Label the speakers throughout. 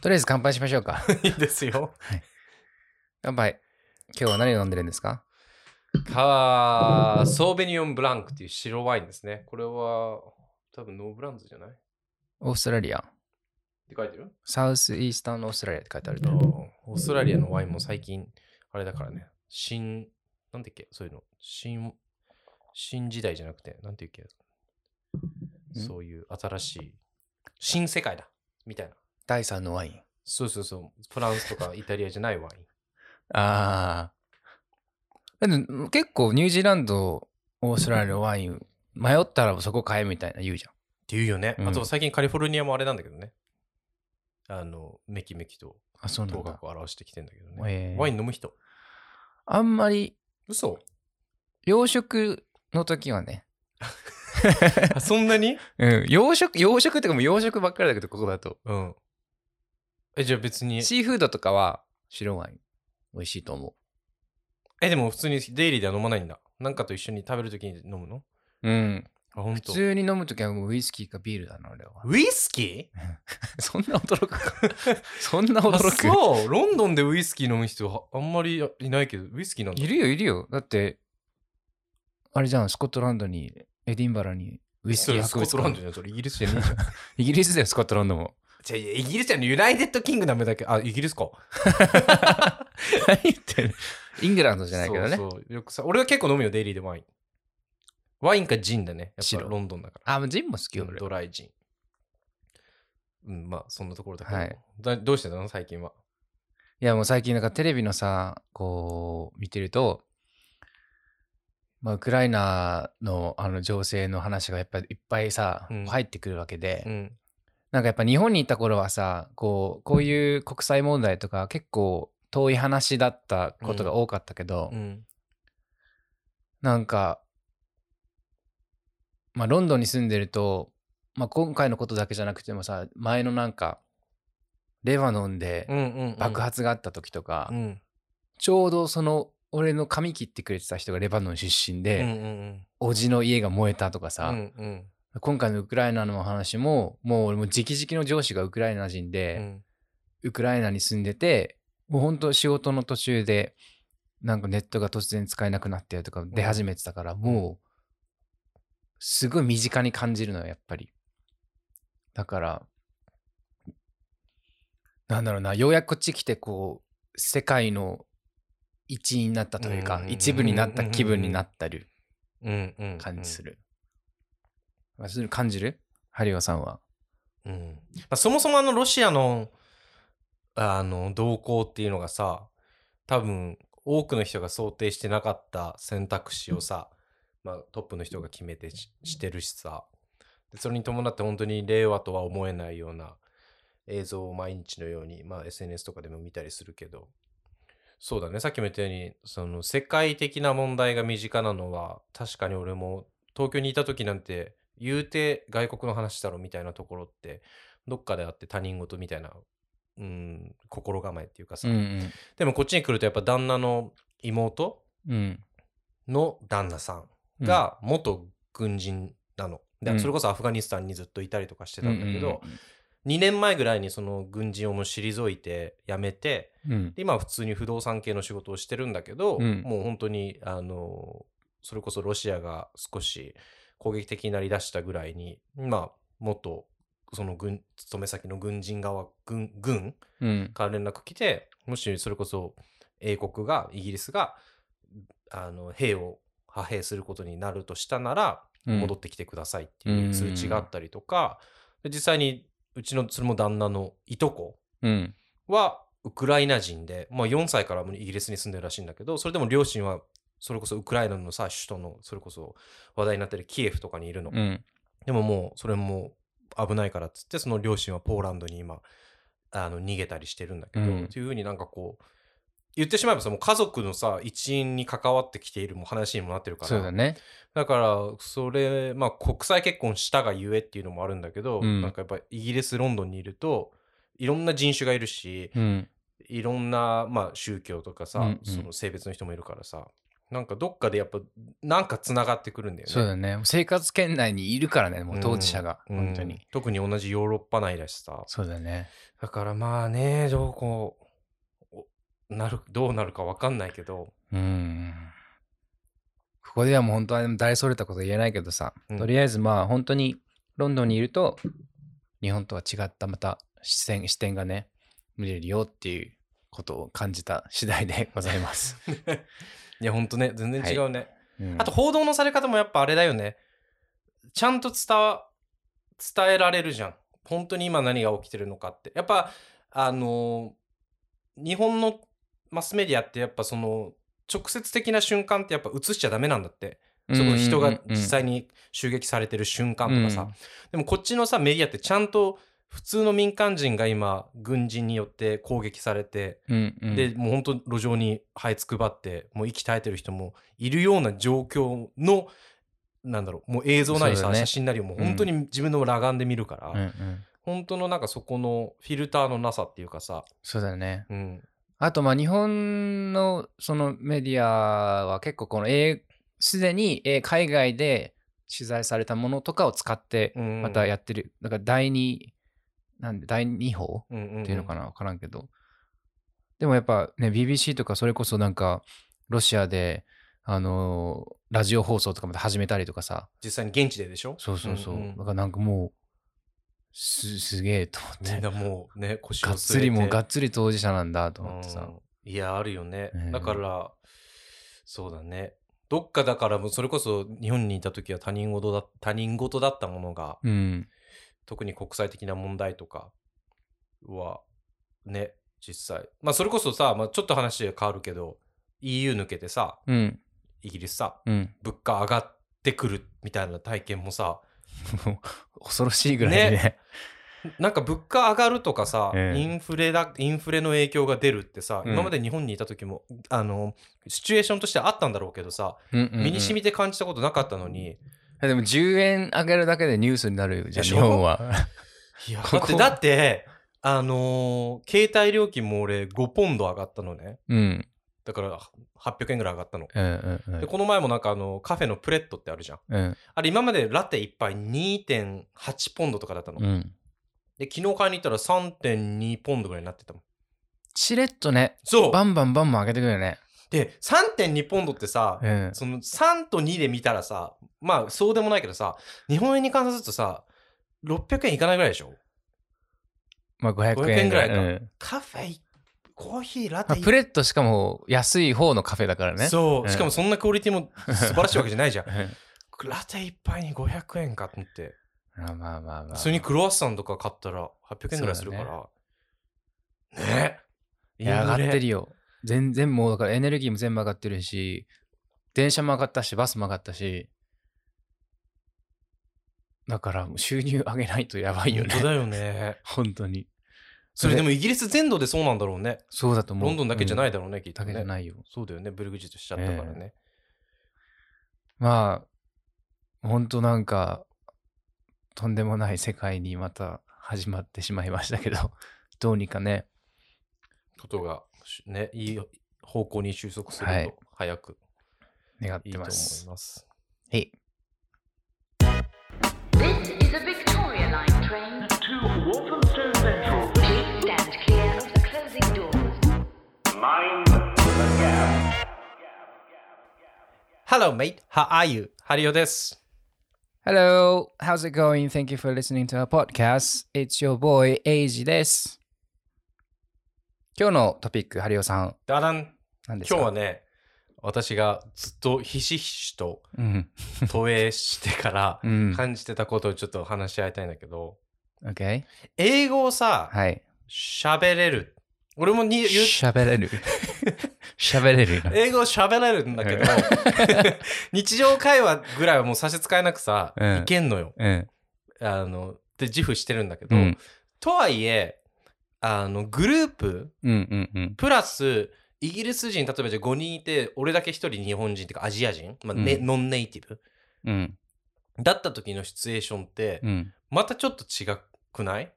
Speaker 1: とりあえず乾杯しましょうか。
Speaker 2: いいですよ。
Speaker 1: 乾杯。今日は何を飲んでるんですか
Speaker 2: か、ソーベニオンブランクっていう白ワインですね。これは、多分ノーブランズじゃないっ
Speaker 1: オーストラリア。
Speaker 2: て書いてる
Speaker 1: サウスイースタンオーストラリアって書いてある
Speaker 2: あー
Speaker 1: と。
Speaker 2: オーストラリアのワインも最近、あれだからね、新、なんていうっけ、そういうの、新、新時代じゃなくて、なんていうっけ、
Speaker 1: ん
Speaker 2: そういう新しい、新世界だ、みたいな。
Speaker 1: 第3のワイン。
Speaker 2: そうそうそう、フランスとかイタリアじゃないワイン。
Speaker 1: ああ。でも結構ニュージーランド、オーストラリアのワイン、迷ったらそこ買えみたいな言うじゃん。
Speaker 2: っていうよね。
Speaker 1: うん
Speaker 2: あと最近カリフォルニアもあれなんだけどね。あの、メキメキと
Speaker 1: あ、そうなん
Speaker 2: 頭
Speaker 1: だ。
Speaker 2: 角を表してきてんだけど
Speaker 1: へ
Speaker 2: ね。
Speaker 1: ー
Speaker 2: ワイン飲む人。
Speaker 1: あんまり、
Speaker 2: 嘘
Speaker 1: 洋食の時はね。
Speaker 2: あそんなに
Speaker 1: うん、洋食、洋食ってかもう洋食ばっかりだけど、ここだと。
Speaker 2: うん。え、じゃあ別に。
Speaker 1: シーフードとかは白ワイン、美味しいと思
Speaker 2: え、でも普通にデイリーでは飲まないんだ。なんかと一緒に食べるときに飲むの
Speaker 1: う。うん。
Speaker 2: あ、ほん
Speaker 1: 普
Speaker 2: と。
Speaker 1: 通に飲む時はもうウイスキーかビールだな、俺は。
Speaker 2: ウイスキ
Speaker 1: そんな驚くか。そんな
Speaker 2: ー あ
Speaker 1: 驚く。
Speaker 2: そう。ロンドンでウイスキー飲む人はあんまりいないけど、ウイスキーなんだ
Speaker 1: い。るよ、いるよ。だって、あれじゃん、スコットランドに、エディンバラにウイスキ
Speaker 2: そ
Speaker 1: ー
Speaker 2: れス
Speaker 1: 博
Speaker 2: コ
Speaker 1: 物
Speaker 2: ットラン
Speaker 1: 館。
Speaker 2: ドじゃん。それイギリスじゃねえじ ゃん。
Speaker 1: イギリスだよ、スコットランド も。
Speaker 2: じゃあイギリスじゃん。ユナイテッドキングダムだけ。あ、イギリスか。
Speaker 1: 何言ってるイングランドじゃないけどね。
Speaker 2: そうそうよくさ俺は結構飲むよデイリーでワインワインかジンだねやっ
Speaker 1: 白
Speaker 2: ぱロンドンだか
Speaker 1: あ、もうジンも好きよ、
Speaker 2: らうん
Speaker 1: 俺。
Speaker 2: ドライジンうんまあそんなところだけど、
Speaker 1: はい
Speaker 2: だどうしてたの最近はい
Speaker 1: やもう最近なんかテレビのさこう見てると、まあ、ウクライナのあの情勢の話がやっぱりいっぱいさ、
Speaker 2: うん
Speaker 1: 入ってくるわけで、
Speaker 2: うん
Speaker 1: なんかやっぱ日本にいた頃はさこうこういう国際問題とか結構遠い話だったことが多かったけど、
Speaker 2: うん
Speaker 1: なんか、まあ、ロンドンに住んでると、まあ、今回のことだけじゃなくてもさ前のなんかレバノンで
Speaker 2: うんうんうん
Speaker 1: 爆発があった時とか、
Speaker 2: うんうん
Speaker 1: ちょうどその俺の髪切ってくれてた人がレバノン出身
Speaker 2: うんう
Speaker 1: で、
Speaker 2: ん
Speaker 1: おじの家が燃えたとか
Speaker 2: う
Speaker 1: さ、
Speaker 2: んうん
Speaker 1: 今回のウクライナの話ももう俺も直々の上司がウクライナ人
Speaker 2: う
Speaker 1: で、
Speaker 2: ん
Speaker 1: ウクライナに住んでてもうほんと仕事の途中でなんかネットが突然使えなくなってとか出始めてたから、もうすごい身近に感じるのよやっぱりだからなんだろうなようやくこっち来てこう世界の一員になったという
Speaker 2: うんうん
Speaker 1: か
Speaker 2: うんうん
Speaker 1: 一部になった気分になったる
Speaker 2: うんうん
Speaker 1: 感じする、あそういうの感じるハリオさんは
Speaker 2: うんまあ、そもそもあのロシアのあの動向っていうのがさ多分多くの人が想定してなかった選択肢をさ、まあ、トップの人が決めてししてるしさでそれに伴って本当に令和とは思えないような映像を毎日のように、まあ、SNS とかでも見たりするけどそうだねさっきも言ったようにその世界的な問題が身近なのは確かに俺も東京にいた時なんて言うて外国の話だろみたいなところってどっかであって他人事みたいな、うん、心構えっていうかさ、
Speaker 1: ん
Speaker 2: でもこっちに来るとやっぱ旦那の妹
Speaker 1: うんうん
Speaker 2: の旦那さんが元軍人なの。で
Speaker 1: うん
Speaker 2: それこそアフガニスタンにずっといたりとかしてたんだけど、
Speaker 1: うんうん
Speaker 2: 2年前ぐらいにその軍人をもう退いて辞めて
Speaker 1: うん
Speaker 2: で今は普通に不動産系の仕事をしてるんだけど、
Speaker 1: うん
Speaker 2: もう本当にあのそれこそロシアが少し攻撃的になりだしたぐらいに今元その軍勤め先の軍人側軍軍
Speaker 1: うん
Speaker 2: から連絡来てもしそれこそ英国がイギリスがあの兵を派兵することになるとしたなら
Speaker 1: うん
Speaker 2: 戻ってきてくださいっていう通知があったりとか、で実際にうちのそれも旦那のいとこ
Speaker 1: うん
Speaker 2: はウクライナ人で、まあ、4歳からもイギリスに住んでるらしいんだけどそれでも両親はそれこそウクライナのさ首都のそれこそ話題になってるキエフとかにいるの、
Speaker 1: うん
Speaker 2: でももうそれも危ないからっつってその両親はポーランドに今あの逃げたりしてるんだけど、
Speaker 1: うん
Speaker 2: というふうになんかこう言ってしまえばさもう家族のさ一員に関わってきているもう話にもなってるから
Speaker 1: そうだね
Speaker 2: だからそれまあ国際結婚したがゆえっていうのもあるんだけど、
Speaker 1: うん
Speaker 2: なんかやっぱイギリスロンドンにいるといろんな人種がいるし
Speaker 1: うん
Speaker 2: いろんな、まあ、宗教とかさ、
Speaker 1: うんうん
Speaker 2: その性別の人もいるからさなんかどっかでやっぱなんかつながってくるんだよね。
Speaker 1: そうだよね。生活圏内にいるからね、もう当事者が。
Speaker 2: うん
Speaker 1: 本当に。
Speaker 2: 特に同じヨーロッパ内だしさ。
Speaker 1: そうだよね。
Speaker 2: だからまあね、どうこう、おなる、どうなるかわかんないけど、
Speaker 1: うん。ここではもう本当は大それたこと言えないけどさ、
Speaker 2: うん
Speaker 1: とりあえずまあ本当にロンドンにいると日本とは違ったまた視線視点がね見れるよっていうことを感じた次第で ござい ます。
Speaker 2: いやほんとね、全然違うね。
Speaker 1: うん
Speaker 2: あと報道のされ方もやっぱあれだよね。ちゃんと伝わ伝えられるじゃん。本当に今何が起きてるのかって。やっぱ、あのー日本のマスメディアってやっぱその、直接的な瞬間ってやっぱ映しちゃダメなんだって。そこ人が実際に襲撃されてる瞬間とかさ、
Speaker 1: うん
Speaker 2: でもこっちのさメディアってちゃんと普通の民間人が今軍人によって攻撃されて、
Speaker 1: うんうんうんうん
Speaker 2: でもう本当路上に這いつくばってもう息絶えてる人もいるような状況のなんだろうもう映像なり
Speaker 1: そう
Speaker 2: さ、
Speaker 1: だね
Speaker 2: 写真なりをもう本当に自分の裸眼で見るから、
Speaker 1: うんうん
Speaker 2: 本当のなんかそこのフィルターのなさっていうかさ、
Speaker 1: そうだね。
Speaker 2: うん、
Speaker 1: あとまあ日本のそのメディアは結構この英すでにえー海外で取材されたものとかを使って
Speaker 2: うん
Speaker 1: またやってる、だから第二なんで第二報
Speaker 2: うんうんうん
Speaker 1: っていうのかな分からんけどでもやっぱね BBC とかそれこそなんかロシアであのーラジオ放送とかまた始めたりとかさ
Speaker 2: 実際に現地ででしょ
Speaker 1: そうそうそう、
Speaker 2: んん
Speaker 1: だからなんかもうすすげえと思
Speaker 2: み
Speaker 1: っ
Speaker 2: ん
Speaker 1: て
Speaker 2: なもうね腰を
Speaker 1: が
Speaker 2: 据えて
Speaker 1: っつりもうがっつり当事者なんだと思ってさ、
Speaker 2: うんいやあるよね、
Speaker 1: うん
Speaker 2: だからそうだねどっかだからもうそれこそ日本にいた時は他人事だ他人事だったものが
Speaker 1: うん、
Speaker 2: 特に国際的な問題とかはね実際まあそれこそさ、まあ、ちょっと話が変わるけど EU 抜けてさ
Speaker 1: うん
Speaker 2: イギリスさ
Speaker 1: うん
Speaker 2: 物価上がってくるみたいな体験 もさ
Speaker 1: もう恐ろしいぐらいね
Speaker 2: ねなんか物価上がるとかさ、
Speaker 1: ええ
Speaker 2: インフレだインフレの影響が出るってさ、
Speaker 1: うん
Speaker 2: 今まで日本にいた時もあのシチュエーションとしてあったんだろうけどさ、
Speaker 1: うんうんうん
Speaker 2: 身に染みて感じたことなかったのに、
Speaker 1: でも10円上げるだけでニュースになるじゃん
Speaker 2: でし
Speaker 1: 日
Speaker 2: ょ
Speaker 1: 本は
Speaker 2: いや
Speaker 1: こ
Speaker 2: だ
Speaker 1: こ
Speaker 2: ってだってあのー携帯料金も俺5ポンド上がったのね
Speaker 1: うん
Speaker 2: だから800円ぐらい上がったの、
Speaker 1: うんうんうん
Speaker 2: でこの前もなんかあのカフェのプレットってあるじゃん
Speaker 1: うん
Speaker 2: あれ今までラテ1杯2.8ポンドとかだったの、
Speaker 1: うん
Speaker 2: で昨日買いに行ったら3.2ポンドぐらいになってたもん
Speaker 1: しれっとね
Speaker 2: そう
Speaker 1: バンバンバンバン上げてくるよね
Speaker 2: で3.2ポンドってさ、
Speaker 1: うん
Speaker 2: その3と2で見たらさまあそうでもないけどさ日本円に換算するとさ600円いかないぐらいでしょ
Speaker 1: まあ500
Speaker 2: 500
Speaker 1: 円
Speaker 2: 円
Speaker 1: ぐ
Speaker 2: ぐ
Speaker 1: ら
Speaker 2: ら
Speaker 1: いか、
Speaker 2: い
Speaker 1: う
Speaker 2: か
Speaker 1: ん
Speaker 2: カフェコーヒーラテ
Speaker 1: まあ、プレットしかも安い方のカフェだからね
Speaker 2: そう、
Speaker 1: うん
Speaker 2: しかもそんなクオリティも素晴らしいわけじゃないじゃん
Speaker 1: うん
Speaker 2: ラテ一杯に500円かと思って
Speaker 1: まあまあまあまあ
Speaker 2: それにクロワッサンとか買ったら800円ぐらいするからね
Speaker 1: いや上がってる
Speaker 2: よ
Speaker 1: よ全然もうだからエネルギーも全部上がってるし電車も上がったしバスも上がったしだからもう収入上げないとやばいよね
Speaker 2: 本当だよね
Speaker 1: 本当に
Speaker 2: それでもイギリス全土でそうなんだろうね
Speaker 1: そうだと思う
Speaker 2: ロンドンだけじゃない
Speaker 1: だ,、
Speaker 2: だろうね、きっと
Speaker 1: だけ
Speaker 2: ね
Speaker 1: じゃないよ
Speaker 2: そうだよねブルグジットしちゃったからね、
Speaker 1: まあ本当なんかとんでもない世界にまた始まってしまいましたけど どうにかね
Speaker 2: ことがしねいい方向に収束する
Speaker 1: はい
Speaker 2: と早く
Speaker 1: 願っ
Speaker 2: いい
Speaker 1: て
Speaker 2: と思
Speaker 1: ま
Speaker 2: い
Speaker 1: す
Speaker 2: ます、
Speaker 1: はい、
Speaker 3: This is a Victoria Line train
Speaker 4: to Walthamstow Central.
Speaker 3: Please stand clear of the closing doors.
Speaker 4: Mind the gap.
Speaker 2: Hello mate how are you ハリオです
Speaker 1: Hello, how's it going? Thank you for listening to our podcast. It's your boy, Eiji です。今日のトピック、ハリオさん、
Speaker 2: ダダン
Speaker 1: 何ですか
Speaker 2: 今日はね私がずっとひしひしと
Speaker 1: うん。
Speaker 2: 投影してから
Speaker 1: うん。
Speaker 2: 感じてたことをちょっと話し合いたいんだけど
Speaker 1: OK?
Speaker 2: 英語をさ
Speaker 1: はい。
Speaker 2: 喋れる俺もに言う
Speaker 1: 喋れ る。喋れるな。
Speaker 2: 英語喋れるんだけど 日常会話ぐらいはもう差し支えなくさ
Speaker 1: うん
Speaker 2: いけんのよ
Speaker 1: うん。
Speaker 2: あので自負してるんだけ
Speaker 1: う
Speaker 2: ど
Speaker 1: ん。
Speaker 2: とはいえあのグループ
Speaker 1: うん。うん。うん。
Speaker 2: プラスイギリス人例えばじゃあ5人いて俺だけ1人日本人っていうかアジア人、まあね
Speaker 1: うん
Speaker 2: ノンネイティブ
Speaker 1: うん。
Speaker 2: だった時のシチュエーションって、
Speaker 1: うん。
Speaker 2: またちょっと違くない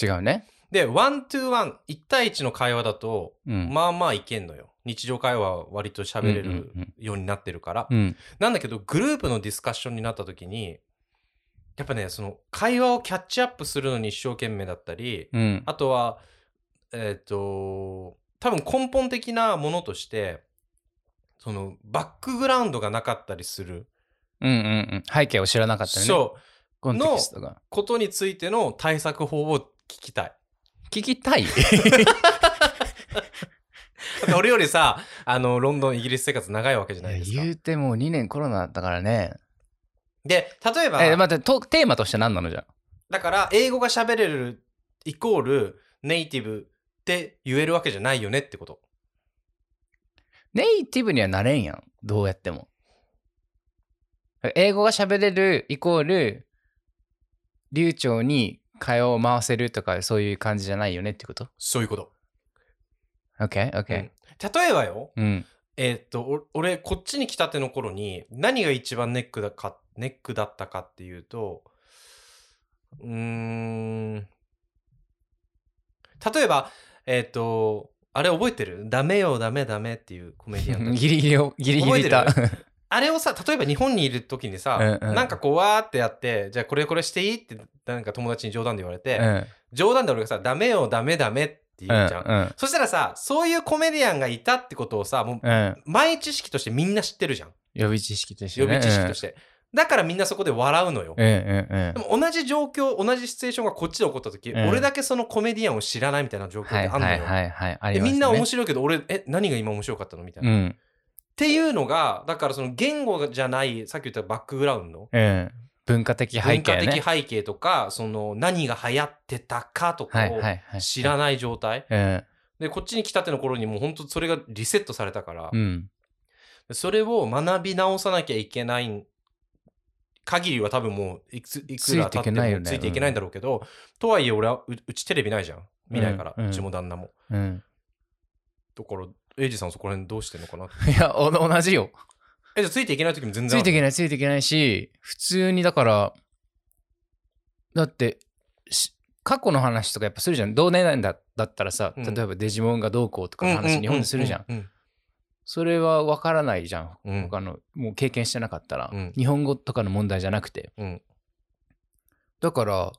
Speaker 1: 違うね。
Speaker 2: で、ワントゥーワン、1対1の会話だと、
Speaker 1: うん
Speaker 2: まあまあいけんのよ。日常会話は割と喋れ
Speaker 1: うん
Speaker 2: る
Speaker 1: うん
Speaker 2: ようになってるから。
Speaker 1: うん
Speaker 2: なんだけど、グループのディスカッションになった時に、やっぱね、その会話をキャッチアップするのに一生懸命だったり、
Speaker 1: うん
Speaker 2: あとは、えっ、と、多分根本的なものとして、そのバックグラウンドがなかったりする、
Speaker 1: うんうんうん背景を知らなかったよね
Speaker 2: そう、
Speaker 1: コンテキストが
Speaker 2: ことについての対策法を聞きたい。
Speaker 1: 聞きたい
Speaker 2: だって俺より さ、あの、ロンドン、イギリス生活長いわけじゃないですか。
Speaker 1: 言うてもう2年コロナだからね
Speaker 2: で、例えば、
Speaker 1: え待ってとテーマとして何なのじゃ
Speaker 2: だから、英語が喋れるイコールネイティブって言えるわけじゃないよねってこと。
Speaker 1: ネイティブにはなれんやんどうやっても英語が喋れるイコール流暢に会話を回せるとかそういう感じじゃないよねってこと
Speaker 2: そういうこと。うん
Speaker 1: ?OKOK
Speaker 2: 例えばよ、
Speaker 1: うん
Speaker 2: えーっと、お俺、こっちに来たての頃に、何が一番ネックだか、ネックだったかっていうと、うーん、例えば、えーっと、あれ覚えてるダメよ、ダメ、ダメっていうコメディアンたち
Speaker 1: ギリギリをギリギリだ
Speaker 2: 覚あれをさ、例えば日本にいる時にさ、
Speaker 1: うんうん
Speaker 2: なんかこう、わーってやって、じゃあこれこれしていいって、なんか友達に冗談で言われ て、
Speaker 1: うん
Speaker 2: 冗談で俺がさ、ダメよ、ダメ、ダメって言うじゃん。
Speaker 1: うん
Speaker 2: そしたらさ、そういうコメディアンがいたってことをさ、もう
Speaker 1: うんうん
Speaker 2: 前知識としてみんな知ってるじゃん。
Speaker 1: 予備知識として
Speaker 2: 予
Speaker 1: ね
Speaker 2: 備知識として。だからみんなそこで笑うのよ。
Speaker 1: うんうんうんうん
Speaker 2: でも同じ状況、同じシチュエーションがこっちで起こった時、
Speaker 1: うん
Speaker 2: 俺だけそのコメディアンを知らないみたいな状況って
Speaker 1: はい
Speaker 2: あんの
Speaker 1: は
Speaker 2: よ。
Speaker 1: いはいはいあ
Speaker 2: で
Speaker 1: りますね
Speaker 2: みんな面白いけど、俺、え、何が今面白かったのみたいな。っ
Speaker 1: うん
Speaker 2: ていうのが、だからその言語じゃない、さっき言ったバックグラウンド。
Speaker 1: うん文化的背景ね
Speaker 2: 文化的背景とか、その何が流行ってたかと
Speaker 1: は
Speaker 2: か
Speaker 1: いはい
Speaker 2: を
Speaker 1: はい
Speaker 2: 知らない状態。
Speaker 1: うん
Speaker 2: で、こっちに来たての頃にもう本当それがリセットされたから
Speaker 1: う、ん
Speaker 2: それを学び直さなきゃいけない限りは多分もういくついくら経っ
Speaker 1: ついて
Speaker 2: て
Speaker 1: いけないよ
Speaker 2: も
Speaker 1: ね
Speaker 2: ついていけないんだろうけど、とはいえ俺はううちテレビないじゃん。見ないから、
Speaker 1: う
Speaker 2: うん
Speaker 1: うん
Speaker 2: ちも旦那も。
Speaker 1: うん
Speaker 2: だから、エイジさんそこら辺どうしてんのかなって
Speaker 1: いやお同じよ
Speaker 2: え、じゃあついていけない時も全
Speaker 1: つ
Speaker 2: 然あ
Speaker 1: いてい
Speaker 2: る。
Speaker 1: けないついていけないし普通にだからだってし過去の話とかやっぱするじゃん同年代だだったらさ、
Speaker 2: うん
Speaker 1: 例えばデジモンがどうこうとかの
Speaker 2: うんうんうんう
Speaker 1: 話
Speaker 2: ん
Speaker 1: 日本でするじゃん。
Speaker 2: うん
Speaker 1: それは分からないじゃん
Speaker 2: うん
Speaker 1: 他のもう経験してなかったら、
Speaker 2: うん
Speaker 1: 日本語とかの問題じゃなくて
Speaker 2: うん
Speaker 1: だから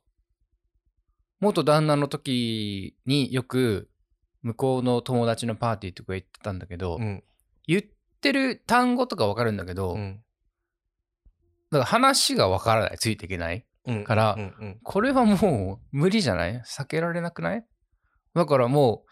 Speaker 1: 元旦那の時によく向こうの友達のパーティーとか行ってたんだけど、
Speaker 2: うん
Speaker 1: 言ってる単語とか分かるんだけど、
Speaker 2: う
Speaker 1: だ
Speaker 2: ん
Speaker 1: から話が分からないついていけない
Speaker 2: うん
Speaker 1: から
Speaker 2: うんうん
Speaker 1: これはもう無理じゃない避けられなくないだからも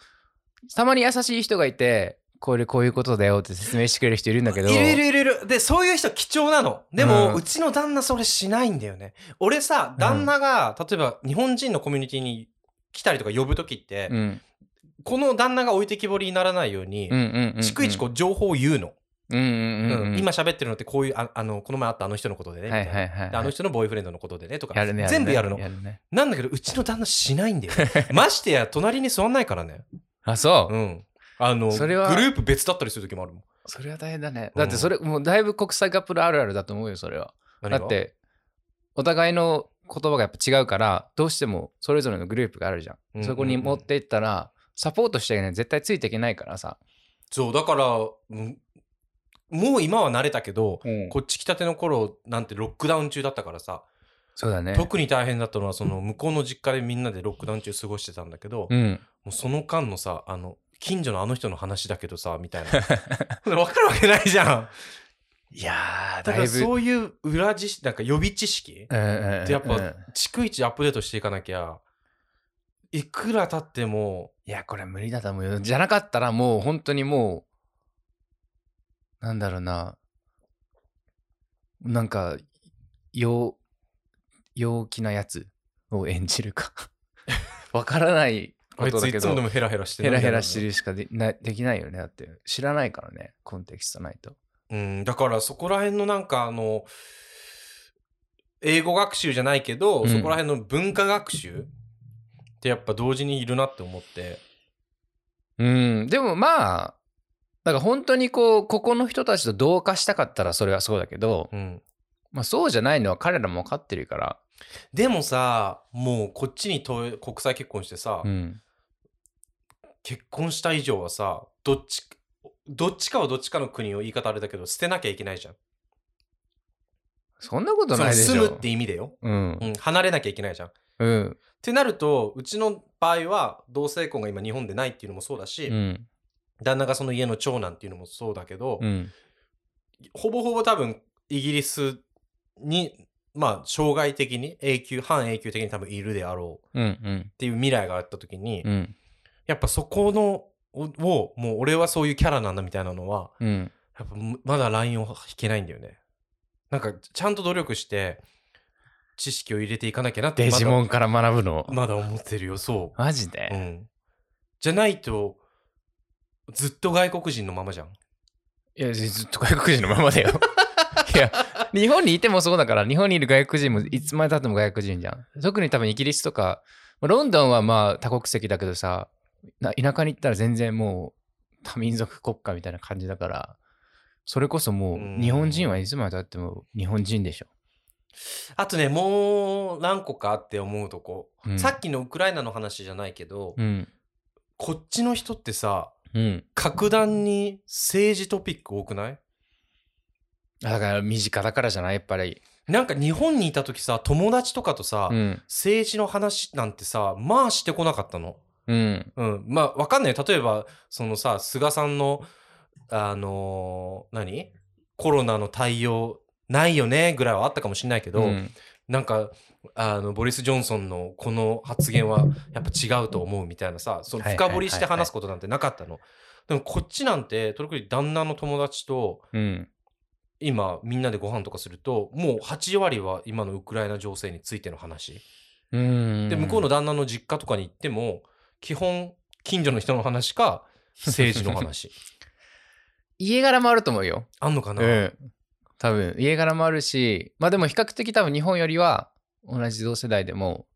Speaker 1: うたまに優しい人がいてこれこういうことだよって説明してくれる人いるんだけど
Speaker 2: いるいるいるいる。で、そういう人貴重なの。でも、
Speaker 1: う
Speaker 2: うんちの旦那それしないんだよね。俺さ、旦那が、例えば日本人のコミュニティに来たりとか呼ぶ時って、
Speaker 1: うん
Speaker 2: この旦那が置いてきぼりにならないように、
Speaker 1: うんうんうんうん、
Speaker 2: 逐一こう情報を言うの。
Speaker 1: うんうんうん
Speaker 2: う
Speaker 1: うんん、
Speaker 2: 今喋ってるのってこういう、ああの、この前あったあの人のことでね。み
Speaker 1: は
Speaker 2: た
Speaker 1: い
Speaker 2: いな
Speaker 1: はいはい、
Speaker 2: であの人のボーイフレンドのことでねとか
Speaker 1: やるね
Speaker 2: 全部やるの
Speaker 1: やるね
Speaker 2: なんだけどうちの旦那しないんだよ ねましてや隣に座んないからね
Speaker 1: あそう、
Speaker 2: うんあの
Speaker 1: それは
Speaker 2: グループ別だったりする時もあるもん
Speaker 1: それは大変だね
Speaker 2: うん
Speaker 1: だってそれもうだいぶ国際カップルあるあるだと思うよそれは
Speaker 2: 何
Speaker 1: だ
Speaker 2: が
Speaker 1: ってお互いの言葉がやっぱ違うからどうしてもそれぞれのグループがあるじゃん,、
Speaker 2: うんうんうん
Speaker 1: そこに持っていったらサポートしてね絶対ついていけないからさ、
Speaker 2: そうだからうんもう今は慣れたけどこっち来たての頃なんてロックダウン中だったからさ
Speaker 1: そうだね
Speaker 2: 特に大変だったのはその向こうの実家でみんなでロックダウン中過ごしてたんだけど、
Speaker 1: うん
Speaker 2: もうその間のさあの近所のあの人の話だけどさみたい な分かるわけないじゃん
Speaker 1: いやーだ
Speaker 2: だから
Speaker 1: いぶ
Speaker 2: そういう裏知識なんか予備知識
Speaker 1: うんうんうん
Speaker 2: でやっぱ
Speaker 1: うん
Speaker 2: 逐一アップデートしていかなきゃいくら経っても
Speaker 1: いやこれ無理だと思うよじゃなかったらもう本当にもうなんだろうななんか陽陽気なやつを演じるか わからない
Speaker 2: あ
Speaker 1: こ
Speaker 2: い
Speaker 1: と
Speaker 2: つ
Speaker 1: だ
Speaker 2: い
Speaker 1: け
Speaker 2: つもで
Speaker 1: ど
Speaker 2: もヘラヘラして
Speaker 1: ヘラヘラして
Speaker 2: る
Speaker 1: るしかでなできないよねだって知らないからねコンテキストないと
Speaker 2: うんだからそこら辺のなんかあの英語学習じゃないけど、
Speaker 1: うん
Speaker 2: そこら辺の文化学習ってやっぱ同時にいるなって思って
Speaker 1: うんでもまあだから本当にこうここの人たちと同化したかったらそれはそうだけど、
Speaker 2: うん
Speaker 1: まあ、そうじゃないのは彼らも分かってるから
Speaker 2: でもさもうこっちにと国際結婚してさ、
Speaker 1: うん。
Speaker 2: 結婚した以上はさどっちどっちかはどっちかの国を言い方あれだけど捨てなきゃいけないじゃん。
Speaker 1: そんなこと
Speaker 2: そ
Speaker 1: ない
Speaker 2: の
Speaker 1: でしょ。
Speaker 2: 住むって意味でよ、
Speaker 1: うん
Speaker 2: う。ん、離れなきゃいけないじゃん。っ
Speaker 1: うん。
Speaker 2: てなるとうちの場合は同性婚が今日本でないっていうのもそうだし、
Speaker 1: うん。
Speaker 2: 旦那がその家の長男っていうのもそうだけど、
Speaker 1: うん。
Speaker 2: ほぼほぼ多分イギリスにまあ障害的に永久半永久的に多分いるであろうっ
Speaker 1: うん。うん。
Speaker 2: ていう未来があった時に、
Speaker 1: うん。や
Speaker 2: やっぱそこのををもう俺はそういうキャラなんだみたいなのは
Speaker 1: うん。
Speaker 2: やっぱまだラインを引けないんだよね。なんかちゃんと努力して知識を入れていかなきゃなって
Speaker 1: デ
Speaker 2: ま
Speaker 1: ジ
Speaker 2: だ
Speaker 1: モンから学ぶの。
Speaker 2: まだ思ってるよそ
Speaker 1: マジ
Speaker 2: う、う
Speaker 1: で
Speaker 2: ん。じゃないとずっと外国人のままじゃん。
Speaker 1: いや、ずっと外国人のままだよ。 いや、日本にいてもそうだから、日本にいる外国人もいつまでたっても外国人じゃん。特に多分イギリスとか、ロンドンはまあ多国籍だけどさ、な田舎に行ったら全然もう多民族国家みたいな感じだから、それこそも
Speaker 2: うん
Speaker 1: う日本人はいつまでたっても日本人でしょ。
Speaker 2: あとねもう何個かあって思うとこ、
Speaker 1: うん
Speaker 2: さっきのウクライナの話じゃないけど、
Speaker 1: うん。
Speaker 2: こっちの人ってさ
Speaker 1: うん。
Speaker 2: 格段に政治トピック多くない
Speaker 1: だから身近だからじゃないやっぱり。
Speaker 2: なんか日本にいた時さ友達とかとさ、
Speaker 1: うん。
Speaker 2: 政治の話なんてさまあしてこなかったの。
Speaker 1: うん。
Speaker 2: うん、まあわかんない例えばそのさ菅さんのあのー何コロナの対応ないよねぐらいはあったかもしれないけど、
Speaker 1: うん
Speaker 2: なんかあのボリス・ジョンソンのこの発言はやっぱ違うと思うみたいなさその
Speaker 1: はいはい
Speaker 2: 深掘りして話すことなんてなかったの。でもこっちなんてとりあえず旦那の友達と
Speaker 1: うん。
Speaker 2: 今みんなでご飯とかするともう8割は今のウクライナ情勢についての話。
Speaker 1: うん。
Speaker 2: で向こうの旦那の実家とかに行っても基本近所の人の話か政治の 話
Speaker 1: 家柄もあると思うよ。
Speaker 2: あんのかな、
Speaker 1: うん。多分、家柄もあるし、まあでも比較的多分日本よりは同じ同世代でも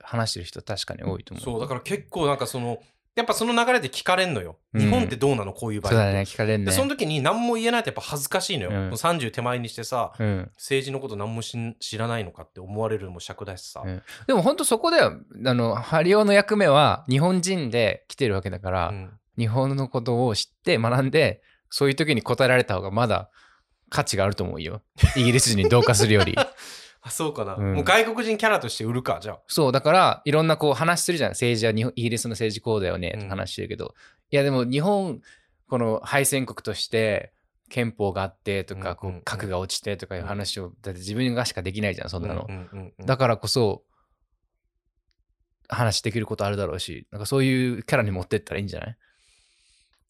Speaker 1: 話してる人確かに多いと思う。
Speaker 2: そうだから結構なんかそのやっぱその流れで聞かれんのよ、
Speaker 1: うん
Speaker 2: 日本ってどうなのこういう場合
Speaker 1: そうだね、聞かれる
Speaker 2: で
Speaker 1: ね。
Speaker 2: その時に何も言えないとやっぱ恥ずかしいのよ、
Speaker 1: うん
Speaker 2: もう30手前にしてさ
Speaker 1: うん、
Speaker 2: 政治のこと何もしん知らないのかって思われるのも尺だしさ、
Speaker 1: うんでも本当そこだよあのハリオの役目は日本人で来てるわけだから、
Speaker 2: うん
Speaker 1: 日本のことを知って学んでそういう時に答えられた方がまだ価値があると思うよイギリス人に同化するより
Speaker 2: あそうかな、
Speaker 1: うん
Speaker 2: もう外国人キャラとして売るかじゃあ
Speaker 1: そうだからいろんなこう話するじゃん政治は日本イギリスの政治こうだよね
Speaker 2: うん
Speaker 1: と話してるけど、いやでも日本この敗戦国として憲法があってとか、
Speaker 2: うんうんう
Speaker 1: こ
Speaker 2: ん
Speaker 1: う核が落ちてとかいう話をだって自分がしかできないじゃんそんなの、
Speaker 2: うんうんうん
Speaker 1: だからこそ話できることあるだろうしなんかそういうキャラに持ってったらいいんじゃない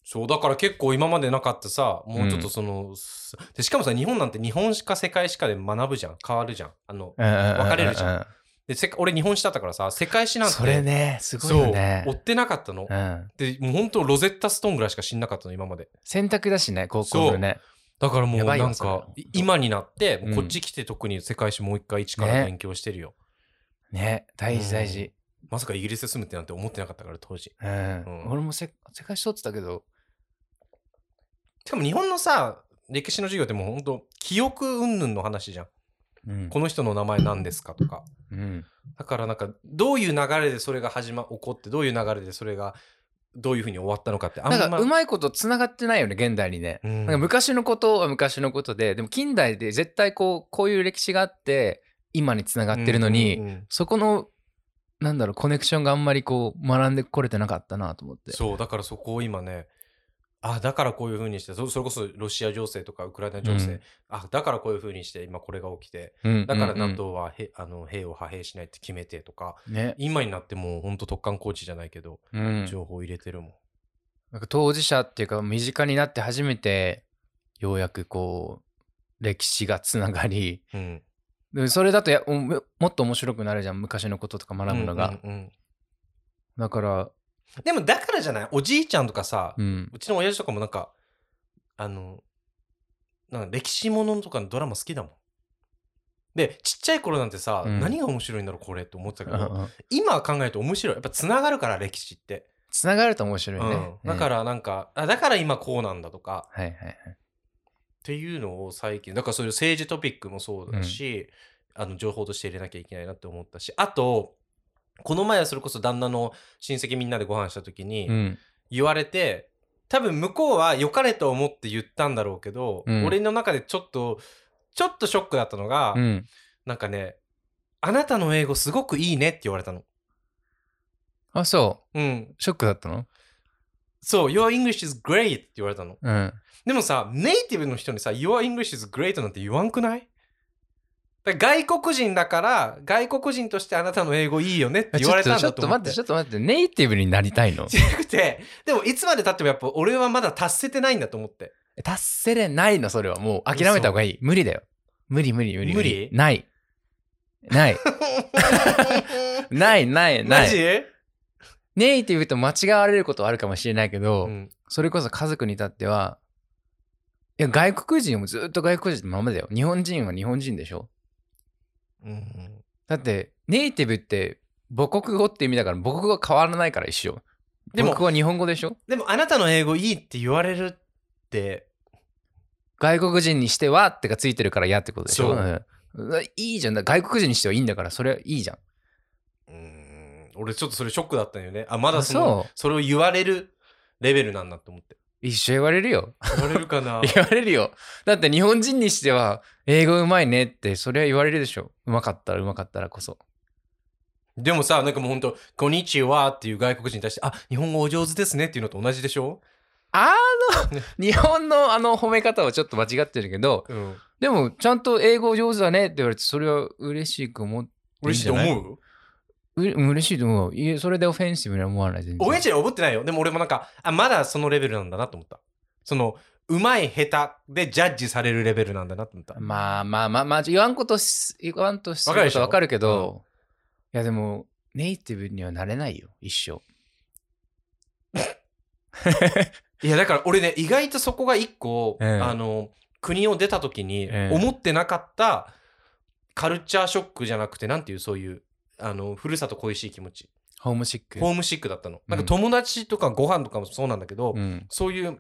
Speaker 2: そうだから結構今までなかったさもうちょっ
Speaker 1: う
Speaker 2: と
Speaker 1: ん
Speaker 2: その、すでしかもさ日本なんて日本史か世界史かで学ぶじゃん変わるじゃんあの分
Speaker 1: 分
Speaker 2: かれるじゃん
Speaker 1: ん
Speaker 2: でせ俺日本史だったからさ世界史なんて
Speaker 1: それねすごいよね
Speaker 2: そう追ってなかったの、
Speaker 1: うん、
Speaker 2: でもうほんとロゼッタストーンぐらいしか知んなかったの今まで
Speaker 1: 選択だしね高校のね
Speaker 2: だからもう
Speaker 1: やばいよ
Speaker 2: なん
Speaker 1: それ
Speaker 2: かい今になって
Speaker 1: うん
Speaker 2: こっち来て特に世界史もう一回一から
Speaker 1: ね
Speaker 2: 勉強してるよ、
Speaker 1: ね大事大事、
Speaker 2: まさかイギリスで住むってなんて思ってなかったから当時
Speaker 1: うん
Speaker 2: うん
Speaker 1: 俺もせ世界史取ってたけど
Speaker 2: しかも日本のさ歴史の授業ってもうほんと記憶云々の話じゃん
Speaker 1: うん
Speaker 2: この人の名前何ですかとか
Speaker 1: うん
Speaker 2: だからなんかどういう流れでそれが始ま起こってどういう流れでそれがどういうふうに終わったのかってあんま
Speaker 1: なんかうまいことつながってないよね現代にね、
Speaker 2: うん
Speaker 1: なんか昔のことは昔のことででも近代で絶対こうこういう歴史があって今につながってるのに、
Speaker 2: うんうんうん
Speaker 1: そこのなんだろうコネクションがあんまりこう学んでこれてなかったなと思って
Speaker 2: そうだからそこを今ねあだからこういうふうにしてそそれこそロシア情勢とかウクライナ情勢、
Speaker 1: うん
Speaker 2: あだからこういうふうにして今これが起きて
Speaker 1: うん
Speaker 2: だから
Speaker 1: うんうん
Speaker 2: NATO はへ、あの兵を派兵しないって決めてとか
Speaker 1: ね、
Speaker 2: 今になってもうほんと突貫工事じゃないけど
Speaker 1: うん、
Speaker 2: 情報入れてるもん、
Speaker 1: なんか当事者っていうか身近になって初めてようやくこう歴史がつながり
Speaker 2: うん、
Speaker 1: でそれだとやおももっと面白くなるじゃん昔のこととか学ぶのが、
Speaker 2: うんうんうん
Speaker 1: だから、
Speaker 2: でもだからじゃないおじいちゃんとかさ、
Speaker 1: うん、
Speaker 2: うちの親父とかもなんか、あの、なんか歴史ものとかのドラマ好きだもん。で、ちっちゃい頃なんてさ、
Speaker 1: うん
Speaker 2: 何が面白いんだろう、これって思ってたけ
Speaker 1: うん
Speaker 2: ど、
Speaker 1: うん
Speaker 2: 今考えると面白い。やっぱつながるから、歴史って。
Speaker 1: つながると面白いね、、
Speaker 2: うんだかららなんか、あだから今こうなんだとか、
Speaker 1: はいはいはい
Speaker 2: っていうのを最近、だからそういう政治トピックもそうだし、あの情報として入れなきゃいけないなって思ったしあとこの前はそれこそ旦那の親戚みんなでご飯した時に
Speaker 1: うん。
Speaker 2: 言われて、多分向こうは良かれと思って言ったんだろうけど、
Speaker 1: うん
Speaker 2: 俺の中でちょっとちょっとショックだったのが、
Speaker 1: うん。
Speaker 2: なんかね「あなたの英語すごくいいね」って言われたの。
Speaker 1: あ、そ
Speaker 2: うん、
Speaker 1: う。ショックだったの
Speaker 2: そう「Your English is great」って言われたの。
Speaker 1: うん。
Speaker 2: でもさ、ネイティブの人にさ、Your English is great なんて言わんくないだから外国人だから、外国人としてあなたの英語いいよねって言われたん
Speaker 1: ちょ
Speaker 2: だ
Speaker 1: っ
Speaker 2: と
Speaker 1: と
Speaker 2: 思
Speaker 1: 待って
Speaker 2: っ。
Speaker 1: て、ち
Speaker 2: じ
Speaker 1: ょっと待って、ネイティブになりた いの
Speaker 2: ゃなくて、でもいつまで経ってもやっぱ俺はまだ達せてないんだと思って。
Speaker 1: 達せれないの、それは。もう諦めた方がいい。無理だよ。無理無理無理
Speaker 2: 無理
Speaker 1: ない。ない。ない ないな
Speaker 2: マジ
Speaker 1: い。ネイティブと間違われることはあるかもしれないけど、
Speaker 2: うん
Speaker 1: それこそ家族に至っては、いや、外国人もずっと外国人のままだよ。日本人は日本人でしょ
Speaker 2: うん
Speaker 1: だって、ネイティブって母国語って意味だから、母国語は変わらないから一緒。で
Speaker 2: でも
Speaker 1: も、母国語は日本語でしょ
Speaker 2: でもあなたの英語いいって言われるって、
Speaker 1: 外国人にしてはってかついてるから嫌ってことでしょ
Speaker 2: そう
Speaker 1: うんうわいいじゃん。だ外国人にしてはいいんだから、それはいいじゃん。
Speaker 2: うん俺ちょっとそれショックだったんよね。あ、まだそ
Speaker 1: あ
Speaker 2: の
Speaker 1: そう
Speaker 2: それを言われるレベルなんだと思って。
Speaker 1: 一緒言われるよ。
Speaker 2: 言われるかな
Speaker 1: 言われるよ。だって日本人にしては、英語うまいねって、それは言われるでしょ。うまかったらうまかったらこそ。
Speaker 2: でもさ、なんかもうほんと、こんにちはっていう外国人に対して、あ、日本語お上手ですねっていうのと同じでしょ
Speaker 1: あ
Speaker 2: ね
Speaker 1: の、日本のあの褒め方はちょっと間違ってるけど、
Speaker 2: うん。
Speaker 1: でもちゃんと英語上手だねって言われて、それは嬉しく思っていいん
Speaker 2: 嬉しい
Speaker 1: じ
Speaker 2: と
Speaker 1: ゃない。
Speaker 2: 思う
Speaker 1: うれ嬉しいと思う。いえそれでオフェンシブには思わない。全然
Speaker 2: オレンジは思ってないよ。でも俺もなんか、あ、まだそのレベルなんだなと思った。その、うまい下手でジャッジされるレベルなんだなと思った。
Speaker 1: まあまあまあまあ、言わんことし、言わんとす
Speaker 2: わかる
Speaker 1: る
Speaker 2: で
Speaker 1: こ
Speaker 2: しょ
Speaker 1: とわかるけど、いやでも、ネイティブにはなれないよ、一生。
Speaker 2: いや、だから俺ね、意外とそこが一個、
Speaker 1: ええ
Speaker 2: あの、国を出た時に
Speaker 1: ええ
Speaker 2: 思ってなかったカルチャーショックじゃなくて、なんていう、そういう、あの、ふるさと恋しい気持ち。
Speaker 1: ホームシック。
Speaker 2: ホームシックだったの。なん
Speaker 1: う
Speaker 2: か
Speaker 1: ん
Speaker 2: 友達とかご飯とかもそうなんだけど、
Speaker 1: うん。
Speaker 2: そういう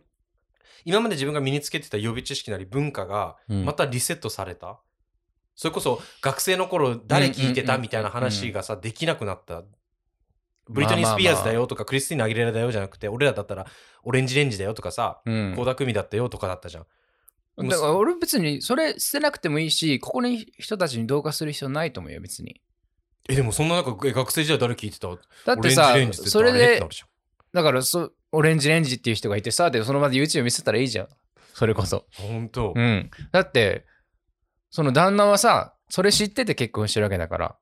Speaker 2: 今まで自分が身につけてた予備知識なり文化が
Speaker 1: うん
Speaker 2: またリセットされた、それこそ学生の頃誰聞いてたみたいな話がさできなくなったブリトニー・スピアーズだよとかクリスティーナ・アギレラだよじゃなくて俺らだったらオレンジレンジだよとかさ
Speaker 1: うん
Speaker 2: 倖田來未だったよとかだったじゃんもう
Speaker 1: だから俺別にそれ捨てなくてもいいし、ここに人たちに同化する必要ないと思うよ、別に。
Speaker 2: えでもそんな中え学生時代誰聞いてた
Speaker 1: だってさ
Speaker 2: オレンジレンジって、
Speaker 1: それ
Speaker 2: 誰って
Speaker 1: で
Speaker 2: なる、じゃん
Speaker 1: だからそ、オレンジレンジっていう人がいてさ、で、その場で YouTube 見せたらいいじゃん。それこそ。
Speaker 2: 本当、
Speaker 1: うん。だって、その旦那はさ、それ知ってて結婚してるわけだから。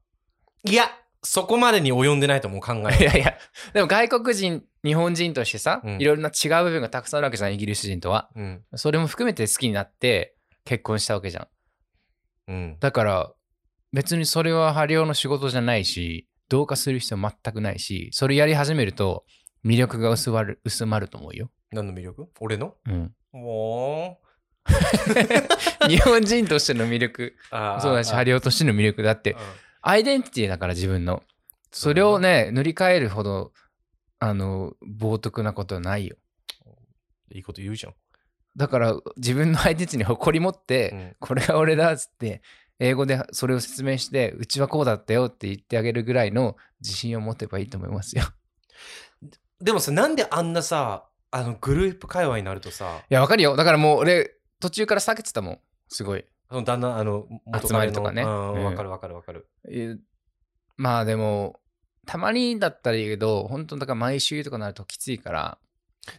Speaker 2: いやそこまでに及んでないと思う考
Speaker 1: い
Speaker 2: え
Speaker 1: やいや、でも外国人、日本人としてさ、
Speaker 2: うん
Speaker 1: いろいろな違う部分がたくさんあるわけじゃん、イギリス人とは。
Speaker 2: うん
Speaker 1: それも含めて好きになって結婚したわけじゃん。
Speaker 2: うん
Speaker 1: だから、別にそれはハリオの仕事じゃないし、同化する必要全くないし、それやり始めると魅力が薄まる薄まると思うよ。
Speaker 2: 何の魅力俺の
Speaker 1: うん、
Speaker 2: もう
Speaker 1: 日本人としての魅力、
Speaker 2: あー
Speaker 1: そうだし、ハリオとしての魅力だって、アイデンティティだから自分の。それをね、塗り替えるほど、あの、冒涜なことはないよ。
Speaker 2: いいこと言うじゃん。
Speaker 1: だから自分のアイデンティティに誇り持って、
Speaker 2: うん
Speaker 1: これが俺だっつって英語でそれを説明してうちはこうだったよって言ってあげるぐらいの自信を持てばいいと思いますよ。
Speaker 2: でもさ、なんであんなさ、あのグループ会話になるとさ、
Speaker 1: いやわかるよだからもう俺途中から避けてたもんすごい。
Speaker 2: その旦那、あの、元
Speaker 1: 集
Speaker 2: 彼の
Speaker 1: まりとかね
Speaker 2: うん
Speaker 1: うん
Speaker 2: わかるわかるわかる。
Speaker 1: えまあでもたまにだったらいいけど本当だから毎週とかなるときついから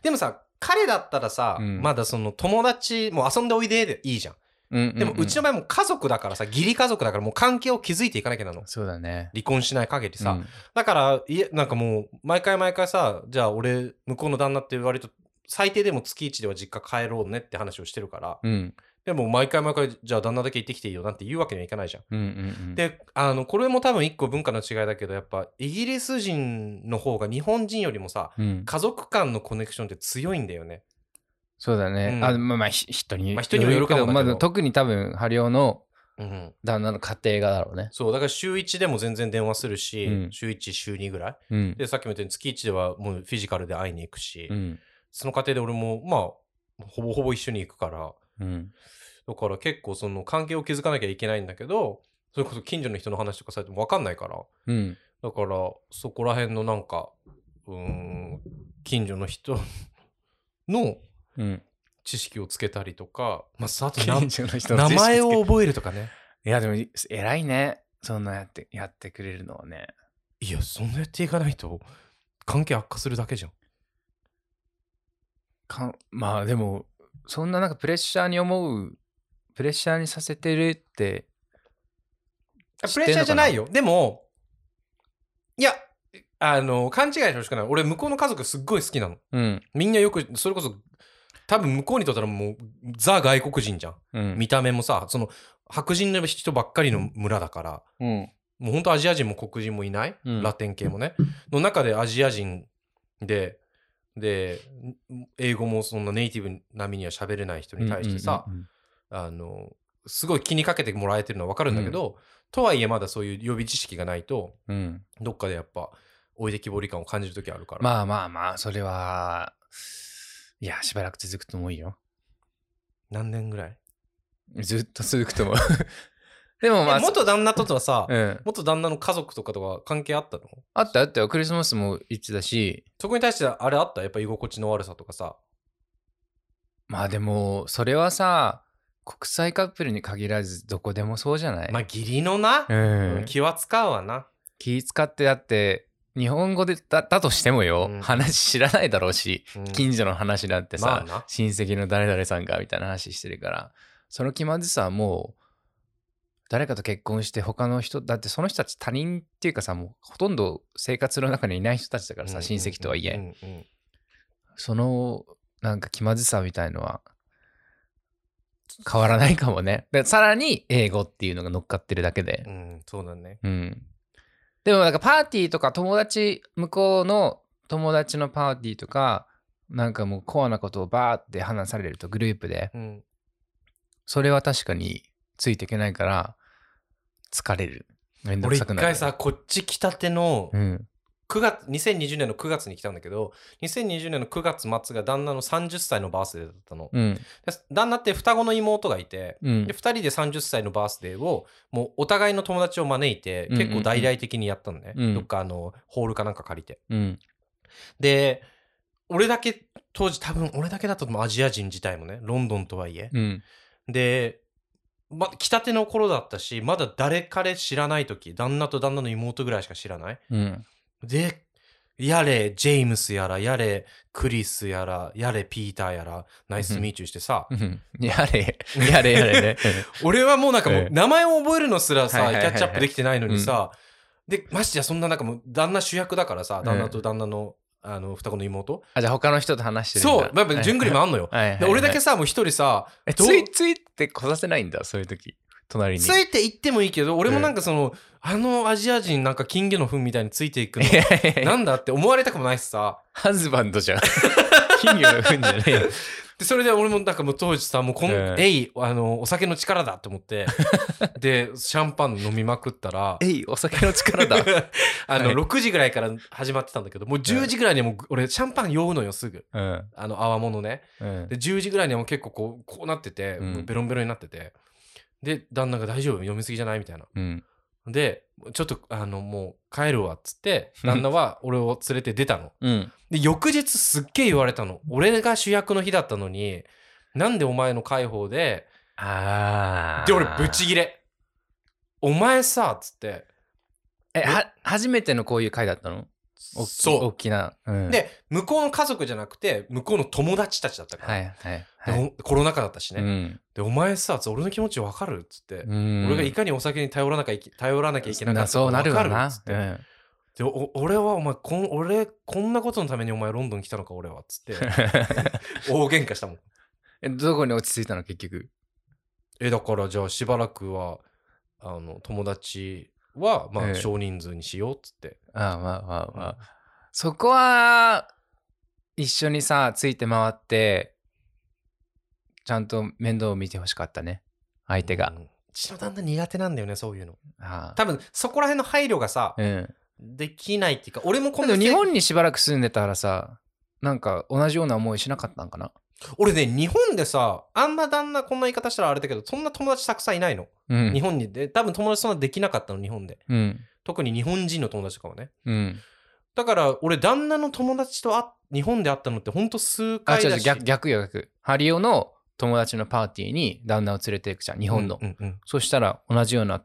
Speaker 2: でもさ、彼だったらさ、
Speaker 1: うん
Speaker 2: まだその友達、もう遊んでおいででいいじゃん。
Speaker 1: で
Speaker 2: でもうちの場合もう家族だからさ、義理家族だからもう関係を築いていかなきゃなの。
Speaker 1: そうだね。
Speaker 2: 離婚しない限りさ。
Speaker 1: うん
Speaker 2: だから、いえ、なんかもう、毎回毎回さ、じゃあ俺、向こうの旦那って割と、最低でも月1では実家帰ろうねって話をしてるから、
Speaker 1: うん
Speaker 2: でも毎回毎回、じゃあ旦那だけ行ってきていいよなんて言うわけにはいかないじゃん。
Speaker 1: うんうん
Speaker 2: であのこれも多分一個文化の違いだけどやっぱイギリス人の方が日本人よりもさ
Speaker 1: うんうん
Speaker 2: 家族間のコネクションって強いんだよね。
Speaker 1: そうだね。
Speaker 2: うん
Speaker 1: あまあまあひ人に
Speaker 2: まあ人にもよるかもだけど
Speaker 1: まあ特に多分ハリオの
Speaker 2: うん、
Speaker 1: 旦那の家庭がだろうね。
Speaker 2: そうだから週1でも全然電話するし、
Speaker 1: うん
Speaker 2: 週1週2ぐらい
Speaker 1: うん。
Speaker 2: でさっきも言ったように月1ではもうフィジカルで会いに行くし、
Speaker 1: うん。
Speaker 2: その過程で俺もまあほぼほぼ一緒に行くから
Speaker 1: うん。
Speaker 2: だから結構その関係を築かなきゃいけないんだけどそれこそ近所の人の話とかされても分かんないから
Speaker 1: うん。
Speaker 2: だからそこら辺のなんかうーん近所の人の
Speaker 1: うん。
Speaker 2: 知識をつけたりとか、まあ、あとな
Speaker 1: 近所の人の
Speaker 2: 名
Speaker 1: 知識つけ
Speaker 2: 前を覚えるとかね
Speaker 1: いや、でも、偉いね。そんなやって、やってくれるのはね。
Speaker 2: いやそんなやっていかないと関係悪化するだけじゃん
Speaker 1: かんまあでもそんななんかプレッシャーに思うプレッシャーにさせてるって
Speaker 2: プレッシャーじゃないよでもいやあの勘違いしてほしくない俺向こうの家族すっごい好きなの
Speaker 1: うん
Speaker 2: みんなよくそれこそ多分向こうにとったらもうザ外国人じゃん
Speaker 1: うん
Speaker 2: 見た目もさその白人の人ばっかりの村だから
Speaker 1: うん
Speaker 2: もうほんとアジア人も黒人もいない、
Speaker 1: うん
Speaker 2: ラテン系もねの中でアジア人でで英語もそんなネイティブ並みには喋れない人に対してさ、
Speaker 1: うん
Speaker 2: あのすごい気にかけてもらえてるのは分かるんだけど、とはいえまだそういう予備知識がないと
Speaker 1: うんうんうん
Speaker 2: どっかでやっぱ置いてきぼり感を感じる時あるから、
Speaker 1: まあまあまあそれはいやしばらく続くと思うよ
Speaker 2: 何年ぐらい、
Speaker 1: ずっと続くと思う でもまあ
Speaker 2: え元旦那ととはさ、
Speaker 1: うん、
Speaker 2: 元旦那の家族とかとは関係あったの
Speaker 1: あったあったよクリスマスもいつだし
Speaker 2: そこに対してあれあったやっぱ居心地の悪さとかさ
Speaker 1: まあでもそれはさ国際カップルに限らずどこでもそうじゃない、
Speaker 2: まあ義理のな、
Speaker 1: うん
Speaker 2: うん気は使うわな
Speaker 1: 気使ってだって日本語でだだとしてもよ、
Speaker 2: うん
Speaker 1: 話知らないだろうし、
Speaker 2: うん
Speaker 1: 近所の話だってさ、
Speaker 2: まあな
Speaker 1: 親戚の誰々さんがみたいな話してるからその気まずさはもう誰かと結婚して他の人だってその人たち他人っていうかさもうほとんど生活の中にいない人たちだからさ、親戚とはいえ、
Speaker 2: うんうんうん
Speaker 1: そのなんか気まずさみたいのは変わらないかもねでさらに英語っていうのが乗っかってるだけで、
Speaker 2: うんそうだね
Speaker 1: うん。でもなんかパーティーとか友達向こうの友達のパーティーとかなんかもうコアなことをバーって話されるとグループで
Speaker 2: うん
Speaker 1: それは確かについていけないから疲れるめんどく
Speaker 2: 俺
Speaker 1: さ
Speaker 2: 一
Speaker 1: くなる
Speaker 2: 回さこっち来たての
Speaker 1: うん
Speaker 2: 9月2020年の9月に来たんだけど2020年の9月末が旦那の30歳のバースデーだったの、
Speaker 1: うん
Speaker 2: で旦那って双子の妹がいて
Speaker 1: うん
Speaker 2: で2人で30歳のバースデーをもうお互いの友達を招いて
Speaker 1: うんうんうん
Speaker 2: 結構大々的にやったのね、
Speaker 1: うん
Speaker 2: どっかあのホールかなんか借りて
Speaker 1: うん
Speaker 2: で俺だけ当時多分俺だけだともうアジア人自体もねロンドンとはいえ、
Speaker 1: うん
Speaker 2: で、ま、来たての頃だったしまだ誰彼知らない時旦那と旦那の妹ぐらいしか知らない
Speaker 1: うん
Speaker 2: で、やれ、ジェイムスやら、やれ、クリスやら、やれ、ピーターやら、ナイスミーチューしてさ、
Speaker 1: うんやれやれやれね
Speaker 2: 俺はもうなんかも
Speaker 1: え
Speaker 2: う
Speaker 1: え、
Speaker 2: 名前を覚えるのすら
Speaker 1: はい
Speaker 2: さ、
Speaker 1: はい
Speaker 2: キ
Speaker 1: はいは
Speaker 2: ャ
Speaker 1: い
Speaker 2: ッチアップできてないのにさ、で、ましてや、そんななんかもう、旦那主役だからさ、旦那と旦那の、あの、双子の妹。
Speaker 1: あじゃあ他の人と話してるんだ
Speaker 2: そう、やっぱ、じゅんぐりもあんのよ。
Speaker 1: はいはいはい
Speaker 2: で、俺だけさ、もう一人さ、
Speaker 1: え
Speaker 2: どう
Speaker 1: ついついって来させないんだそういう時隣に
Speaker 2: ついて行ってもいいけど、俺もなんかその、あのアジア人なんか金魚の糞みたいについていくの、なんだって思われたくもないしさ、
Speaker 1: ハズバンドじゃん 金魚の糞じゃねえ よ
Speaker 2: でそれで俺もなんかもう当時さもうこの、
Speaker 1: うん
Speaker 2: えいあのお酒の力だと思って でシャンパン飲みまくったら
Speaker 1: えい、お酒の力だ。
Speaker 2: あの、
Speaker 1: はい
Speaker 2: 6時ぐらいから始まってたんだけどもう10時ぐらいにはもう俺シャンパン酔うのよすぐ
Speaker 1: うん。
Speaker 2: あの泡物ね
Speaker 1: うん
Speaker 2: で10時ぐらいにはもう結構こうこうなってて、
Speaker 1: うん
Speaker 2: もうベロンベロンになっててで旦那が「大丈夫飲みすぎじゃない?」みたいな
Speaker 1: うん。
Speaker 2: でちょっとあのもう帰るわっつ って旦那は俺を連れて出たの
Speaker 1: うん。
Speaker 2: で翌日すっげえ言われたの俺が主役の日だったのになんでお前の解放で
Speaker 1: ああ。
Speaker 2: で俺ブチギレお前さっつって
Speaker 1: え、は、初めてのこういう会だったのおっき大
Speaker 2: そ
Speaker 1: きな。うん
Speaker 2: うで向こうの家族じゃなくて向こうの友達たちだったから、
Speaker 1: はいはい。
Speaker 2: で
Speaker 1: はい。
Speaker 2: おコロナ禍だったし
Speaker 1: う
Speaker 2: ね、
Speaker 1: ん。
Speaker 2: でお前さつって俺の気持ちわかるっつって、
Speaker 1: うん
Speaker 2: 俺がいかにお酒に頼らなきゃいけ頼らなきゃいけなか
Speaker 1: な
Speaker 2: ったか
Speaker 1: そうなるわ
Speaker 2: わか
Speaker 1: な
Speaker 2: っつっ。
Speaker 1: う
Speaker 2: て、
Speaker 1: ん。
Speaker 2: でお俺はお前こん俺こんなことのためにお前ロンドン来たのか俺はっつって 大喧嘩したもん
Speaker 1: え どこに落ち着いたの結局。
Speaker 2: えだからじゃあしばらくはあの友達はま
Speaker 1: ええ
Speaker 2: あ少人数にしようっつって、
Speaker 1: ああ、まあまあまあ。そこは、一緒にさ、ついて回って、ちゃんと面倒を見てほしかったね。相手が
Speaker 2: う。んうちの旦那苦手なんだよねそういうの
Speaker 1: ああ
Speaker 2: 多分そこら辺の配慮がさ、
Speaker 1: うん。
Speaker 2: できないっていうか俺もこ
Speaker 1: で
Speaker 2: の
Speaker 1: も日本にしばらく住んでたらさなんか同じような思いしなかったんかな
Speaker 2: 俺ね日本でさあんま旦那こんな言い方したらあれだけどそんな友達たくさんいないの、
Speaker 1: うん。
Speaker 2: 日本にで多分友達そんなできなかったの日本で
Speaker 1: うん。
Speaker 2: 特に日本人の友達とかはね
Speaker 1: うん。
Speaker 2: だから俺旦那の友達とあ日本で会ったのってほんと数
Speaker 1: あ、
Speaker 2: 回
Speaker 1: 違う違
Speaker 2: だ
Speaker 1: う、
Speaker 2: し
Speaker 1: 逆、逆よ、逆。ハリオの友達のパーティーに旦那を連れていくじゃん、日本の。
Speaker 2: うんうんうん
Speaker 1: そしたら同じような、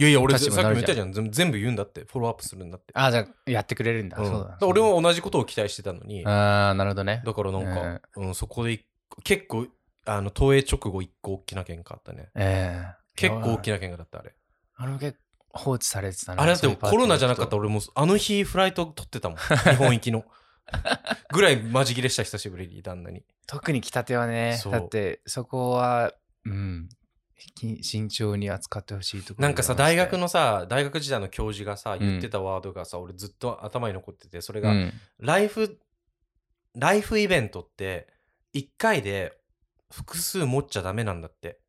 Speaker 2: いやいや俺さっ
Speaker 1: 立
Speaker 2: き
Speaker 1: 場にな
Speaker 2: も
Speaker 1: る
Speaker 2: 言ったじゃん全全部言うんだってフォローアップするんだって
Speaker 1: あ、じゃあやってくれるんだ。
Speaker 2: うん
Speaker 1: そう
Speaker 2: だ
Speaker 1: だ
Speaker 2: から俺。も同じことを期待してたのに
Speaker 1: ああ、なるほどね。
Speaker 2: だからなんか、うんそこで一個結構あの投影直後一個大きな喧嘩あったね
Speaker 1: ええ
Speaker 2: 結構大き
Speaker 1: な。
Speaker 2: な喧嘩だったあれ
Speaker 1: あの結構放置されてたね
Speaker 2: あれだって
Speaker 1: そういうパーティー
Speaker 2: コロ
Speaker 1: の
Speaker 2: ナ
Speaker 1: 人
Speaker 2: じゃなかったら俺もうあの日フライト取ってたもん日本行 きのぐらいマジ切れした久しぶりに旦那に
Speaker 1: 特に来たてはね
Speaker 2: そう
Speaker 1: だってそこはうんき慎重に扱ってほしいところ
Speaker 2: なんかさ
Speaker 1: ではあ
Speaker 2: 大
Speaker 1: りまし
Speaker 2: 学
Speaker 1: たよ
Speaker 2: のさ大学時代の教授がさ
Speaker 1: ん
Speaker 2: 言ってたワードがさ、俺ずっと頭に残っててそれが、
Speaker 1: うん
Speaker 2: ライフライフイベントって1回で複数持っちゃダメなんだって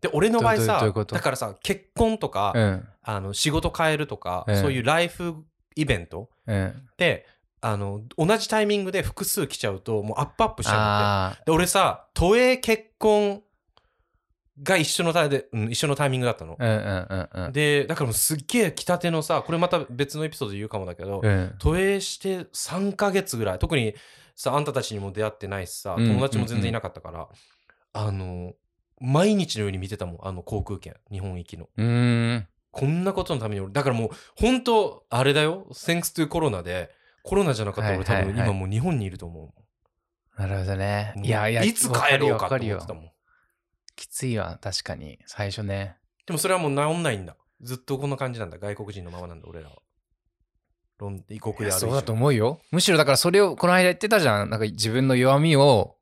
Speaker 2: で俺の場合
Speaker 1: どどどういう
Speaker 2: さ
Speaker 1: こと
Speaker 2: だからさ結婚とか、
Speaker 1: うん
Speaker 2: あの仕事変えるとか、
Speaker 1: うん
Speaker 2: そういうライフイベント
Speaker 1: うん
Speaker 2: であの同じタイミングで複数来ちゃうともうアップアップしちゃうんだって
Speaker 1: あ
Speaker 2: で俺さ都営結婚が一緒のタイで、うん、一緒のタイミングだったの
Speaker 1: あ、うんうんうんうん
Speaker 2: でだからもうすっげえ来たてのさこれまた別のエピソードで言うかもだけど、
Speaker 1: うん
Speaker 2: 都営して3ヶ月ぐらい特にさあんたたちにも出会ってないしさ
Speaker 1: うん
Speaker 2: 友達も全然いなかったから、あの毎日のように見てたもんあの航空券日本行きの
Speaker 1: うーん
Speaker 2: こんなことのために俺だからもう本当あれだよ thanks to コロナでコロナじゃなかったら俺多
Speaker 1: はいはい
Speaker 2: 分
Speaker 1: はい
Speaker 2: 今もう日本にいると思うもん、
Speaker 1: なるほどね
Speaker 2: もう
Speaker 1: いやいや
Speaker 2: つ帰ろうか
Speaker 1: わ
Speaker 2: と
Speaker 1: かる
Speaker 2: 思
Speaker 1: よ
Speaker 2: っ
Speaker 1: わ
Speaker 2: て
Speaker 1: かるよ
Speaker 2: たもん
Speaker 1: きついわ確かに最初ね
Speaker 2: でもそれはもう治んないんだ。ずっとこんな感じなんだ。外国人のままなんだ、俺らは。ロン異国
Speaker 1: い
Speaker 2: である
Speaker 1: や
Speaker 2: 以上
Speaker 1: そうだと思うよむしろだからそれをこの間言ってたじゃんなんか自分の弱みを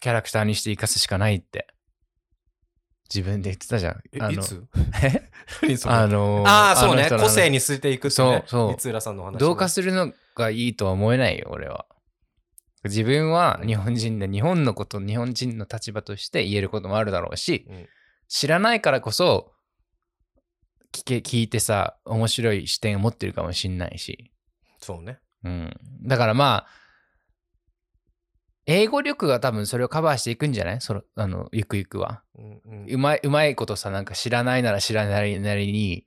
Speaker 1: キャラクターにして生かすしかないって自分で言ってたじゃん
Speaker 2: え
Speaker 1: あの
Speaker 2: いつ
Speaker 1: え
Speaker 2: 何それ
Speaker 1: あの
Speaker 2: ああ、そうね。
Speaker 1: あの人の
Speaker 2: 個性に据えていくって
Speaker 1: そう
Speaker 2: ね。
Speaker 1: そう
Speaker 2: 三浦さんのお話ね。
Speaker 1: 同化するのがいいとは思えないよ俺は自分は日本人で日本のこと日本人の立場として言えることもあるだろうし
Speaker 2: うん
Speaker 1: 知らないからこそ聞け聞いてさ面白い視点を持ってるかもしんないし、
Speaker 2: そうね。
Speaker 1: うん、だからまあ英語力が多分それをカバーしていくんじゃないそのあのゆくゆくは
Speaker 2: うんうん
Speaker 1: うまいうまいことさなんか知らないなら知らないなりに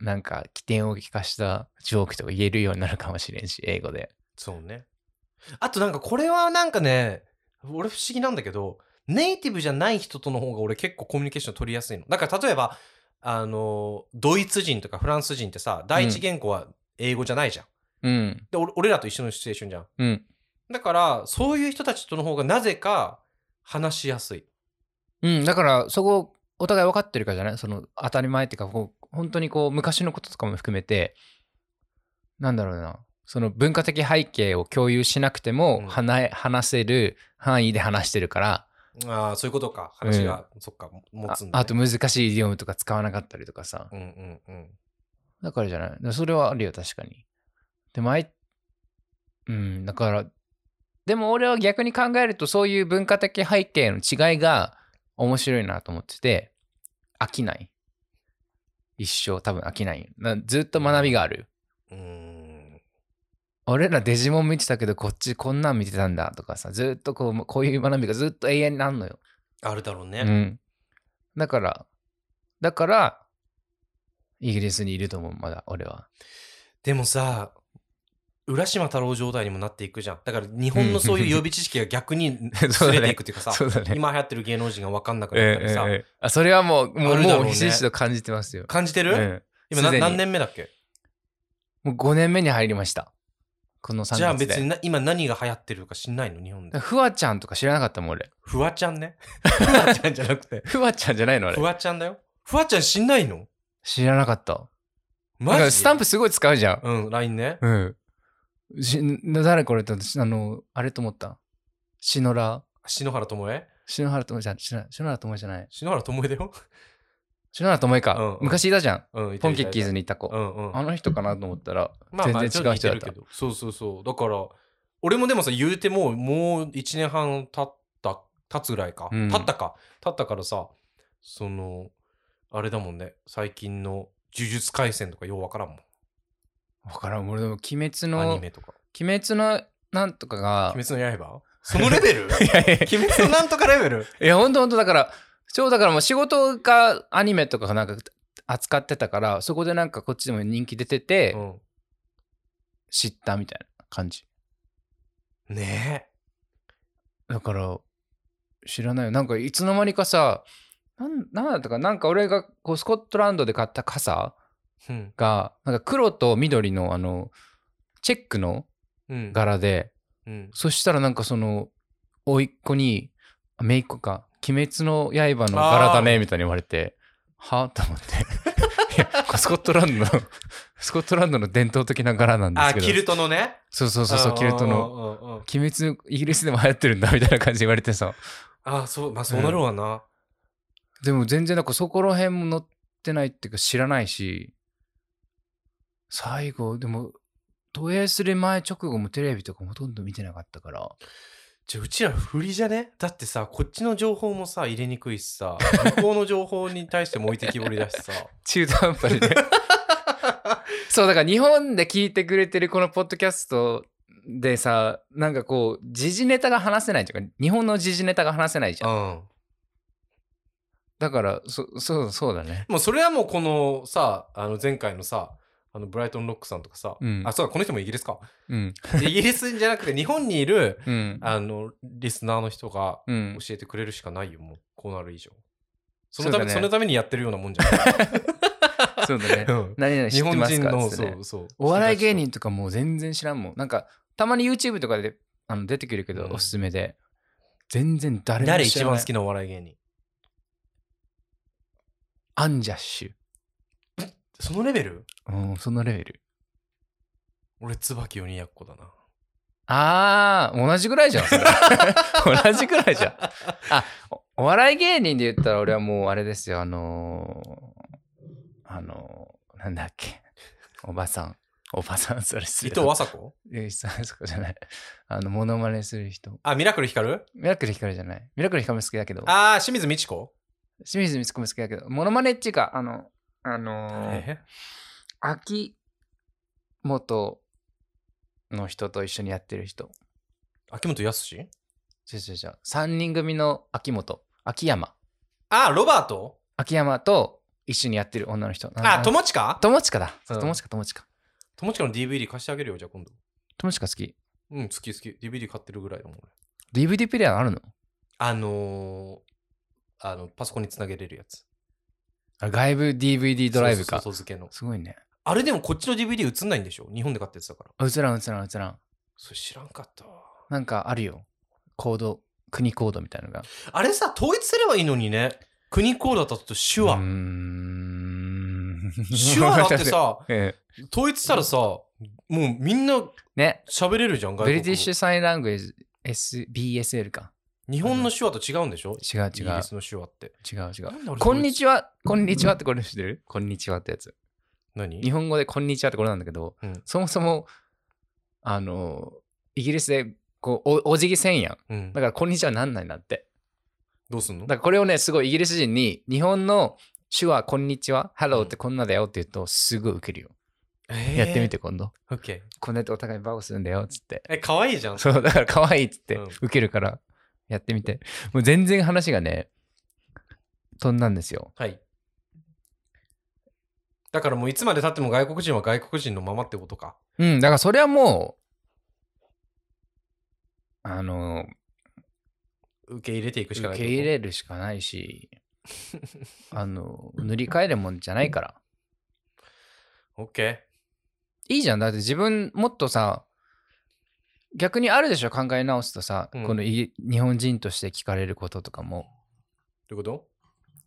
Speaker 1: なんか起点を利かしたジョークとか言えるようになるかもしれんし英語で
Speaker 2: そうね。あとなんかこれはなんかね、俺不思議なんだけど、ネイティブじゃない人との方が俺結構コミュニケーション取りやすいの。だから例えば、あの、ドイツ人とかフランス人ってさ、第一言語は英語じゃないじゃん。
Speaker 1: うん
Speaker 2: で、俺俺らと一緒のシチュエーションじゃん。
Speaker 1: うん
Speaker 2: だから、そういう人たちとの方がなぜか話しやすい。
Speaker 1: うんだからそこお互い分かってるからじゃないその当たり前っていうかこう本当にこう昔のこととかも含めてなんだろうなその文化的背景を共有しなくて
Speaker 2: うん
Speaker 1: も話,、話せる範囲で話してるから
Speaker 2: ああ、そういうことか。話が、そっか、持
Speaker 1: あ
Speaker 2: つんだ、ね。
Speaker 1: あと難しいイディオムとか使わなかったりとかさ、
Speaker 2: うんうんうん。
Speaker 1: だからじゃない。だからそれはあるよ、確かに。で、前、うん、だから、でも俺は逆に考えると、そういう文化的背景の違いが面白いなと思ってて、飽きない。一生多分飽きない。なずっと学びがある。
Speaker 2: うーん。
Speaker 1: 俺らデジモン見てたけど、こっちこんなん見てたんだとかさ、ずっとこう、こういう学びがずっと永遠にあんのよ。
Speaker 2: あるだろうね。
Speaker 1: うん。だから、だから、イギリスにいると思う、まだ俺は。
Speaker 2: でもさ、浦島太郎状態にもなっていくじゃん。だから、日本のそういう予備知識が逆に
Speaker 1: そう
Speaker 2: ず
Speaker 1: だね
Speaker 2: れていくっていうかさ、
Speaker 1: そうだね。
Speaker 2: 今流行ってる芸能人が分かんなくなったりさ、
Speaker 1: ええあそれはもう、も
Speaker 2: あ
Speaker 1: う、
Speaker 2: るだろう
Speaker 1: もう
Speaker 2: ね
Speaker 1: ひしひしと感じてますよ。
Speaker 2: 感じてる、
Speaker 1: ええ
Speaker 2: 今な
Speaker 1: すでに
Speaker 2: 何年目だっけ
Speaker 1: もう5年目に入りました。この3月で。
Speaker 2: じゃあ別にな今何が流行ってるか知んないの日本で。
Speaker 1: フワちゃんとか知らなかったもん、俺。
Speaker 2: フワちゃん ね。フワちゃんじゃなくて。
Speaker 1: フワちゃんじゃないの、あ
Speaker 2: フ
Speaker 1: れ。
Speaker 2: ワちゃんだよ。フワちゃん知んないの
Speaker 1: 知らなかった。だ
Speaker 2: マ
Speaker 1: か
Speaker 2: ジ
Speaker 1: らスタンプすごい使うじゃん。
Speaker 2: うん、LINE ね。
Speaker 1: うん。し誰これって、私あの、あれと思った。篠原。
Speaker 2: 篠原ともえ
Speaker 1: 篠原ともじゃん。篠篠原ともじゃない。
Speaker 2: 篠原ともえだよ。
Speaker 1: 篠原ともえか、
Speaker 2: うんうん
Speaker 1: 昔いたじゃん。
Speaker 2: うん、いた
Speaker 1: ポ
Speaker 2: い
Speaker 1: ン
Speaker 2: た
Speaker 1: キ
Speaker 2: いた
Speaker 1: ッキーズにいた子。
Speaker 2: うんうん。
Speaker 1: あの人かなと思ったら、
Speaker 2: まあ
Speaker 1: 全然
Speaker 2: まあ
Speaker 1: 違
Speaker 2: ちょっと
Speaker 1: う
Speaker 2: 似
Speaker 1: 人
Speaker 2: て
Speaker 1: だっ
Speaker 2: る
Speaker 1: た
Speaker 2: け。ど。そうそうそう。だから、俺もでもさ、言うてもう、もう1年半経った、経つぐらいか。
Speaker 1: うん
Speaker 2: 経ったか。経ったからさ、その、あれだもんね。最近の呪術廻戦とかようわからんもん。
Speaker 1: わからん。俺でも、鬼滅
Speaker 2: ア
Speaker 1: の
Speaker 2: ニメとか。
Speaker 1: 鬼滅のなんとかが、
Speaker 2: 鬼滅の刃そのレベル
Speaker 1: いやいやい
Speaker 2: 鬼滅のなんとかレベル
Speaker 1: や、ほんとほんと、だから、ちょうどだからもう仕事がアニメとかなんか扱ってたから、そこでなんかこっちでも人気出てて、
Speaker 2: う
Speaker 1: 知ったみたいな感じ。
Speaker 2: んね
Speaker 1: だから、知らないよ。なんかいつの間にかさ、なんなんだったか、なんか俺がこうスコットランドで買った傘
Speaker 2: えうん
Speaker 1: が、なんか黒と緑のあの、チェックの
Speaker 2: うん
Speaker 1: 柄で、
Speaker 2: うん
Speaker 1: そしたらなんかその、甥っ子に、あ姪っ子か、鬼滅の刃の柄だ
Speaker 2: あ
Speaker 1: ね、
Speaker 2: ー
Speaker 1: みたいに言われて、はと思 って。いや、これスコットランドの、 スコットランドの伝統的な柄なんで
Speaker 2: あ
Speaker 1: すけど。
Speaker 2: キルトのね
Speaker 1: そうそうそうそう、キルトの。
Speaker 2: のうんうんうん
Speaker 1: 鬼滅、イギリスでも流行ってるんだ、みたいな感じで言われてさ。
Speaker 2: あそうまあそうなるわな
Speaker 1: でも全然なんかそこら辺も載ってないっていうか知らないし最後でも投影する前直後もテレビとかほとんど見てなかったから
Speaker 2: じゃあうちら不利じゃねだってさこっちの情報もさ入れにくいしさ向こうの情報に対しても置いてきぼり だしさ
Speaker 1: 中途半端に ねそうだから日本で聞いてくれてるこのポッドキャストでさなんかこう時事ネタが話せないというか日本の時事ネタが話せないじ
Speaker 2: う
Speaker 1: ゃん
Speaker 2: ん
Speaker 1: だからそそうそうだね
Speaker 2: もうそれはもうこのさあの前回のさあのブライトン・ロックさんとかさ、
Speaker 1: うん
Speaker 2: あそうだこの人もイギリスか
Speaker 1: うん
Speaker 2: イギリスじゃなくて日本にいる
Speaker 1: うん
Speaker 2: あのリスナーの人が
Speaker 1: うん
Speaker 2: 教えてくれるしかないよもうこうなる以上
Speaker 1: そ
Speaker 2: その
Speaker 1: う
Speaker 2: た
Speaker 1: だ
Speaker 2: め
Speaker 1: ね
Speaker 2: そ,、のためにやってるようなもんじ ゃない
Speaker 1: そうだね
Speaker 2: うん
Speaker 1: 何々知
Speaker 2: 日
Speaker 1: って
Speaker 2: 本
Speaker 1: ます
Speaker 2: 人
Speaker 1: かつ
Speaker 2: の
Speaker 1: って
Speaker 2: そ
Speaker 1: ね
Speaker 2: うそう
Speaker 1: お笑い芸人とかもう全然知らんもん。なんか、たまに YouTube とかであの出てくるけど、
Speaker 2: うん
Speaker 1: おすすめで。全然誰も知らな
Speaker 2: 誰
Speaker 1: い。
Speaker 2: 一番好きなお笑い芸人
Speaker 1: アンジャッシ
Speaker 2: そのレベル
Speaker 1: ュ。うん、そのレベル。
Speaker 2: 俺椿鬼奴だな
Speaker 1: あー、同じぐらい じゃん。それ同じぐらいじゃん。あお、お笑い芸人で言ったら俺はもうあれですよ、あのー、あのー、なんだっけ。おばさん。おばさん、それす
Speaker 2: 伊藤麻子
Speaker 1: え、そこじゃない。あの、モノマネする人。
Speaker 2: あミラクルヒカル
Speaker 1: ミラクルヒカルじゃない。ミラクルヒカルも好きだけど。
Speaker 2: ああ清水美智子
Speaker 1: 清水ミツコも好きだけど、モノマネっていうか、あの、あのー、
Speaker 2: え
Speaker 1: 秋元の人と一緒にやってる人。
Speaker 2: 秋元康
Speaker 1: 違う違う違う。3人組の秋元、秋山。
Speaker 2: あーロバート
Speaker 1: 秋山と一緒にやってる女の人。
Speaker 2: あ
Speaker 1: とも
Speaker 2: 友近
Speaker 1: 友近だ。
Speaker 2: うん
Speaker 1: 友近、友近。
Speaker 2: 友近の DVD 貸してあげるよじゃあ今度
Speaker 1: 友近好き。
Speaker 2: うん好き好き DVD 買ってるぐらいだもん俺
Speaker 1: DVD プレイヤーあるの
Speaker 2: あのー、あのパソコンにつなげれるやつ
Speaker 1: あ外部 DVD ドライブか。
Speaker 2: そうそうそう外付けの
Speaker 1: すごいね。
Speaker 2: あれでもこっちの DVD 映んないんでしょ日本で買ったやつだから
Speaker 1: あうつらんうつらんうつらん。
Speaker 2: それ知らんかったわ
Speaker 1: なんかあるよ。コード、国コードみたいなのが。
Speaker 2: あれさ統一すればいいのにね国コードだったと手
Speaker 1: うー
Speaker 2: 話
Speaker 1: ん。
Speaker 2: 手話だってさ
Speaker 1: え
Speaker 2: 統一したらさもうみんな
Speaker 1: え。ね。
Speaker 2: 喋れるじゃん
Speaker 1: ブ
Speaker 2: 外国
Speaker 1: リ
Speaker 2: 語
Speaker 1: ティッシュサインラングエ BSL か。
Speaker 2: 日本の手話と違うんでしょ
Speaker 1: 違う違
Speaker 2: イ
Speaker 1: う
Speaker 2: ギリスの手話って
Speaker 1: 違う違う。
Speaker 2: なんで俺
Speaker 1: こんに
Speaker 2: は
Speaker 1: ちは、こんにちはってこれ知ってるこんにちはってやつ。
Speaker 2: 何
Speaker 1: 日本語でこんにちはってこれなんだけど、
Speaker 2: うん
Speaker 1: そもそも、あの、イギリスでこうおお辞儀せんやん。
Speaker 2: うん
Speaker 1: だからこんにちはなんないんだって。
Speaker 2: どうすんの
Speaker 1: だからこれをね、すごいイギリス人に日本の手話こんにちは、ハローってこんなだよって言うと、すごいウケるよ。やってみて今度。
Speaker 2: オッケー
Speaker 1: こんなやってお互いバオするんだよっつって。
Speaker 2: え可愛いじゃん
Speaker 1: そう、だから可愛いっつって、
Speaker 2: うん
Speaker 1: ウケるからやってみて。もう全然話がね、飛んだんですよ。
Speaker 2: はいだからもういつまでたっても外国人は外国人のままってことか
Speaker 1: うん、だからそれはもう、あの、
Speaker 2: 受け入れていくしか
Speaker 1: 受
Speaker 2: ない
Speaker 1: け入れるしかない し、あの、塗り替えるもんじゃないから。
Speaker 2: オッケ
Speaker 1: いいじゃん。だって自分もっとさ、逆にあるでしょ、考え直すとさ、
Speaker 2: うん
Speaker 1: このい日本人として聞かれることとかも、
Speaker 2: ーどういうこと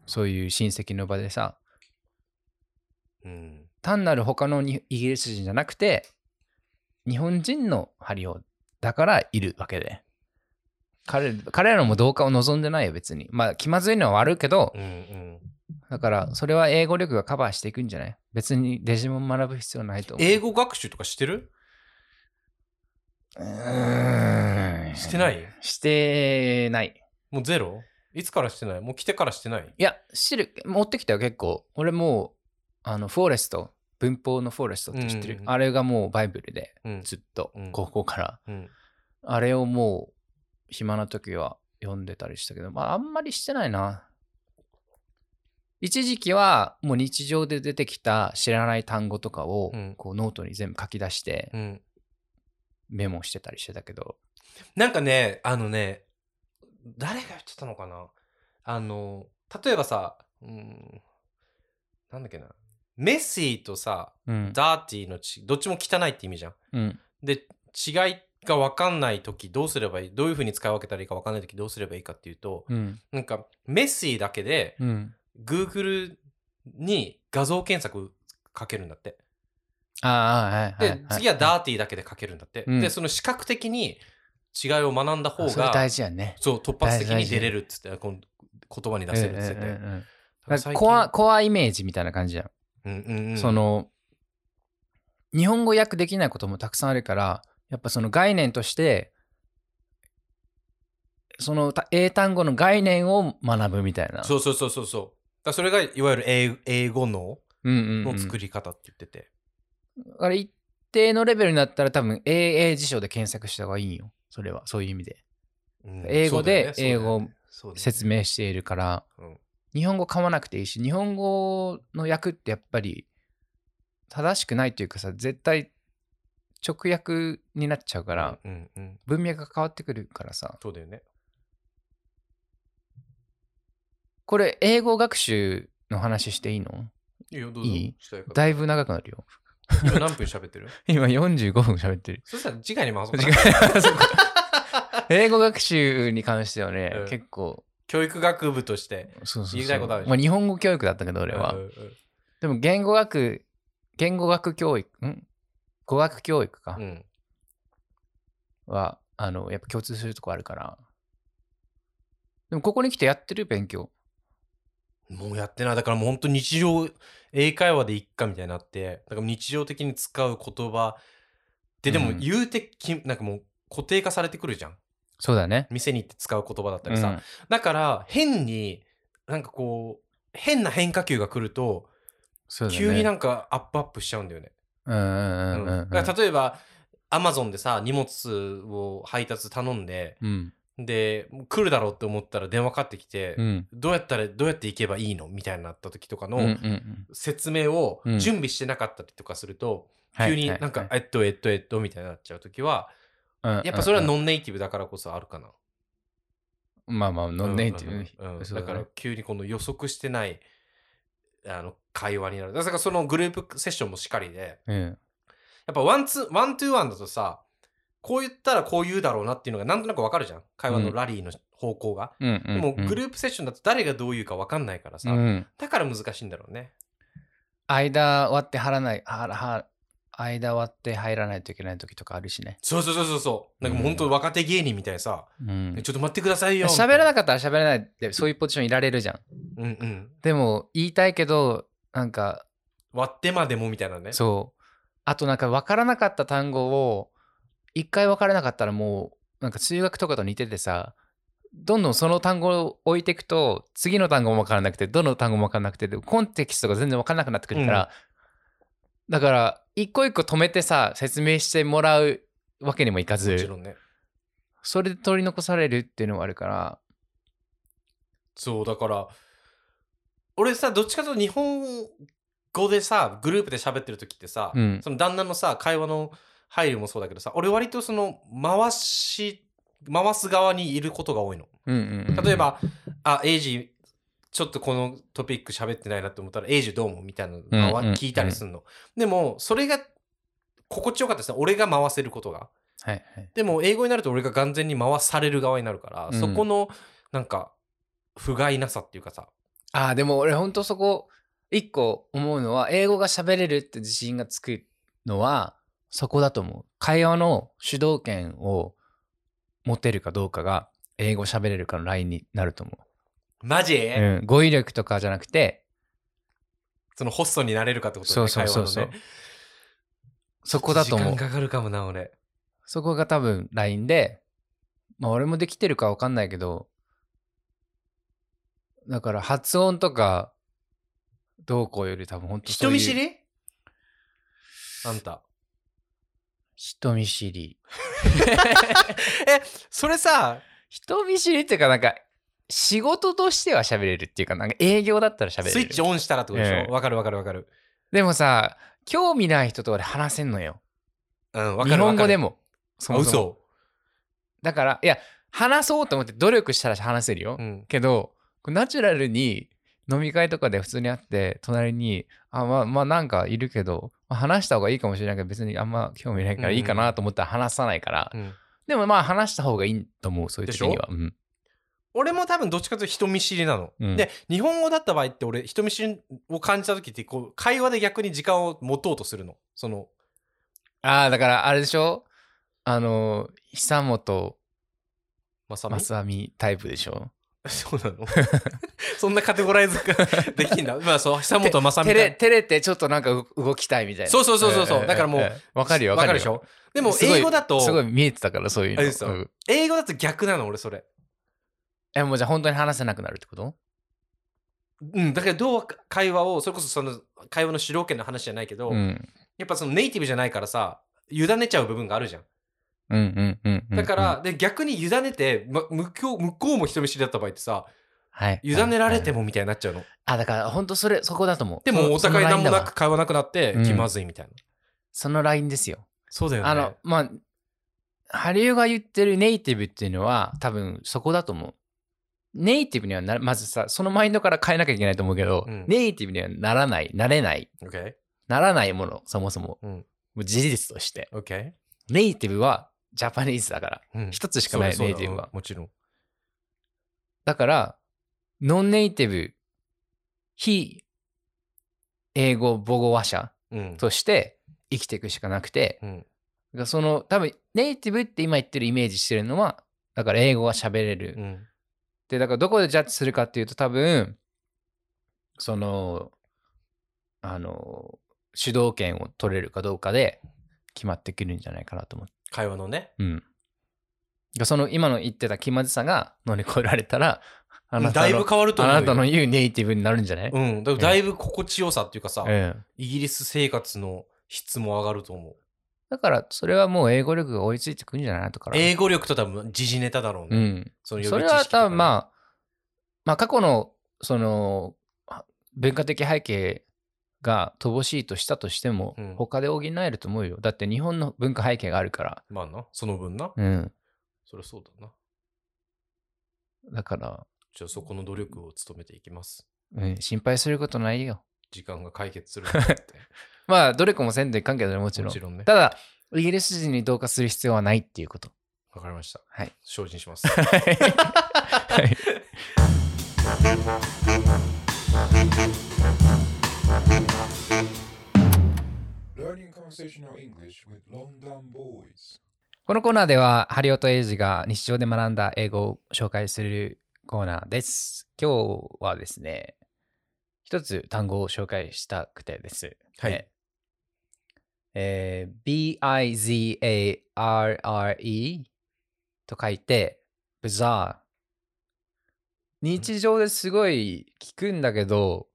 Speaker 1: そういう親戚の場でさ、
Speaker 2: うん
Speaker 1: 単なる他のにイギリス人じゃなくて日本人のハリオだからいるわけで彼彼らも同化を望んでないよ別にまあ気まずいのは悪いけど
Speaker 2: うんうん
Speaker 1: だからそれは英語力がカバーしていくんじゃない別にデジモン学ぶ必要ないと思う
Speaker 2: 英語学習とかしてる
Speaker 1: うーん
Speaker 2: してない
Speaker 1: してない
Speaker 2: もうゼロいつからしてないもう来てからしてない
Speaker 1: いや知る持ってきたよ結構俺もうあのフォーレスト文法のフォーレストって知ってる、
Speaker 2: うんうんうん
Speaker 1: あれがもうバイブルで
Speaker 2: うん
Speaker 1: ずっと
Speaker 2: うん
Speaker 1: 高校から、
Speaker 2: うん
Speaker 1: あれをもう暇な時は読んでたりしたけど、まああんまりしてないな。一時期はもう日常で出てきた知らない単語とかを
Speaker 2: うん
Speaker 1: こうノートに全部書き出して
Speaker 2: うん。
Speaker 1: メモしてたりしてたけど、
Speaker 2: なんかね、あのね、誰が言ってたのかなあの、例えばさ、うん、なんだっけな、メッシーとさ、
Speaker 1: うん、
Speaker 2: ダーティーのち、どっちも汚いって意味じゃん。
Speaker 1: うん、
Speaker 2: で、違いが分かんない時どうすればいい、どういうふうに使い分けたらいいか分かんない時どうすればいいかっていうと、
Speaker 1: うん、
Speaker 2: なんか、メッシーだけで、
Speaker 1: うん。
Speaker 2: Google に画像検索かけるんだって。
Speaker 1: ああ、はいはい、
Speaker 2: で、
Speaker 1: はい。
Speaker 2: 次はダーティーだけでかけるんだって。
Speaker 1: うん
Speaker 2: で、その視覚的に違いを学んだ方
Speaker 1: あそれ
Speaker 2: が、
Speaker 1: 大事やね。
Speaker 2: そう、突発的
Speaker 1: 大
Speaker 2: に
Speaker 1: 事
Speaker 2: 出れるっつって、この言葉に出せるっつって
Speaker 1: うんうん
Speaker 2: て。
Speaker 1: うんうん
Speaker 2: だか
Speaker 1: な
Speaker 2: ら
Speaker 1: んか
Speaker 2: 最近
Speaker 1: コア、コアイメージみたいな感じじゃん。
Speaker 2: うんうんうん、
Speaker 1: そ、の日本語訳できないこともたくさんあるからやっぱその概念としてそのた英単語の概念を学ぶみたいな
Speaker 2: そうそうそうそうそう。だからそれが、いわゆる英英語の
Speaker 1: うんうんうん
Speaker 2: の作り方って言ってて。
Speaker 1: だから一定のレベルになったら多分英英辞書で検索した方がいいんよそれはそういう意味で
Speaker 2: うん
Speaker 1: 英語で英語を、
Speaker 2: そうだよね
Speaker 1: 説。明しているから
Speaker 2: そうだよね
Speaker 1: 日本語噛まなくていいし日本語の訳ってやっぱり正しくないというかさ絶対直訳になっちゃうか
Speaker 2: うん
Speaker 1: ら、
Speaker 2: うんうん。
Speaker 1: 文脈が変わってくるからさ
Speaker 2: そうだよね。
Speaker 1: これ英語学習の話していいの
Speaker 2: いいよ、どうぞ。
Speaker 1: いい
Speaker 2: したいこと
Speaker 1: だいぶ長くなるよ
Speaker 2: 今何分喋ってる
Speaker 1: 今45分喋って る
Speaker 2: そしたら次回に回そうか
Speaker 1: 時
Speaker 2: な。
Speaker 1: 間そっか英語学習に関してはね、
Speaker 2: うん
Speaker 1: 結構
Speaker 2: 教育学部として。
Speaker 1: そうそうそう
Speaker 2: 言いたいことあるでしょ
Speaker 1: まあ、日本語教育だったけど俺は、
Speaker 2: うんうん
Speaker 1: でも言語学言語学教育ん語学教育か、
Speaker 2: うん。
Speaker 1: はあのやっぱ共通するとこあるからでもここに来てやってる勉強
Speaker 2: もうやってない。だからもう本当日常、英会話でいっかみたいになって、だから日常的に使う言葉で、でも
Speaker 1: うん
Speaker 2: 言うてき、なんかもう固定化されてくるじゃん。
Speaker 1: そうだね、
Speaker 2: 店に行って使う言葉だった
Speaker 1: う
Speaker 2: りさ。
Speaker 1: ん、
Speaker 2: だから変に、なんかこう、変な変化球が来ると、
Speaker 1: そうだね
Speaker 2: 急になんかアップアップしちゃうんだよね。
Speaker 1: うんうんうんうん、う
Speaker 2: うんんだから例えば、アマゾンでさ、荷物を配達頼んで、
Speaker 1: うん
Speaker 2: で、来るだろうって思ったら電話かかってきて、
Speaker 1: うん
Speaker 2: どうやったら、どうやって行けばいいのみたいになった時とかの、
Speaker 1: うんうんうん
Speaker 2: 説明を
Speaker 1: うん
Speaker 2: 準備してなかったりとかすると、
Speaker 1: はい
Speaker 2: 急になんか、
Speaker 1: はい
Speaker 2: えっとえっとえっとみたいになっちゃう時は、
Speaker 1: うん
Speaker 2: やっぱそれは
Speaker 1: うん
Speaker 2: ノンネイティブだからこそあるかな。
Speaker 1: まあまあ、ノンネイティブね
Speaker 2: うんうんうん
Speaker 1: そう
Speaker 2: だ
Speaker 1: ね
Speaker 2: から急にこの予測してないあの会話になる。だからそのグループセッションもしかりで、
Speaker 1: うん。
Speaker 2: やっぱワンツー、ワントゥーワンだとさ、こう言ったらこう言うだろうなっていうのがなんとなくわかるじゃん。会話のラリーの方向が。
Speaker 1: うん
Speaker 2: で
Speaker 1: うん
Speaker 2: も
Speaker 1: うん
Speaker 2: グループセッションだと誰がどう言うかわかんないからさ、
Speaker 1: うん
Speaker 2: だから難しいんだろうね。
Speaker 1: 間割って張らない、はらは間割って入らないといけない時とかあるしね。
Speaker 2: そうそうそうそうそう。なんかもう本当若手芸人みたいなさ、
Speaker 1: うん
Speaker 2: ちょっと待ってくださいよ。
Speaker 1: 喋らな
Speaker 2: かっ
Speaker 1: かったら喋らないって、そういうポジションいられるじゃん。
Speaker 2: た。うんうん。
Speaker 1: でも、言いたいけど、なんか、
Speaker 2: 割ってまでもみたいなね。
Speaker 1: そう。あとなんか分からなかった単語を、一回分からなかったらもう、なんか数学とかと似ててさ、どんどんその単語を置いていくと、次の単語も分からなくて、どの単語も分からなくて、でコンテキストが全然分からなくなってくるから、だから、一個一個止めてさ、説明してもらうわけにもいか
Speaker 2: もちろ
Speaker 1: ず、
Speaker 2: んね。
Speaker 1: それで取り残されるっていうのもあるから、
Speaker 2: そう、だから、俺さ、どっちかというと日本語でさ、グループで喋ってる時ってさ、
Speaker 1: うん
Speaker 2: その旦那のさ、会話の配慮もそうだけどさ、俺割とその、回し、回す側にいることが多いの。
Speaker 1: うんうんうん
Speaker 2: 例え、ば、あ、エイジ、ちょっとこのトピック喋ってないなって思ったら、エイジどうもみたいなのは
Speaker 1: うんうん
Speaker 2: 聞いたりするの。でも、それが心地よかったですね。俺が回せることが。
Speaker 1: はいはい。
Speaker 2: でも英語になると俺が完全に回される側になるから、
Speaker 1: うん
Speaker 2: そこのなんか不甲斐なさっていうかさ
Speaker 1: ああ、でも俺ほんとそこ、一個思うのは、英語が喋れるって自信がつくのは、そこだと思う。会話の主導権を持てるかどうかが、英語喋れるかのラインになると思
Speaker 2: マジ、
Speaker 1: う。うん、語彙力とかじゃなくて、
Speaker 2: そのホストになれるかってことだ
Speaker 1: そ
Speaker 2: ね
Speaker 1: うそうそうそう。
Speaker 2: 会話のね
Speaker 1: そこだと思
Speaker 2: 時
Speaker 1: う
Speaker 2: 間。かかるかもな俺
Speaker 1: そこが多分ラインで、まあ俺もできてるかわかんないけど、だから発音とか、どうこうより多分本当そ
Speaker 2: 人
Speaker 1: ういう
Speaker 2: 見知りあんた
Speaker 1: 人見知り。
Speaker 2: えそれさ
Speaker 1: 人見知りっていうか、なんか、仕事としては喋れるっていうか、なんか営業だったら喋れる。
Speaker 2: スイッチオンしたらってことでし
Speaker 1: ええ
Speaker 2: ょわかるわかるわかる
Speaker 1: でもさ、興味ない人と俺話せんのよ。
Speaker 2: うんわかるわかる
Speaker 1: 日本語でも。そ
Speaker 2: あ
Speaker 1: もそも
Speaker 2: 嘘
Speaker 1: だから、いや、話そうと思って努力したら話せるよ。
Speaker 2: うん
Speaker 1: けど、こうナチュラルに飲み会とかで普通に会って、隣に、あ、まあ、まあ、なんかいるけど、まあ話した方がいいかもしれないけど、別にあんま興味ないからいいかなと思ったら話さないから。
Speaker 2: うん
Speaker 1: でもまあ、話した方がいいと思う、そういう時には。うん
Speaker 2: 俺も多分どっちかというと人見知りなの、
Speaker 1: うん
Speaker 2: で日本語だった場合って俺人見知りを感じた時ってこう会話で逆に時間を持とうとするのその
Speaker 1: ああ、だから、あれでしょあの、久本
Speaker 2: まさみ
Speaker 1: 正美タイプでしょ
Speaker 2: そうなのそんなカテゴライズができんだ まあそう久本まさみ
Speaker 1: 照れ、照れてちょっとなんかう動きたいみたいな。
Speaker 2: そうそうそうそうそうだからもう
Speaker 1: ええええわかるよ、
Speaker 2: わ
Speaker 1: わ
Speaker 2: か
Speaker 1: か
Speaker 2: る
Speaker 1: る
Speaker 2: で
Speaker 1: よ
Speaker 2: しょでも
Speaker 1: すごい
Speaker 2: 英語だと
Speaker 1: すごい見えてたから、そういうの。
Speaker 2: あ嘘
Speaker 1: うん
Speaker 2: 英語だと逆なの俺それ
Speaker 1: え、もうじゃあ本当に話せなくなるってこと
Speaker 2: うんだからどう会話をそれこそその会話の主導権の話じゃないけど、
Speaker 1: うん。うん
Speaker 2: やっぱそのネイティブじゃないからさ委ねちゃう部分があるじゃん
Speaker 1: うんうんうんうん。
Speaker 2: だから、で逆に委ねて、ま、向こう向こうも人見知りだった場合ってさ
Speaker 1: はい、
Speaker 2: 委ねられて
Speaker 1: も。
Speaker 2: もみたいになっちゃうの
Speaker 1: あ、だから本当それ、そこだと思う。
Speaker 2: で
Speaker 1: そ
Speaker 2: も
Speaker 1: の
Speaker 2: お互い何もな。く
Speaker 1: そのラインだわ
Speaker 2: 会話なくなって
Speaker 1: うん
Speaker 2: 気まずいみたいな、
Speaker 1: そのラインですよ。
Speaker 2: そうだよね
Speaker 1: あの、まあ、ハリウが言ってるネイティブっていうのは多分そこだと思う。ネイティブにはなまずさ、そのマインドから変えなきゃいけないと思うけど、
Speaker 2: うん
Speaker 1: ネイティブにはならない、なれない、
Speaker 2: OK
Speaker 1: ならないもの、そもそも。
Speaker 2: うん
Speaker 1: もう事実として。
Speaker 2: OK
Speaker 1: ネイティブはジャパニーズだから。
Speaker 2: うん
Speaker 1: 一つしかない、
Speaker 2: そう
Speaker 1: ネ
Speaker 2: だ
Speaker 1: イティブは
Speaker 2: うん。もちろん
Speaker 1: だから、ノンネイティブ、非英語母語話者
Speaker 2: うん
Speaker 1: として生きていくしかなくて、
Speaker 2: うん
Speaker 1: だからその多分ネイティブって今言ってるイメージしてるのは、だから英語が喋れる。
Speaker 2: うん
Speaker 1: で、だからどこでジャッジするかっていうと多分、その、あの、主導権を取れるかどうかで決まってくるんじゃないかなと思って。
Speaker 2: 会話のね
Speaker 1: うん。だからその今の言ってた気まずさが乗り越えられたら、あなた
Speaker 2: だい
Speaker 1: の
Speaker 2: ぶ変わると
Speaker 1: あ
Speaker 2: 思うよ
Speaker 1: なたの言うネイティブになるんじゃない、
Speaker 2: うんだだいぶ心地よさっていうかさ、
Speaker 1: うん
Speaker 2: イギリス生活の質も上がると思う
Speaker 1: だから、それはもう英語力が追いついてくるんじゃないとから。
Speaker 2: 英語力と多分時事ネタだろう
Speaker 1: う
Speaker 2: ね、
Speaker 1: ん。
Speaker 2: そ
Speaker 1: それは多分まあ、まあ過去の、その、は文化的背景が乏しいとしたとしても、
Speaker 2: うん
Speaker 1: 他で補えると思うよ。だって日本の文化背景があるから。
Speaker 2: あまあなその分な
Speaker 1: うん。
Speaker 2: そりゃそうだな
Speaker 1: だから、
Speaker 2: じゃあそこの努力を努めていきます
Speaker 1: うん、心配することないよ。
Speaker 2: 時間が解決するんだ って
Speaker 1: まあ、努力もせんといかんけどね、もちろ
Speaker 2: も
Speaker 1: ん
Speaker 2: ち。ろんね
Speaker 1: ただ、イギリス人に同化する必要はないっていうこと。
Speaker 2: わかりました。
Speaker 1: はい。
Speaker 2: 精進します。
Speaker 1: はいこのコーナーでは、ハリオとエイジが日常で学んだ英語を紹介するコーナーです。今日はですね、一つ単語を紹介したくてです。
Speaker 2: はい
Speaker 1: ね。えー B-I-Z-A-R-R-E と書いて、bizarre。日常ですごい聞くんだけど、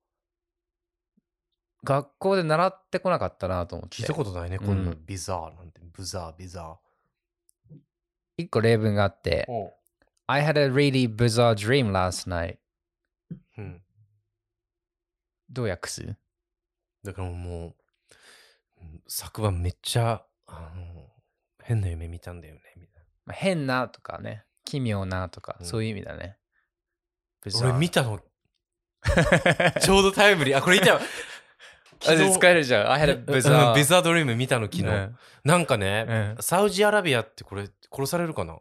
Speaker 1: 学校で習ってこなかったなと思って。
Speaker 2: 聞いたことないね、
Speaker 1: うん
Speaker 2: こんなビザーなんて、ブザー、ビザ
Speaker 1: 一個例文があって
Speaker 2: ー。、お
Speaker 1: I had a really bizarre dream last night.
Speaker 2: うん。
Speaker 1: どう訳す
Speaker 2: だからもう、うん昨晩めっちゃ、あの、変な夢見たんだよね、みたい
Speaker 1: まあ変なとかね、奇妙なとか、
Speaker 2: うん
Speaker 1: そういう意味だね。
Speaker 2: な。 俺見たの、 ちょうどタイムリー。あ、これ言 ったよ。
Speaker 1: あれ使え
Speaker 2: え
Speaker 1: るじゃん。I had a
Speaker 2: ビ
Speaker 1: bizarre.
Speaker 2: ザー。ビザードリーム見たの、昨日。
Speaker 1: うん
Speaker 2: なんかね、
Speaker 1: うん
Speaker 2: サウジアラビアってこれ、殺されるかな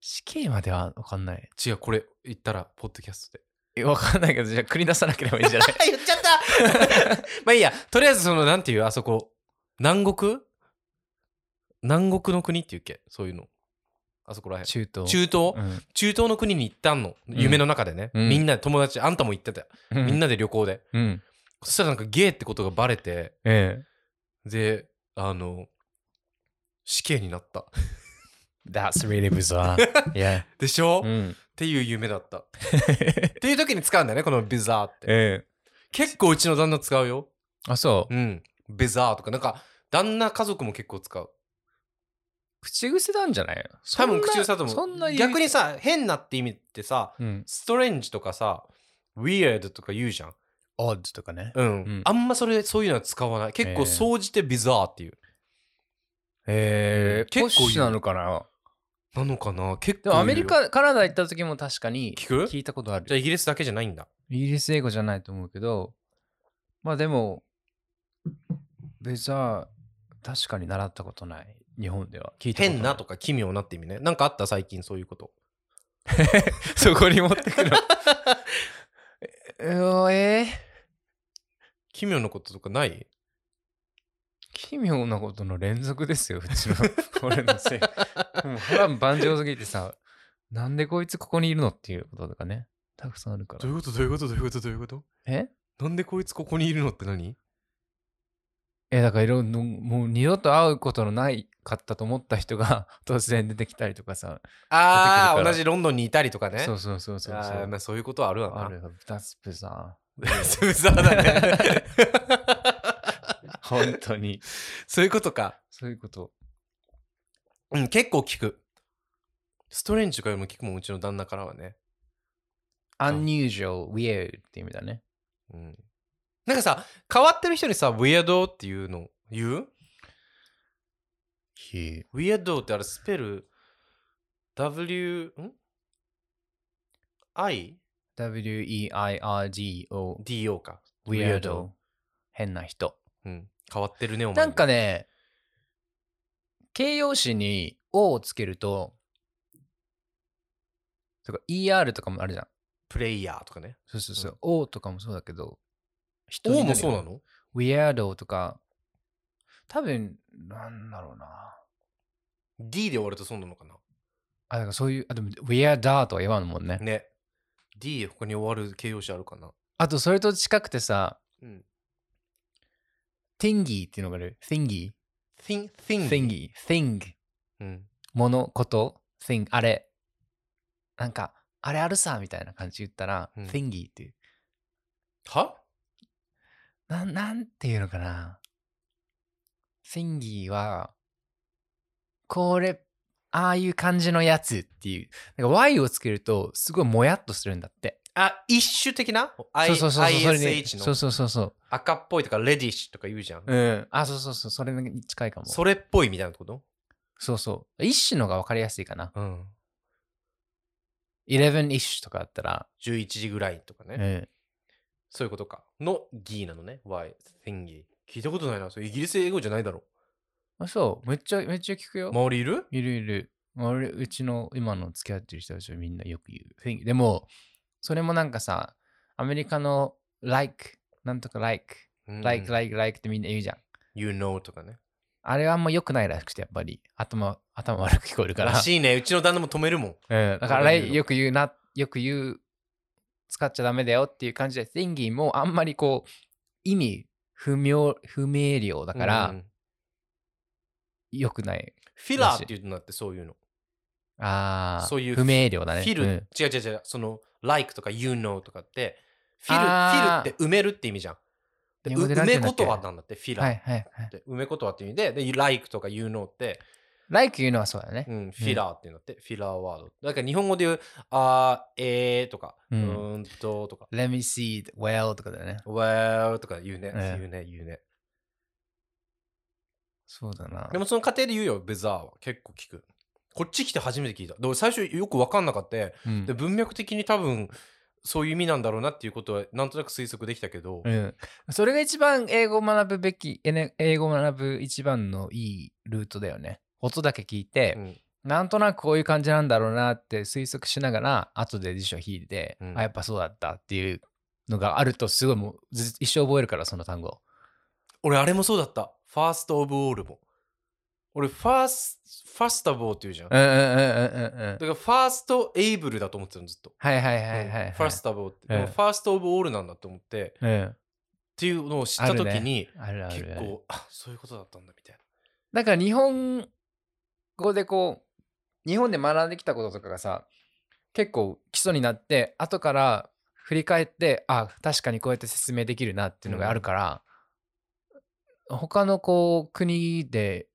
Speaker 1: 死刑まではわかんない。
Speaker 2: 違う、これ言ったら、ポッドキャス トで。
Speaker 1: えわかんないけど、じゃあ繰り出さなければいいんじゃない
Speaker 2: 言っちゃったまあいいや、とりあえずその、なんていう、あそこ、南国南国の国っていうっけそういうの。あそこらへん。
Speaker 1: 中東。
Speaker 2: 中東、
Speaker 1: うん
Speaker 2: 中東の国に行ったの。
Speaker 1: ん
Speaker 2: 夢の中でね。
Speaker 1: うん
Speaker 2: みんなで友達、あんたも行ってたよ。
Speaker 1: う
Speaker 2: みんなで旅行で。
Speaker 1: うん。
Speaker 2: そしたらなんかゲイってことがバレて、
Speaker 1: ええ。
Speaker 2: で、あの、死刑になった。
Speaker 1: That's really bizarre. yeah.
Speaker 2: でしょ、
Speaker 1: う
Speaker 2: っ
Speaker 1: ん。
Speaker 2: ていう夢 だった。っていう時に使うんだよね、このビザーって。
Speaker 1: ええ。
Speaker 2: 結構うちの旦那使うよ。
Speaker 1: あ、そう
Speaker 2: う。ん。ベザーとか、なんか、旦那家族も結構使う。
Speaker 1: 口癖なんじゃない
Speaker 2: 多分口癖だと
Speaker 1: そ
Speaker 2: 思
Speaker 1: んな
Speaker 2: う逆に、
Speaker 1: そんな
Speaker 2: さ変なって意味ってさ
Speaker 1: 言うん、
Speaker 2: ストレンジとかさ weird とか言うじゃん
Speaker 1: オッズとかね。
Speaker 2: うん、
Speaker 1: ん
Speaker 2: あんまそれそういうのは使わない結
Speaker 1: え
Speaker 2: 構
Speaker 1: ー
Speaker 2: 総じてビザーっていう、
Speaker 1: へえ、
Speaker 2: 結
Speaker 1: 結
Speaker 2: 構
Speaker 1: 構
Speaker 2: 言う
Speaker 1: ポッシュなのかな。
Speaker 2: なのかな結
Speaker 1: でも
Speaker 2: 構い
Speaker 1: ア
Speaker 2: る
Speaker 1: メリカ、カナダ行った時も確かに
Speaker 2: 聞く
Speaker 1: 聞いたことある
Speaker 2: じゃ。あイギリスだけじゃないんだ
Speaker 1: イギリス英語じゃないと思うけど、まあでも、ベザー、確かに習ったことない。日本では。聞いたことい
Speaker 2: 変なと。か奇妙なって意味ねなんかあった最近そういうこと
Speaker 1: そこに持ってくる。えー、 えー
Speaker 2: 奇妙なこととかない
Speaker 1: 奇妙なことの連続ですよ、うちの、 俺のせい。もう波乱万丈すぎてさ、なんでこいつここにいるのっていうこととかね、たくさんあるから
Speaker 2: どう。いうことどういうことどういうことどういうこと
Speaker 1: え
Speaker 2: なんでこいつここにいるのって何
Speaker 1: え、だからいろんな、もう二度と会うことのないかったと思った人が 突然出てきたりとかさ、
Speaker 2: あ
Speaker 1: 出てくるか
Speaker 2: あ
Speaker 1: ら
Speaker 2: 同じロンドンにいたりとかね
Speaker 1: そうそうそうそうそ
Speaker 2: あー
Speaker 1: う。
Speaker 2: まあ、そういうことはあるわな
Speaker 1: あるよ、ダスプさ
Speaker 2: うざだね
Speaker 1: ん。 本当に。
Speaker 2: そういうことか、
Speaker 1: そういうこと。
Speaker 2: うん、結構聞くストレンジとかよりも聞くもんうちの旦那からはね、
Speaker 1: unusual, weird って意味だね。
Speaker 2: うん、なんかさ変わってる人にさ「ウィアド」っていうの言うウィアドってあれスペル W ん ?I?DO
Speaker 1: w-e-i-r-d-o,
Speaker 2: か
Speaker 1: weirdo, 変な人。
Speaker 2: うん、変わってるねお前
Speaker 1: なんかね、形容詞に「o」をつけると、とか ER とかもあるじゃん。
Speaker 2: プレイヤーとかね
Speaker 1: そうそうそうう。o とかもそうだけど、人に
Speaker 2: 王
Speaker 1: る
Speaker 2: もそうなの
Speaker 1: ?weirdo とか、多分、なんだろうな。
Speaker 2: ?D で終わるとそうなのかな
Speaker 1: あ、だからそういう、あ、でも weirder とは言わんもんね。
Speaker 2: ね D 他に終わる形容詞あるかな
Speaker 1: あと、それと近くてさ、
Speaker 2: うん。
Speaker 1: thingy っていうのがある。thingy。
Speaker 2: Thing, thing.
Speaker 1: thingy。thing。
Speaker 2: うん。
Speaker 1: もの、こと、thing。あれ。なんか、あれあるさ、みたいな感じで言ったら、
Speaker 2: うん
Speaker 1: thingy っていう。
Speaker 2: は
Speaker 1: なん、なんていうのかな。センギーは、これ、ああいう感じのやつっていう。なんか Y をつけると、すごいもやっとするんだって。
Speaker 2: あ、一種的な
Speaker 1: そうそうそうそう。それで
Speaker 2: ISH
Speaker 1: そう
Speaker 2: の
Speaker 1: そうそうそう。
Speaker 2: 赤っぽいとかレディッシュとか言うじゃん。
Speaker 1: うん。あ、そうそうそう。それに近いかも。
Speaker 2: それっぽいみたいなこと
Speaker 1: そうそう。一種のが分かりやすいかな。
Speaker 2: うん。
Speaker 1: 11一種とかだったら、
Speaker 2: 11時ぐらいとかね。
Speaker 1: うん。
Speaker 2: そういうことか。のギーなのね。Y, thingy。聞いたことないな。それイギリス英語じゃないだろ
Speaker 1: あそう。めっちゃ、めっちゃ聞く
Speaker 2: う。
Speaker 1: よ。
Speaker 2: 周りいる
Speaker 1: いるいる。俺、うちの今の付き合ってる人たちはみんなよく言う。Think- でも、それもなんかさ、アメリカの like、なんとか like、like、
Speaker 2: イ
Speaker 1: like、like ってみんな言うじゃん。
Speaker 2: You know とかね。
Speaker 1: あれはあんま良くないらしくて、やっぱり頭、頭悪く聞こえるから。
Speaker 2: らしいね。うちの旦那も止めるもん。
Speaker 1: うん、だからあ
Speaker 2: 俺が言
Speaker 1: れ
Speaker 2: うの
Speaker 1: よく言うな、よく言う、使っちゃダメだよっていう感じで、thingy もあんまりこう、意味不明、不明瞭だから、
Speaker 2: うん
Speaker 1: 良くない。
Speaker 2: フィラーっていうのだってそういうの。
Speaker 1: ああ、
Speaker 2: そういう
Speaker 1: 不明瞭だね。
Speaker 2: フィル、
Speaker 1: うん
Speaker 2: 違う違う違う、その、like とか you know とかって、フィル、フィ
Speaker 1: あー
Speaker 2: ルって埋めるって意味じゃん。で
Speaker 1: 日
Speaker 2: う
Speaker 1: 本語でなんて言
Speaker 2: 埋
Speaker 1: うん
Speaker 2: め
Speaker 1: だっけ
Speaker 2: 言葉なんだって、フィラ
Speaker 1: は
Speaker 2: ー
Speaker 1: い
Speaker 2: っ
Speaker 1: はいはい。
Speaker 2: て、埋め言葉っていう意味で、で、like とか you know って、
Speaker 1: like 言うのはそうだね。
Speaker 2: うん、フィラーっていうんだって、フィラーワード。だから日本語で言う、あー、えーとか、う
Speaker 1: うん
Speaker 2: ーんととか、
Speaker 1: Let me see it well とかだよね。
Speaker 2: well とか言うね、
Speaker 1: ええ
Speaker 2: 言うね、言うね。
Speaker 1: そうだな。
Speaker 2: でもその過程で言うよ、ベザーは。結構聞く。こっち来て初めて聞いた。で俺最初よく分かんなかった。で、
Speaker 1: うん、
Speaker 2: 文脈的に多分、そういう意味なんだろうなっていうことは、なんとなく推測できたけど、
Speaker 1: うんそれが一番英語を学ぶべき、えね英語を学ぶ一番のいいルートだよね。音だけ聞いて、
Speaker 2: うん
Speaker 1: なんとなくこういう感じなんだろうなって推測しながら、後で辞書引いて、
Speaker 2: うん
Speaker 1: あ、やっぱそうだったっていうのがあると、すごいもうず一生覚えるから、その単語。
Speaker 2: 俺あれもそうだった。ファーストオブオールも。俺ファース、ファーストオブオーって言うじゃん。
Speaker 1: う
Speaker 2: だ
Speaker 1: んうんうんうんうんうん。
Speaker 2: からファーストエイブルだと思ってたのずっと。
Speaker 1: はいはいはいはい、はい。
Speaker 2: ファーストオブオーって。でも
Speaker 1: うん
Speaker 2: ファーストオブオールなんだと思って。っ
Speaker 1: うん。
Speaker 2: ていうのを知った時に、
Speaker 1: あるあるあ
Speaker 2: 結
Speaker 1: る。
Speaker 2: 構、あそういうことだったんだみたい
Speaker 1: だから日本語でこう日本で学んできたこととかがさ結構基礎になって後から振り返ってあ確かにこうやって説明できるなっていうのがあるから、他のこう国で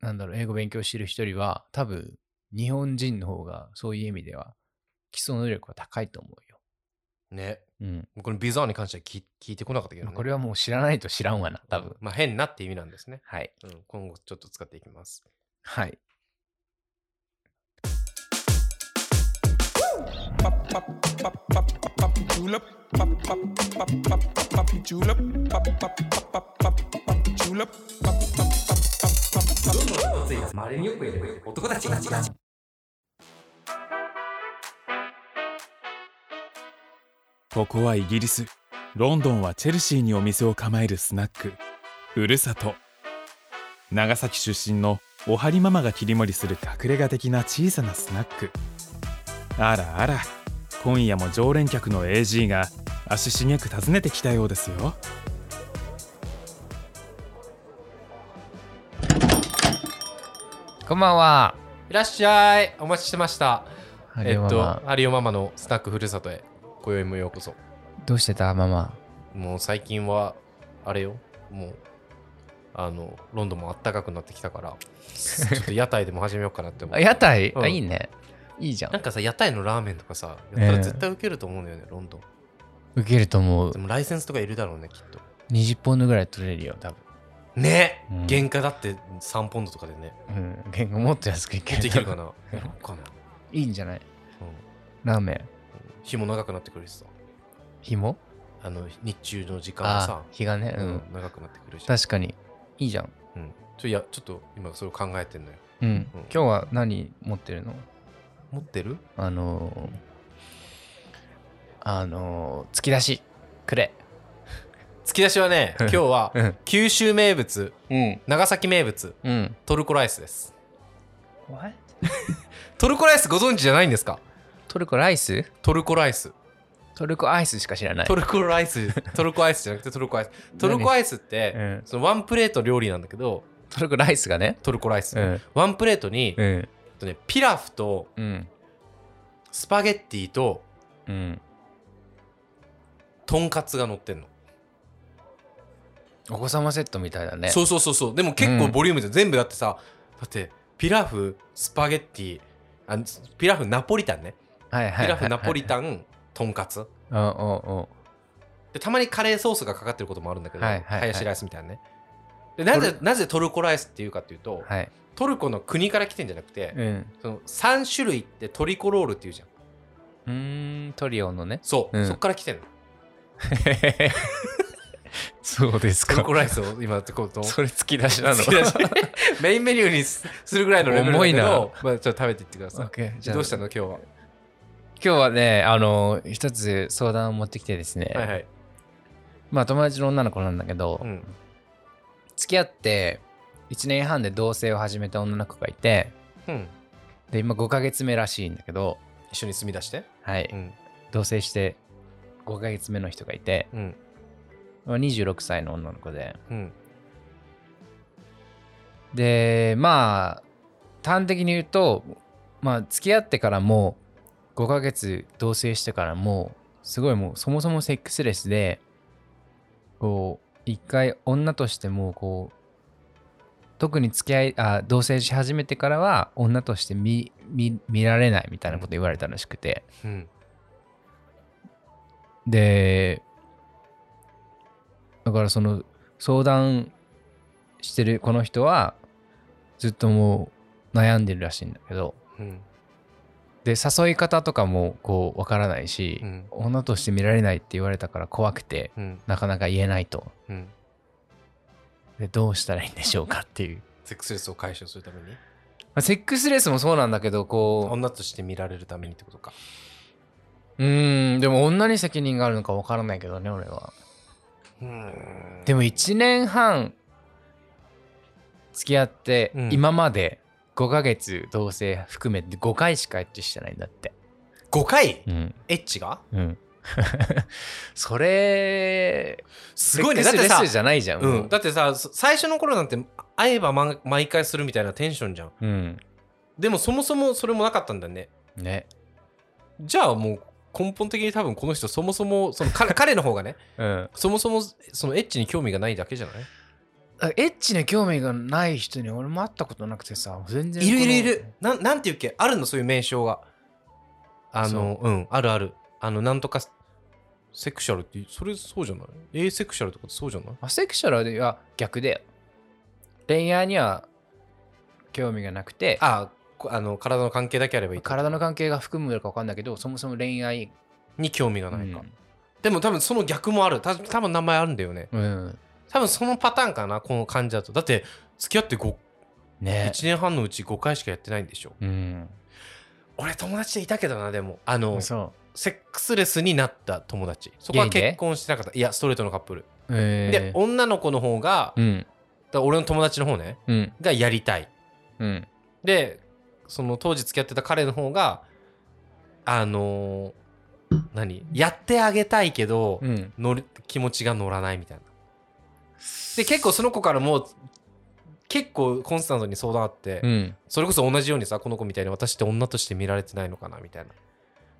Speaker 1: なんだろう、英語勉強してる一人は、多分、日本人の方が、そういう意味では、基礎能力は高いと思うよ。
Speaker 2: ね。
Speaker 1: うん。
Speaker 2: このビザーに関しては聞聞いてこなかったけど、
Speaker 1: まあ
Speaker 2: ね。
Speaker 1: これはもう知らないと知らんわな、多分。
Speaker 2: まあ変なって意味なんですね。
Speaker 1: はい。
Speaker 2: うん、今後ちょっと使っていきます。
Speaker 1: はい。
Speaker 2: まれによくいる男たち。
Speaker 5: ここはイギリスロンドンはチェルシーにお店を構えるスナックふるさと長崎出身のおはりママが切り盛りする隠れ家的な小さなスナックあらあら今夜も常連客の AG が足しげく訪ねてきたようですよ
Speaker 1: こんばんは。
Speaker 2: いらっしゃい。お待ちしてました。
Speaker 1: は
Speaker 2: え
Speaker 1: り
Speaker 2: っ
Speaker 1: おマ
Speaker 2: と、
Speaker 1: マ、
Speaker 2: ハリオママのスナックふるさとへ、今宵もようこそ。
Speaker 1: どうしてたママ。
Speaker 2: もう最近は、あれよ、もう、あの、ロンドンも暖かくなってき たから、ちょっと屋台でも始めようかなって思
Speaker 1: あ
Speaker 2: う。
Speaker 1: 屋台、
Speaker 2: う
Speaker 1: あ、
Speaker 2: ん
Speaker 1: いいね。いいじゃ
Speaker 2: なん
Speaker 1: ん。
Speaker 2: かさ、屋台のラーメンとかさ、やったら
Speaker 1: ええ
Speaker 2: 絶対ウケると思うんだよね、ロンドン。
Speaker 1: 受けると思う
Speaker 2: で。もライセンスとかいるだろうね、きっと。
Speaker 1: 20ポンドぐらい取れるよ、多分。
Speaker 2: ね、
Speaker 1: うん
Speaker 2: 原価だって3ポンドとかでね、
Speaker 1: うん。言語もっと安くいける。
Speaker 2: できるかな。やろうかな。
Speaker 1: いいんじゃない
Speaker 2: うん
Speaker 1: ラーメン。
Speaker 2: 日も長くなってくるしさ、
Speaker 1: 紐
Speaker 2: あの、日中の時間が
Speaker 1: ああ、、
Speaker 2: さ
Speaker 1: 日がね。
Speaker 2: う
Speaker 1: うんん。
Speaker 2: 長くなってくるし。
Speaker 1: 確かに。いいじゃん。
Speaker 2: うん、ちょいやちょっと今それを考えてんのよ。
Speaker 1: うん。今日は何持ってるの
Speaker 2: 持ってる
Speaker 1: あのー、あのー、突き出し、くれ。
Speaker 2: 突き出しはね、今日は
Speaker 1: うん。
Speaker 2: 九州名物、
Speaker 1: うん。
Speaker 2: 長崎名物、
Speaker 1: うん。
Speaker 2: トルコライスです。
Speaker 1: What?
Speaker 2: トルコライスご存知じゃないんですか
Speaker 1: トルコライス
Speaker 2: トルコライス。
Speaker 1: トルコアイスしか知らない。
Speaker 2: トルコライス、トルコアイスじゃなくてトルコアイス。トルコアイスっ
Speaker 1: う
Speaker 2: て、
Speaker 1: ん
Speaker 2: そのワンプレート料理なんだけど、
Speaker 1: トルコライスがね。
Speaker 2: トルコライス。
Speaker 1: うん。
Speaker 2: ワンプレートに、えっ
Speaker 1: うん。
Speaker 2: とね、ピラフと
Speaker 1: うん。
Speaker 2: スパゲッティと
Speaker 1: うん。
Speaker 2: とんかつが乗ってんの。
Speaker 1: お子様セットみたいだね。
Speaker 2: そうそうそうそうでも結構ボリュームじゃん、全部だってさだってピラフスパゲッティあピラフナポリタンね
Speaker 1: はいはいはいはい。
Speaker 2: ピラフナポリタンとんか
Speaker 1: う
Speaker 2: つ
Speaker 1: んうんうん。
Speaker 2: でたまにカレーソースがかかってることもあるんだけど、
Speaker 1: はいはいはい
Speaker 2: ハヤシライスみたいなねでなぜなぜトルコライスっていうかっていうと、
Speaker 1: はい。
Speaker 2: トルコの国から来てんじゃなくて、
Speaker 1: うん。
Speaker 2: その3種類ってトリコロールっていうじゃん
Speaker 1: うーん、トリオのね。
Speaker 2: そう、
Speaker 1: うん
Speaker 2: そっから来てんの
Speaker 1: そうです
Speaker 2: トルコライスを今ってこと
Speaker 1: それ突き出しなの。
Speaker 2: 突き 出し メインメニューにすするぐらいのレベルだけど
Speaker 1: 重
Speaker 2: まあ、ちょっと食べていってくだ
Speaker 1: オ
Speaker 2: さ
Speaker 1: ッケー
Speaker 2: い
Speaker 1: じゃあ
Speaker 2: どうしたの今日は、
Speaker 1: 今日はね、あの、一つ相談を持ってきてですね、
Speaker 2: はいはい
Speaker 1: まあ友達の女の子なんだけど、
Speaker 2: うん
Speaker 1: 付き合って1年半で同棲を始めた女の子がいて、
Speaker 2: うん、
Speaker 1: で、今5ヶ月目らしいんだけど、
Speaker 2: 一緒に住み出して、
Speaker 1: はい、
Speaker 2: うん
Speaker 1: 同棲して5ヶ月目の人がいて、
Speaker 2: うん
Speaker 1: 26歳の女の子で、
Speaker 2: うん
Speaker 1: でまあ端的に言うとまあ付き合ってからもう5ヶ月同棲してからもうすごいもうそもそもセックスレスでこう一回女としてもうこう特に付き合いあ同棲し始めてからは女として見見見られないみたいなこと言われたらしくて
Speaker 2: うん
Speaker 1: でだからその相談してるこの人はずっともう悩んでるらしいんだけど
Speaker 2: うん
Speaker 1: で誘い方とかもこうわからないし、
Speaker 2: うん
Speaker 1: 女として見られないって言われたから怖くて
Speaker 2: うん
Speaker 1: なかなか言えないと
Speaker 2: うん
Speaker 1: でどうしたらいいんでしょうかっていう、
Speaker 2: セックスレスを解消するために
Speaker 1: まあ、セックスレスもそうなんだけどこ
Speaker 2: 女として見られるためにってことか
Speaker 1: ううーんでも女に責任があるのかわからないけどね俺は
Speaker 2: うん
Speaker 1: でも1年半付き合って、
Speaker 2: うん
Speaker 1: 今まで5ヶ月同棲含めて5回しかエッチしてないんだって。
Speaker 2: 5回
Speaker 1: うん。
Speaker 2: エッチが
Speaker 1: うん。 それ、
Speaker 2: すごいね
Speaker 1: セッ
Speaker 2: だっ
Speaker 1: クス
Speaker 2: てさ
Speaker 1: レスじゃないじゃん。
Speaker 2: う
Speaker 1: も
Speaker 2: んだってさそ最初の頃なんて会えばま毎回するみたいなテンションじゃん
Speaker 1: うん。
Speaker 2: でもそもそもそれもなかったんだね
Speaker 1: ね。
Speaker 2: じゃあもう根本的に多分この人そもそもその彼彼の方がね
Speaker 1: うん。
Speaker 2: そもそもそのエッチに興味がないだけじゃない
Speaker 1: あエッチに興味がない人に俺も会ったことなくてさ、全然。
Speaker 2: いるいるいる。なんなんていうっけあるのそういう名称があのうんあるあるあのなんとかセクシャルってそれそうじゃないエーセクシャルとかってそうじゃない
Speaker 1: アセクシャルでは逆で、恋愛には興味がなくて、
Speaker 2: あこあの体の関係だけあればいい
Speaker 1: 体の関係が含むのか分かんないけど、そもそも恋愛
Speaker 2: に興味がないか、
Speaker 1: うん
Speaker 2: でも多分その逆もあるた多分名前あるんだよね
Speaker 1: うん。
Speaker 2: 多分そのパターンかなこの感じだとだって付き合って1
Speaker 1: ね。
Speaker 2: 年半のうち5回しかやってないんでしょ
Speaker 1: うん。
Speaker 2: 俺友達でいたけどなでもあの
Speaker 1: そ
Speaker 2: セックスレスになった友達そこは
Speaker 1: ゲイで
Speaker 2: 結婚してなかったいやストレートのカップル
Speaker 1: う。え
Speaker 2: で女の子の方が
Speaker 1: うん。
Speaker 2: だから俺の友達の方ね
Speaker 1: うん。
Speaker 2: がやりたい
Speaker 1: うん。
Speaker 2: でその当時付き合ってた彼の方があのー何やってあげたいけど、
Speaker 1: うん。
Speaker 2: 乗る気持ちが乗らないみたいなで結構その子からもう結構コンスタントに相談あって、
Speaker 1: うん。
Speaker 2: それこそ同じようにさこの子みたいに私って女として見られてないのかなみたいな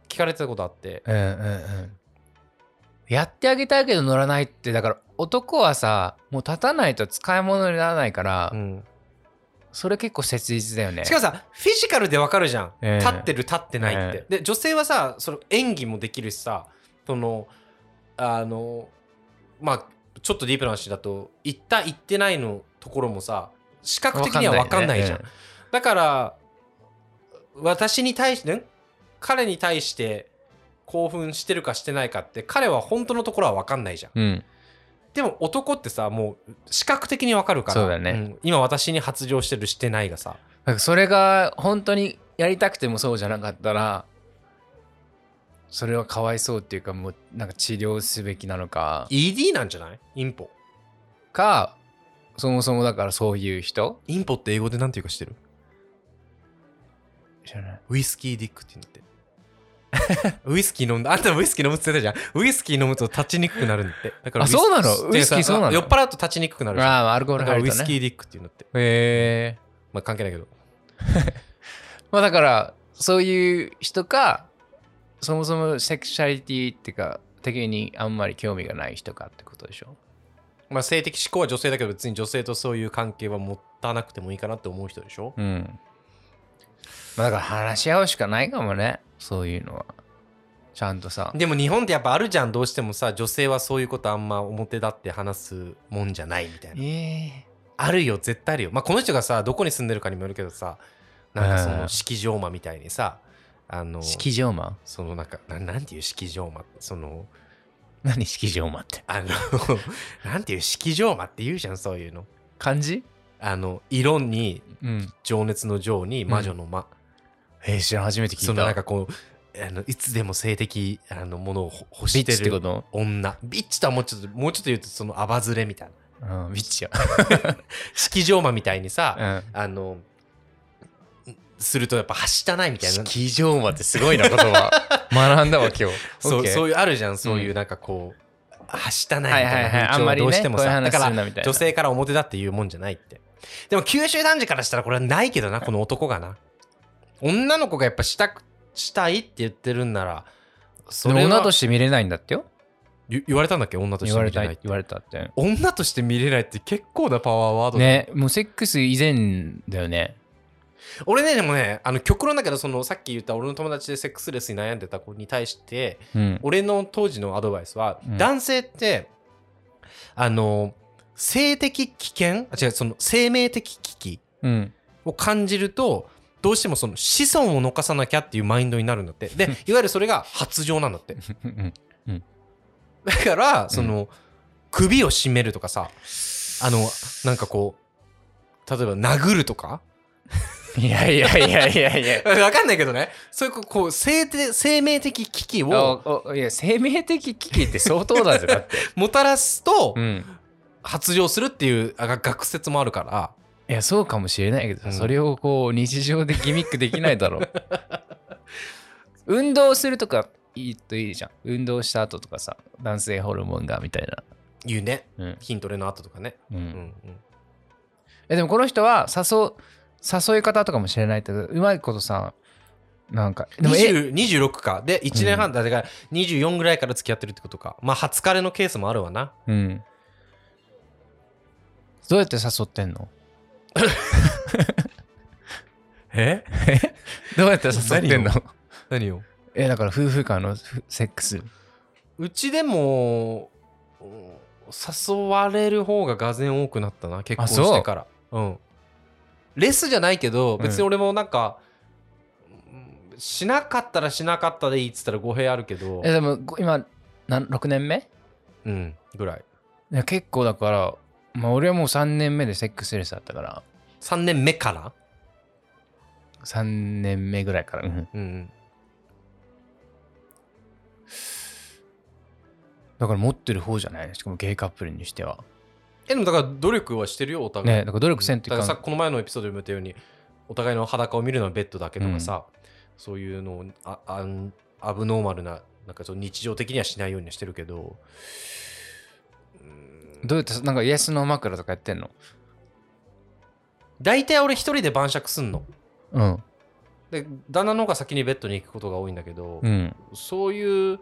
Speaker 2: 聞かれてたことあって
Speaker 1: うん。うん。やってあげたいけど乗らないって、だから男はさ、もう立たないと使い物にならないから、
Speaker 2: うん
Speaker 1: それ結構切実だよね。
Speaker 2: しかもさフィジカルでわかるじゃん、
Speaker 1: ええ
Speaker 2: 立ってる立ってないって、
Speaker 1: え
Speaker 2: で女性はさその演技もできるしさそのあのまあちょっとディープな話だと行った行ってないのところもさ視覚的には分かんないじゃん、
Speaker 1: わか
Speaker 2: だから私に対してん彼に対して興奮してるかしてないかって彼は本当のところは分かんないじゃん
Speaker 1: んね。
Speaker 2: でも男ってさもう視覚的に分かるから
Speaker 1: そうだね
Speaker 2: ん今私に発情してるしてないが
Speaker 1: う
Speaker 2: さ
Speaker 1: ん。なんかそれが本当にやりたくてもそうじゃなかったら、それはかわいそうっていうか、もうなんか治療すべきなのか、
Speaker 2: ED なんじゃないインポ
Speaker 1: か、そもそもだからそういう人
Speaker 2: インポって英語でなんていうかしてる
Speaker 1: 知らない。
Speaker 2: ウイスキーディックって言うんだってウイスキー飲んだあんたウイスキー飲むって言ってたじゃんウイスキー飲むと立ちにくくなるんだってだから
Speaker 1: あそうなの
Speaker 2: っ
Speaker 1: ウ
Speaker 2: て
Speaker 1: イスキーそうなの
Speaker 2: 酔っ払うと立ちにくくなるじゃん
Speaker 1: ああ、アルコール
Speaker 2: だから
Speaker 1: 入
Speaker 2: ウイ
Speaker 1: ると
Speaker 2: ス
Speaker 1: ね。
Speaker 2: キーディックっていうんだって
Speaker 1: へえ。
Speaker 2: まあ関係ないけど
Speaker 1: まあだからそういう人かそもそもセクシャリティっていうか的にあんまり興味がない人かってことでしょ
Speaker 2: まあ性的指向は女性だけど別に女性とそういう関係は持たなくてもいいかなって思う人でしょ
Speaker 1: うんまあだから話し合うしかないかもねそういうのはちゃんとさ
Speaker 2: でも日本ってやっぱあるじゃんどうしてもさ女性はそういうことあんま表立って話すもんじゃないみたい
Speaker 1: え
Speaker 2: な
Speaker 1: え
Speaker 2: あるよ絶対あるよまあこの人がさどこに住んでるかにもよるけどさなんかそ
Speaker 1: うん
Speaker 2: の式場魔みたいにさあの
Speaker 1: 式場マン
Speaker 2: そのなんかななんていう式場魔その
Speaker 1: 何式場マンって
Speaker 2: あの なんていう式場魔って言うじゃんそういうの
Speaker 1: 漢字
Speaker 2: あの色に
Speaker 1: うん
Speaker 2: 情熱の情に魔女の魔、
Speaker 1: えー、知らん初めて聞いた
Speaker 2: そのなんかこうあのいつでも性的あのものをほ欲
Speaker 1: ビ
Speaker 2: し
Speaker 1: ッチ
Speaker 2: て
Speaker 1: ってこ
Speaker 2: る
Speaker 1: と、
Speaker 2: 女ビッチとはもうちょっともうちょっと言うとそのアバズレみたいな
Speaker 1: うん、ビッチや、
Speaker 2: 式場魔みたいにさ、
Speaker 1: うん、
Speaker 2: あのするとやっぱはしたないみたいな
Speaker 1: 式場マンってすごいな言 葉学んだわ今日
Speaker 2: そ
Speaker 1: OK
Speaker 2: うそういうあるじゃんそういううなんかこう、はしたな
Speaker 1: はいい
Speaker 2: み
Speaker 1: は
Speaker 2: たい
Speaker 1: い
Speaker 2: な
Speaker 1: はいあ
Speaker 2: 風
Speaker 1: ん
Speaker 2: 潮
Speaker 1: ま
Speaker 2: は
Speaker 1: り
Speaker 2: どう
Speaker 1: ね
Speaker 2: しても
Speaker 1: こういう
Speaker 2: さ、だ
Speaker 1: 話
Speaker 2: か
Speaker 1: する
Speaker 2: ら
Speaker 1: なみたいな
Speaker 2: 女性から表だって言うもんじゃないってでも九州男児からしたらこれはないけどなこの男がな女の子がやっぱしたくしたいって言ってるんならそ
Speaker 1: でも
Speaker 2: れ
Speaker 1: 女
Speaker 2: は
Speaker 1: として見れないんだってよ
Speaker 2: ゆ言われたんだっけ女と
Speaker 1: 言
Speaker 2: して
Speaker 1: われ
Speaker 2: 見れ
Speaker 1: た
Speaker 2: ないっ
Speaker 1: 言
Speaker 2: て
Speaker 1: われたって
Speaker 2: 女として見れないって結構なパワーワードだ
Speaker 1: ねもうセックス以前だよね
Speaker 2: 俺ねでもねあの極論だけどそのさっき言った俺の友達でセックスレスに悩んでた子に対して
Speaker 1: うん
Speaker 2: 俺の当時のアドバイスは、
Speaker 1: うん
Speaker 2: 男性ってあの性的危険あ違うその生命的危機
Speaker 1: うん
Speaker 2: を感じるとどうしてもその子孫を残さなきゃっていうマインドになるん だってでいわゆるそれが発情なんだって
Speaker 1: うん
Speaker 2: だからその、首を絞めるとかさあのなんかこう例えば殴るとか
Speaker 1: いやいやいやいやい や
Speaker 2: 分かんないけどねそういうこうこう性的生命的危機を
Speaker 1: おおいや生命的危機って相当だぜだって
Speaker 2: もたらすと
Speaker 1: うん
Speaker 2: 発情するっていうあが学説もあるから。
Speaker 1: いやそうかもしれないけどさ、
Speaker 2: うん
Speaker 1: それをこう日常でギミックできないだろ う運動するとかいいといいじゃん運動した後とかさ男性ホルモンがみたい
Speaker 2: 言うね
Speaker 1: なうん
Speaker 2: 筋トレの後とかね、
Speaker 1: うん、
Speaker 2: うん
Speaker 1: えでもこの人は誘う誘い方とかも知れないってうまいことさなんか
Speaker 2: うん、
Speaker 1: でもえ
Speaker 2: 20 26かで1年半だだから24ぐらいから付き合ってるってことかまあ初彼のケースもあるわな
Speaker 1: うんどうやって誘ってんの
Speaker 2: え
Speaker 1: どうやって誘ってんの
Speaker 2: 何何を
Speaker 1: え、だから夫婦間のふセックス。
Speaker 2: うちでもうん誘われる方ががぜ多くなったな結婚
Speaker 1: そう
Speaker 2: してからうんレスじゃないけど
Speaker 1: うん
Speaker 2: 別に俺もなんか、うんしなかったらしなかったでいいっつったら語弊あるけど
Speaker 1: え、でもご今、なん6年目
Speaker 2: うんぐらい
Speaker 1: いや結構だから、まあ俺はもう3年目でセックスレスだったから、
Speaker 2: 3年目から
Speaker 1: 3年目ぐらいから。うん
Speaker 2: うんうん
Speaker 1: だから持ってる方じゃないしかもゲイカップルにしては。
Speaker 2: えでもだから努力はしてるよお互い
Speaker 1: ね、だから努力せんとい
Speaker 2: だ
Speaker 1: か
Speaker 2: からさ
Speaker 1: ん。
Speaker 2: この前のエピソードでも言ったようにお互いの裸を見るのはベッドだけとかさ、そういうのをああんアブノーマルななんかその日常的にはしないようにはしてるけど
Speaker 1: どうやって、なんかイエスの枕とかやってんの
Speaker 2: 大体俺一人で晩酌すんの
Speaker 1: うん。
Speaker 2: で旦那の方が先にベッドに行くことが多いんだけど、
Speaker 1: うん。
Speaker 2: そういう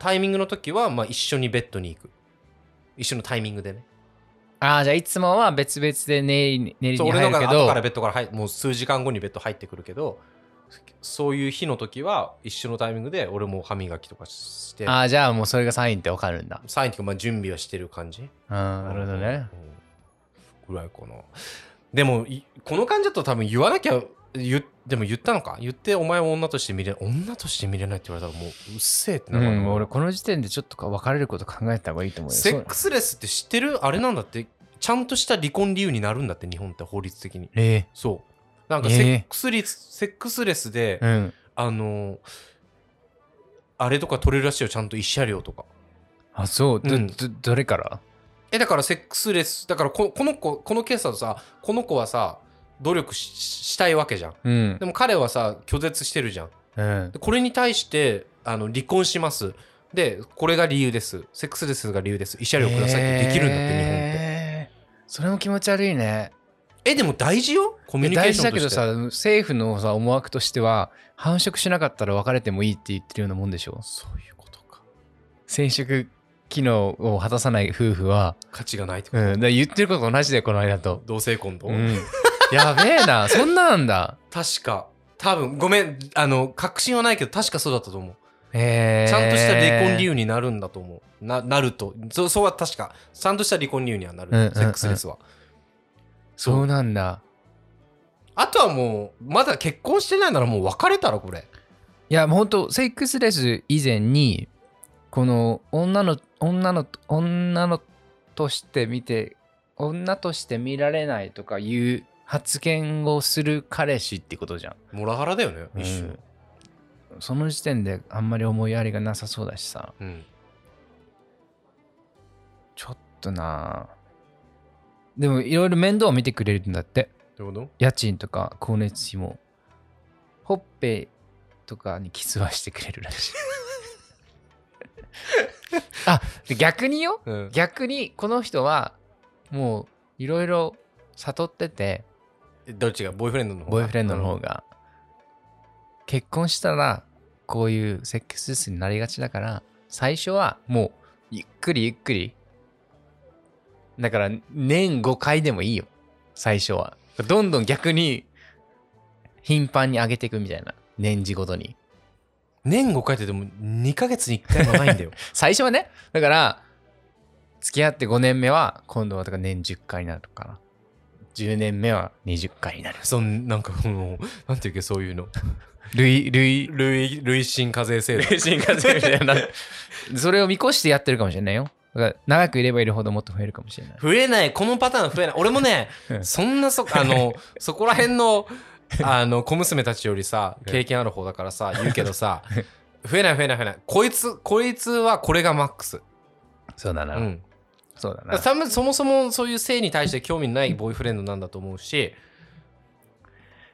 Speaker 2: タイミングの時は、まあ、一緒にベッドに行く一緒のタイミングでね
Speaker 1: ああ、じゃあいつもは別々で寝り寝り
Speaker 2: そう
Speaker 1: に
Speaker 2: 俺の
Speaker 1: 入る
Speaker 2: が
Speaker 1: け
Speaker 2: 後
Speaker 1: ど
Speaker 2: から、ベッドから入もう数時間後にベッド入ってくるけどそういう日の時は一緒のタイミングで俺も歯磨きとかして
Speaker 1: ああ、じゃあもうそれがサインってわかるんだ。
Speaker 2: サインっていうかまあ準備はしてる感じ
Speaker 1: うん、なるほどね。
Speaker 2: うんぐらいかなでもいこの感じだと多分言わなきゃ言でも言ったのか言ってお前を女として見れ女として見れないって言われたらもううっせえって
Speaker 1: う
Speaker 2: なる
Speaker 1: ん、俺この時点でちょっとか別れること考えた方がいいと思うよ。
Speaker 2: セックスレスって知ってるあれなんだってちゃんとした離婚理由になるんだって日本って法律的に
Speaker 1: そうえ
Speaker 2: そうなんか
Speaker 1: え
Speaker 2: セ
Speaker 1: ー
Speaker 2: ックスレス、セックスレスで、
Speaker 1: えうん。
Speaker 2: あのーあれとか取れるらしいよちゃんと慰謝料とか
Speaker 1: あ、そう。ど、
Speaker 2: うん
Speaker 1: ど、どれから
Speaker 2: えだからセックスレスだからここの子このケースだとさこの子はさ努力ししたいわけじゃん
Speaker 1: うん
Speaker 2: で。も彼はさ拒絶してるじゃん
Speaker 1: うん
Speaker 2: で。これに対してあの離婚しますでこれが理由ですセックスレスが理由です慰謝料くださいってできるんだって、日本って
Speaker 1: えーそれも気持ち悪いね。
Speaker 2: えでも大事よコミュニケー
Speaker 1: 大
Speaker 2: シ
Speaker 1: 事
Speaker 2: ョン
Speaker 1: だ
Speaker 2: と
Speaker 1: け
Speaker 2: して
Speaker 1: どさ、政府のさ思惑としては、繁殖しなかったら別れてもいいって言ってるようなもんでしょ。
Speaker 2: そういうことか
Speaker 1: 生殖機能を果たさない夫婦は、
Speaker 2: 価値がないってこ
Speaker 1: う
Speaker 2: と、
Speaker 1: ん、だから言ってることと同じだよ、この間と。
Speaker 2: 同性婚と、
Speaker 1: うん、やべえ な、そんななんだ。
Speaker 2: 確か多分ごめんあの確信はないけど確かそうだったと思う
Speaker 1: えー、
Speaker 2: ちゃんとした離婚理由になるんだと思う。ななると。そそうは確か。ちゃんとした離婚理由にはなる。
Speaker 1: うんうんうん
Speaker 2: セックスレスは。
Speaker 1: そうなんだ。
Speaker 2: あとはもう、まだ結婚してないならもう別れたらこれ。
Speaker 1: いや、本当セックスレス以前に、この女の、女の、女のとして見て、女として見られないとかいう発言をする彼氏ってことじゃん。
Speaker 2: モラハラだよね、一
Speaker 1: う
Speaker 2: 瞬
Speaker 1: ん。その時点であんまり思いやりがなさそうだしさ、
Speaker 2: うん。
Speaker 1: ちょっとなあでもいろいろ面倒を見てくれるんだって。
Speaker 2: どういうこ
Speaker 1: 家賃とか光熱費もほっぺとかにキスはしてくれるら しいあで逆によ
Speaker 2: とうん。
Speaker 1: 逆にこの人はもういろいろ悟ってて
Speaker 2: どっちがボーイフレンドの方
Speaker 1: ボーイフレンドの方
Speaker 2: が。
Speaker 1: が結婚したらこういうセックスレスになりがちだから最初はもうゆっくりゆっくりだから年5回でもいいよ最初はどんどん逆に頻繁に上げていくみたいな年次ごとに
Speaker 2: 年5回ってでも2ヶ月に1回もないんだよ。
Speaker 1: 最初はねだから付き合って5年目は今度はだから年10回になるかな10年目は20回になる
Speaker 2: そんなんかもう、なんていうっけ、そういうの。
Speaker 1: 類類
Speaker 2: 累累進課税制度。
Speaker 1: 進化するみたいな それを見越してやってるかもしれないよだから長くいればいるほどもっと増えるかもしれない
Speaker 2: 増えないこのパターン増えない俺もね
Speaker 1: うん
Speaker 2: そ んなそあのそこら辺のあの小娘たちよりさ
Speaker 1: うん
Speaker 2: 経験ある方だからさ言うけ どさ増えない増えない増えないこいつこいつはこれがマックス
Speaker 1: そうだな
Speaker 2: うん
Speaker 1: そうだ
Speaker 2: だから多分そもそもそういう性に対して興味のないボーイフレンドなんだと思うし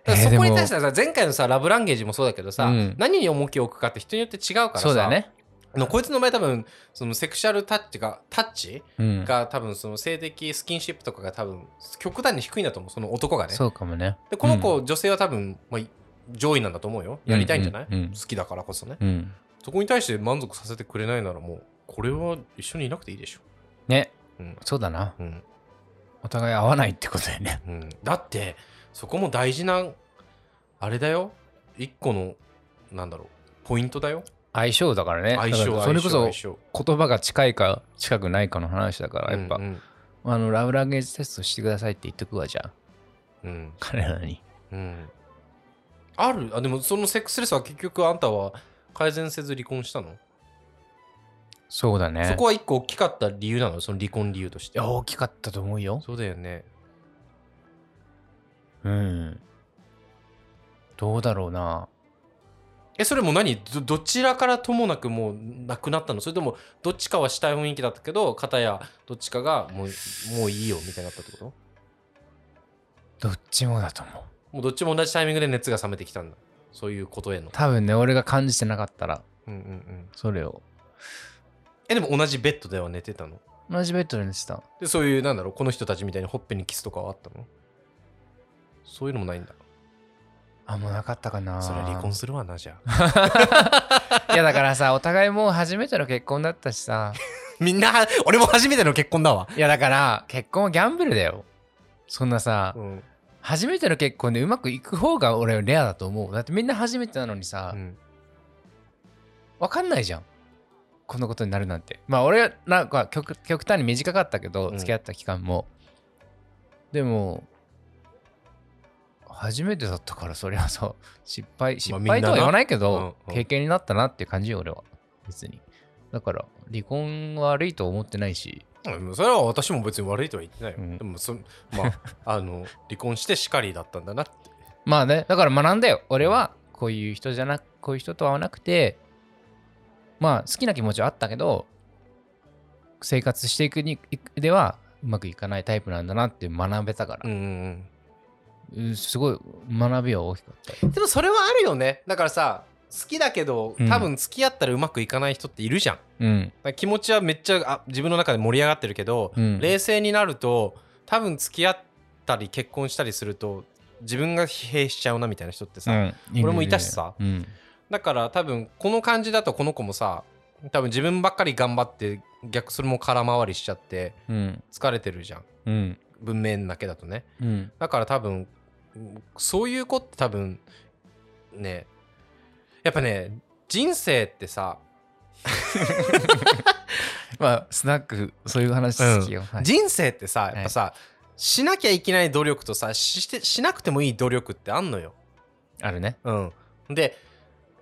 Speaker 2: だからそこに対してはさ前回のさラブランゲージもそうだけどさ、
Speaker 1: うん
Speaker 2: 何に重きを置くかって人によって違うからさ
Speaker 1: そうだよね
Speaker 2: あのこいつの場合多分そのセクシャルタッチがタッチ
Speaker 1: うん
Speaker 2: が多分その性的スキンシップとかが多分極端に低いんだと思うその男がね
Speaker 1: そうかもね
Speaker 2: でこの子、
Speaker 1: う
Speaker 2: 女性は多分、まあ、上位なんだと思うよやりたいんじゃない、
Speaker 1: うんうんうん
Speaker 2: 好きだからこそね
Speaker 1: うん
Speaker 2: そこに対して満足させてくれないならもうこれは一緒にいなくていいでしょ
Speaker 1: ね
Speaker 2: うん
Speaker 1: そうだな
Speaker 2: うん
Speaker 1: お互い合わないってことだよね。
Speaker 2: うん、だってそこも大事なあれだよ一個のなんだろうポイントだよ
Speaker 1: 相性だからね。
Speaker 2: 相性
Speaker 1: だか
Speaker 2: 相
Speaker 1: ら
Speaker 2: 性
Speaker 1: それこ
Speaker 2: 相
Speaker 1: そ
Speaker 2: 性
Speaker 1: 言葉が近いか近くないかの話だから、やっぱ、
Speaker 2: うんうん
Speaker 1: あのラブランゲージテストしてくださいって言っとくわ、じゃあ、
Speaker 2: うん
Speaker 1: 彼らに。
Speaker 2: うんあるあでもそのセックスレスは結局あんたは改善せず離婚したの
Speaker 1: そうだね。
Speaker 2: そこは一個大きかった理由なのその離婚理由とし
Speaker 1: い
Speaker 2: て
Speaker 1: や、大きかったと思うよ。
Speaker 2: そうだよね
Speaker 1: うん。どうだろうな。
Speaker 2: えそれも何どどちらからともなくもうなくなったのそれともどっちかはしたい雰囲気だったけど片やどっちかがもうもういいよみたいになったってこ
Speaker 1: ど
Speaker 2: と
Speaker 1: っちもだと思う。
Speaker 2: もうどっちも同じタイミングで熱が冷めてきたんだそういうことへの
Speaker 1: 多分ね、俺が感じてなかったら、
Speaker 2: うんうんうん
Speaker 1: それを。
Speaker 2: えでも同じベッドでは寝てたの
Speaker 1: 同じベッドで寝てた。
Speaker 2: でそういうなんだろうこの人たちみたいにほっぺにキスとかはあったのそういうのもないんだ
Speaker 1: あ、もうなかったかな。
Speaker 2: それ離婚するわなじゃあ
Speaker 1: いや、だからさ、お互いもう初めての結婚だったしさ。
Speaker 2: みんな は俺も初めての結婚だわ
Speaker 1: いや、だから、結婚はギャンブルだよ。そんなさ
Speaker 2: う、ん、
Speaker 1: 初めての結婚でうまくいく方が俺はレアだと思う。だってみんな初めてなのにさ
Speaker 2: う、ん、
Speaker 1: わかんないじゃん。こんなことになるなんて。まあ俺はなんか極極端に短かったけど、
Speaker 2: うん
Speaker 1: 付き合った期間も。でも、初めてだったからそりゃさ、失敗、失敗とは言わないけ
Speaker 2: みんなな
Speaker 1: ど、
Speaker 2: うんうん
Speaker 1: 経験になったなっていう感じよ、俺は。別に。だから、離婚は悪いと思ってないし、
Speaker 2: うんそれは私も別に悪いとは言ってないよ、
Speaker 1: うん
Speaker 2: でもそま ああの離婚してしかりだったんだなって
Speaker 1: まあね、だから学んだよ。俺はこういう人じゃなく、こういう人と会わなくて、まあ好きな気持ちはあったけど、生活していくにいくではうまくいかないタイプなんだなって学べたから
Speaker 2: うん、うん
Speaker 1: うんすごい学びは大きかった
Speaker 2: う。んでもそれはあるよねだからさ好きだけど
Speaker 1: うん
Speaker 2: 多分付き合ったらうまくいかない人っているじゃん、
Speaker 1: うん。
Speaker 2: だから気持ちはめっちゃあ自分の中で盛り上がってるけど、
Speaker 1: うん
Speaker 2: 冷静になると多分付き合ったり結婚したりすると自分が疲弊しちゃうなみたいな人ってさ、
Speaker 1: うん
Speaker 2: 俺もいたしさ
Speaker 1: うん。
Speaker 2: だから多分この感じだとこの子もさ多分自分ばっかり頑張って逆それも空回りしちゃって
Speaker 1: うん。
Speaker 2: 疲れてるじゃん
Speaker 1: うん。
Speaker 2: 文面だけだとね
Speaker 1: うん。
Speaker 2: だから多分うんそういう子って多分ねやっぱね人生ってさ、
Speaker 1: まあ、スナック、そういう話好きよ。はい
Speaker 2: 人生ってさやっぱさ、しなきゃいけない努力とさしてしなくてもいい努力ってあんのよ。
Speaker 1: あるね。
Speaker 2: うん、で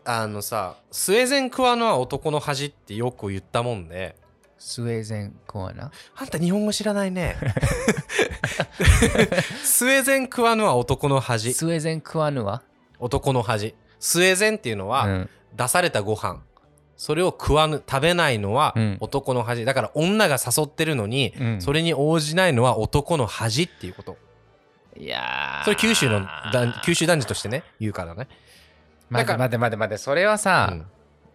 Speaker 2: あのさスウェーデン食わのは男の恥ってよく言ったもんで
Speaker 1: スウェーデンコアナ。
Speaker 2: あんた日本語知らない ねスウェーデン食わのは男の恥
Speaker 1: スウェーデンクアヌは
Speaker 2: 男の恥スウェーデンっていうのは、
Speaker 1: うん
Speaker 2: 出されたご飯それを食わぬ食べないのは
Speaker 1: うん
Speaker 2: 男の恥だから女が誘ってるのに、
Speaker 1: うん
Speaker 2: それに応じないのは男の恥っていうこと
Speaker 1: いやー
Speaker 2: それ九州の男九州男児としてね言うからね、
Speaker 1: 待て待て待て待て、それはさ、
Speaker 2: うんい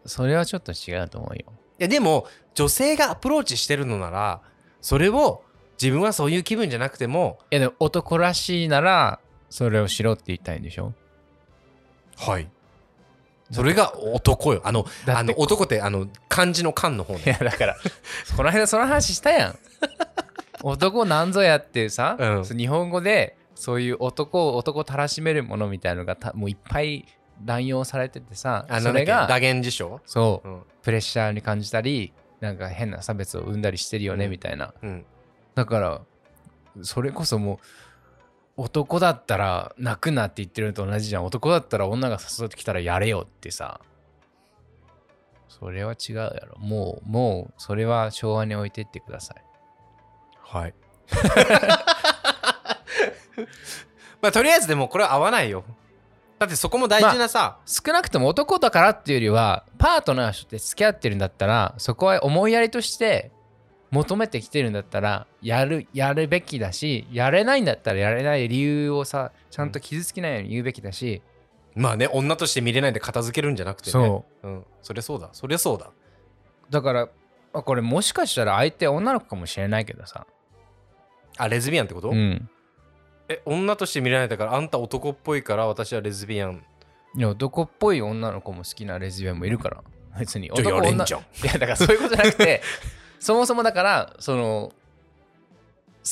Speaker 1: それはちょっと違うと思うよ。
Speaker 2: やでも女性がアプローチしてるのならそれを自分はそういう気分じゃなくても
Speaker 1: いやでも男らしいならそれをしろって言いたいんでしょ
Speaker 2: はいそれが男よあの
Speaker 1: だって
Speaker 2: あの男ってあの漢字の漢の方
Speaker 1: い
Speaker 2: ね
Speaker 1: やだから この間その話したやん男なんぞやっていうさ、
Speaker 2: うん
Speaker 1: そう日本語でそういう男を男たらしめるものみたいのがたもういっぱい乱用されててさ
Speaker 2: あ
Speaker 1: そ
Speaker 2: の
Speaker 1: れ
Speaker 2: 打
Speaker 1: が
Speaker 2: 言辞書
Speaker 1: そううんプレッシャーに感じたりなんか変な差別を生んだりしてるよね、
Speaker 2: うん
Speaker 1: みたいな
Speaker 2: うん
Speaker 1: だからそれこそもう男だったら泣くなって言ってるのと同じじゃん男だったら女が誘ってきたらやれよってさそれは違うやろもうもうそれは昭和に置いてってください
Speaker 2: はい。 まあとりあえずでもこれは合わないよ。だってそこも大事なさ、
Speaker 1: 少なくとも男だからっていうよりはパートナーとして付き合ってるんだったらそこは思いやりとして求めてきてるんだったらやるやるべきだしやれないんだったらやれない理由をさちゃんと傷つけないように言うべきだし、
Speaker 2: まあね女として見れないで片付けるんじゃなくてね。
Speaker 1: そう
Speaker 2: う。ん、そりゃそうだ。そりゃそうだ。
Speaker 1: だからあこれもしかしたら相手女の子かもしれないけどさ、
Speaker 2: あレズビアンってこと、
Speaker 1: うん、
Speaker 2: え女として見れないだからあんた男っぽいから私はレズビアン。
Speaker 1: いや男っぽい女の子も好きなレズビアンもいるから別に
Speaker 2: じゃあやれん
Speaker 1: 女
Speaker 2: じゃん。
Speaker 1: い やだからそういうことじゃなくてそもそもだからその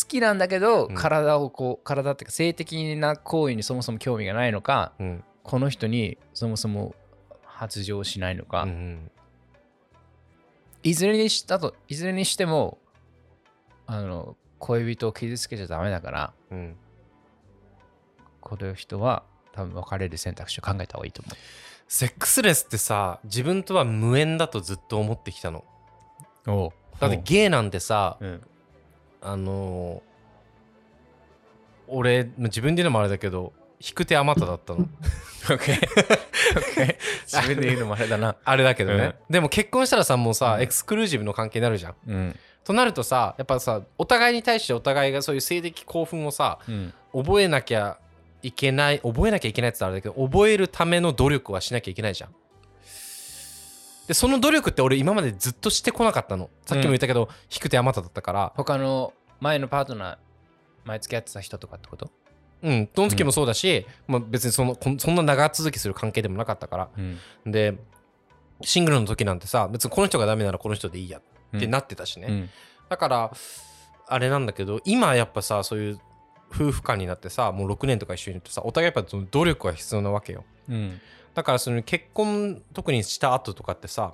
Speaker 1: きなんだけど、
Speaker 2: うん
Speaker 1: 体をこう体っていうか性的な行為にそもそも興味がないのか
Speaker 2: うん
Speaker 1: この人にそもそも発情しないのか、
Speaker 2: うん
Speaker 1: いずれにしたといずれにしてもあの恋人を傷つけちゃダメだから
Speaker 2: うん
Speaker 1: この人は多分別れる選択肢を考えた方がいいと思
Speaker 2: セックスレスってさ自分とは無縁だとずっと思ってきたの
Speaker 1: う。お
Speaker 2: だってゲイなんてさ
Speaker 1: うん、
Speaker 2: あのー俺自分で言うのもあれだけど引く手あまただったの
Speaker 1: 自分で言うのもあれだな。
Speaker 2: あれだけどね、でも結婚したらさもうさ、エクスクルージブの関係になるじゃん
Speaker 1: うん。
Speaker 2: となるとさやっぱさお互いに対してお互いがそういう性的興奮をさ
Speaker 1: うん。
Speaker 2: 覚えなきゃいけない覚えなきゃいけないって言ったらあれだけど覚えるための努力はしなきゃいけないじゃん。でその努力って俺今までずっとしてこなかったのさっきも言ったけど、引く手あまただったから
Speaker 1: 他の前のパートナー、前付き合ってた人とかってこと
Speaker 2: うんどの時もそうだし、まあ、別にそのこんそんな長続きする関係でもなかったから
Speaker 1: うん。
Speaker 2: でシングルの時なんてさ別にこの人がダメならこの人でいいやってなってたしね、
Speaker 1: うん。
Speaker 2: だからあれなんだけど今やっぱさそういう夫婦間になってさもう6年とか一緒にいるとさお互いやっぱその努力が必要なわけよ
Speaker 1: うん。
Speaker 2: だからその結婚特にした後とかってさ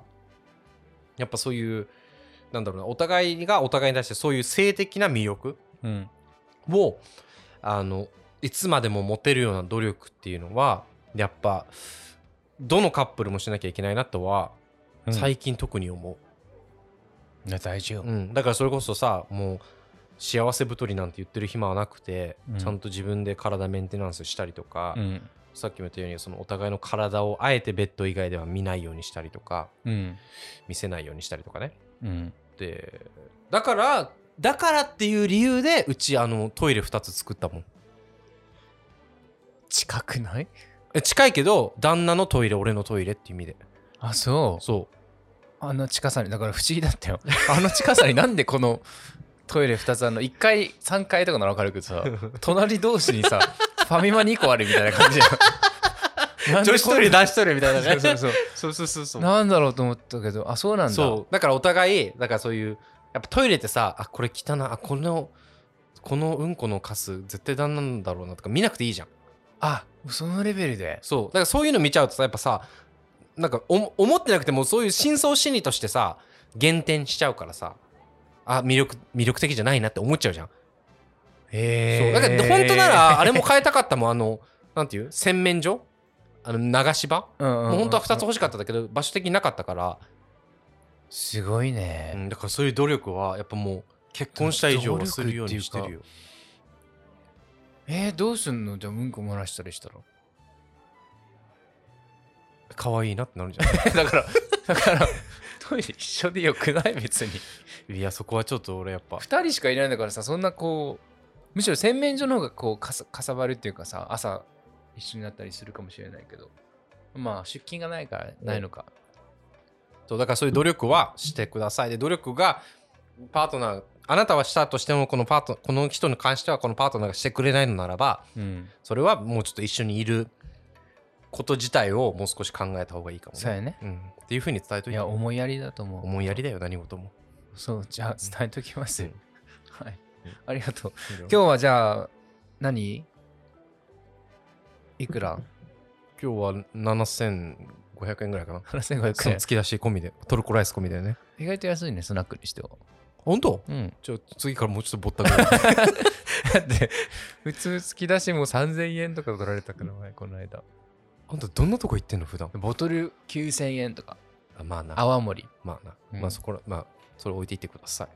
Speaker 2: やっぱそういうなんだろうなお互いがお互いに対してそういう性的な魅力
Speaker 1: うん。
Speaker 2: をあのいつまでも持てるような努力っていうのはやっぱどのカップルもしなきゃいけないなとは
Speaker 1: うん
Speaker 2: 最近特に思う、
Speaker 1: 大丈夫。
Speaker 2: うん、だからそれこそさもう幸せ太りなんて言ってる暇はなくて、
Speaker 1: うん
Speaker 2: ちゃんと自分で体メンテナンスしたりとか、
Speaker 1: うん。
Speaker 2: さっきも言ったようにそのお互いの体をあえてベッド以外では見ないようにしたりとか
Speaker 1: うん。
Speaker 2: 見せないようにしたりとかね
Speaker 1: うん。
Speaker 2: でだからだからっていう理由でうちあのトイレ2つ作ったもん
Speaker 1: 近くない
Speaker 2: え近いけど旦那のトイレ俺のトイレっていう意味で
Speaker 1: あ、そう。
Speaker 2: そう
Speaker 1: あの近さに、だから不思議だ ったよ。あの近さになんでこのトイレ2つあるの、1階、3階とかなら分かるけど さ、隣同士にさ、ファミマ2個あるみたいな感じや ん。
Speaker 2: 女子トイレ
Speaker 1: 男子トイレみたい
Speaker 2: なね
Speaker 1: そうそうそう。
Speaker 2: そうそうそうそ
Speaker 1: なんだろうと思ったけど、あ、そうなんだ。
Speaker 2: そうだからお互いだからそういうやっぱトイレってさあこれ汚なあこのこのうんこのカス絶対旦那なんだろうなとか見なくていいじゃん
Speaker 1: あ、そのレベルで。
Speaker 2: そうだからそういうの見ちゃうとさやっぱさなんかお思ってなくてもそういう深層心理としてさ減点しちゃうからさあ魅力魅力的じゃないなって思っちゃうじゃん、
Speaker 1: へ
Speaker 2: そうだから本当ならあれも変えたかったもんあのなんていう洗面所あの流し場
Speaker 1: も
Speaker 2: もう本当は2つ欲しかったんだけど場所的になかったから、
Speaker 1: すごいうね、
Speaker 2: んだからそういう努力はやっぱもう結婚した以上はするようにしてるよ
Speaker 1: えー、どうすんのじゃあうんこ漏らしたりしたら
Speaker 2: 可愛いなってなるんじゃ
Speaker 1: だから だからトイレ一緒でよくない別に
Speaker 2: ないいやそこはちょっと俺やっぱ
Speaker 1: 2人しかいないんだからさそんなこうむしろ洗面所の方がこうかさかさばるっていうかさ朝一緒になったりするかもしれないけどまあ出勤がないからないのか
Speaker 2: そうだからそういう努力はしてくださいで努力がパートナーあなたはしたとしてもこのパートこの人に関してはこのパートナーがしてくれないのならば
Speaker 1: うん
Speaker 2: それはもうちょっと一緒にいること自体をもう少し考えた方がいいかも
Speaker 1: そう
Speaker 2: ね、
Speaker 1: やね
Speaker 2: うん、っていうふうに伝えと
Speaker 1: い
Speaker 2: いて
Speaker 1: や思いやりだと思う
Speaker 2: 思いやりだよ何事も
Speaker 1: そうじゃあ伝えときます、
Speaker 2: うん
Speaker 1: はい
Speaker 2: うん
Speaker 1: ありがとう
Speaker 2: 今日
Speaker 1: 今日はじゃあ何いく ら
Speaker 2: 今日は7500円ぐらいかなそ
Speaker 1: ?7500
Speaker 2: の
Speaker 1: 円
Speaker 2: 突き出し込みでトルコライス込みだよね
Speaker 1: 意外と安いねスナックにしては
Speaker 2: 本当
Speaker 1: うん
Speaker 2: ちょ次からもうちょっとぼったく らい
Speaker 1: だって普通突き出しも3000円とか取られたから前この間
Speaker 2: あんたどんなとこ行ってんの普段
Speaker 1: ボトル9000円とか
Speaker 2: あまあな
Speaker 1: 泡盛
Speaker 2: まあな、
Speaker 1: うん
Speaker 2: まあそこらまあそれ置いていってください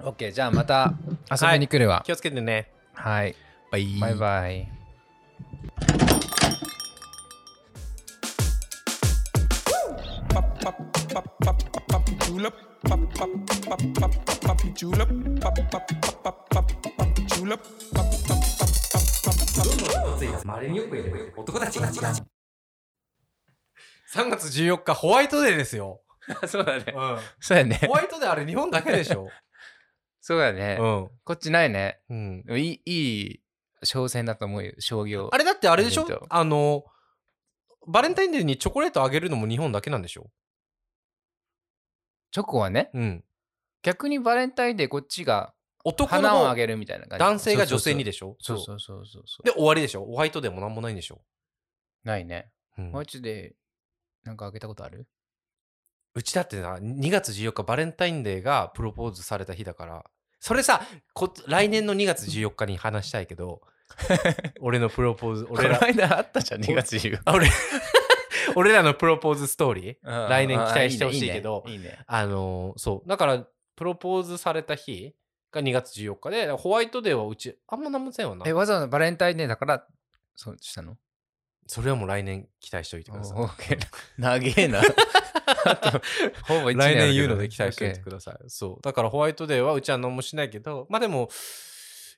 Speaker 1: OK じゃあまた遊びに来るわ
Speaker 2: 気をつけてね
Speaker 1: はい、
Speaker 2: バイ
Speaker 1: バイバイ
Speaker 2: 3月14日ホワイトデーですよ、
Speaker 1: そうだね
Speaker 2: ホ
Speaker 1: そうやね
Speaker 2: ワイトデーあれ日本だけで しょ
Speaker 1: そうだね、
Speaker 2: ん、
Speaker 1: こっちないね
Speaker 2: うん、
Speaker 1: いいいい商戦だと思うよ商業
Speaker 2: あれだってあれでし
Speaker 1: イ
Speaker 2: ょ
Speaker 1: ベント
Speaker 2: あのバレンタインデーにチョコレートあげるのも日本だけなんでしょ
Speaker 1: チョコはね
Speaker 2: うん
Speaker 1: 逆にバレンタインデーこっちが
Speaker 2: 男の
Speaker 1: 花をあ
Speaker 2: 方
Speaker 1: げるみたいな感じ
Speaker 2: 男性が女性にでしょ
Speaker 1: そう
Speaker 2: そ
Speaker 1: そううそうそうそう
Speaker 2: で終わりでしょおホワイトでもなんもないんでしょ、
Speaker 1: ないね
Speaker 2: う
Speaker 1: マジでなんかあげたことある
Speaker 2: うちだってな2月14日バレンタインデーがプロポーズされた日だからそれさこ来年の2月14日に話したいけ ど俺のプロポーズ俺ら
Speaker 1: この間あったじゃん2月1
Speaker 2: あ俺 俺らのプロポーズストーリー
Speaker 1: 日
Speaker 2: 来年期待してほしいけど
Speaker 1: あいいねいいね
Speaker 2: あのーそうだからプロポーズされた日が2月14日でホワイトデーはうちあんま何もせんわな
Speaker 1: えわざわざバレンタインデーだからそうしたの
Speaker 2: それはもう来年期待しておいてください
Speaker 1: おー 長 えなほぼ一
Speaker 2: 来
Speaker 1: あるけど
Speaker 2: 年言うので期待しておいてください。そう。だからホワイトデーはうちは何もしないけど、まあでも、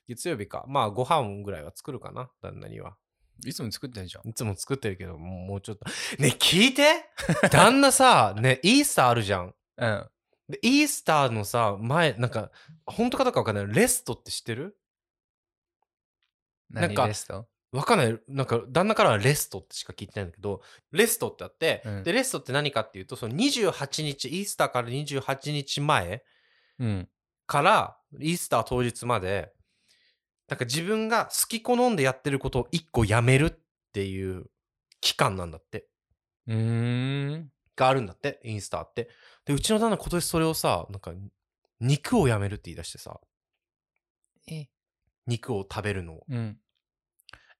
Speaker 2: 月曜日か。まあご飯ぐらいは作るかな、旦那には。
Speaker 1: いつも作ってるじゃん
Speaker 2: いつも作ってるけど、もうもうちょっと。ね、聞いて 旦那さ、ね、イースターあるじゃん。
Speaker 1: うん
Speaker 2: で、イースターのさ、前、なんか、本当かどうかわかんない。レストって知ってるなん
Speaker 1: 何
Speaker 2: か
Speaker 1: レスト
Speaker 2: わかんない。なんか、旦那からはレストってしか聞いてないんだけど、レストってあって、
Speaker 1: うん
Speaker 2: で、レストって何かっていうと、その28日、イースターから28日前、
Speaker 1: うん
Speaker 2: からイースター当日までなんか自分が好き好んでやってることを一個やめるっていう期間なんだって
Speaker 1: うーん
Speaker 2: があるんだってイースターってでうちの旦那今年それをさなんか肉をやめるって言い出してさ
Speaker 1: え
Speaker 2: 肉を食べるのを
Speaker 1: うん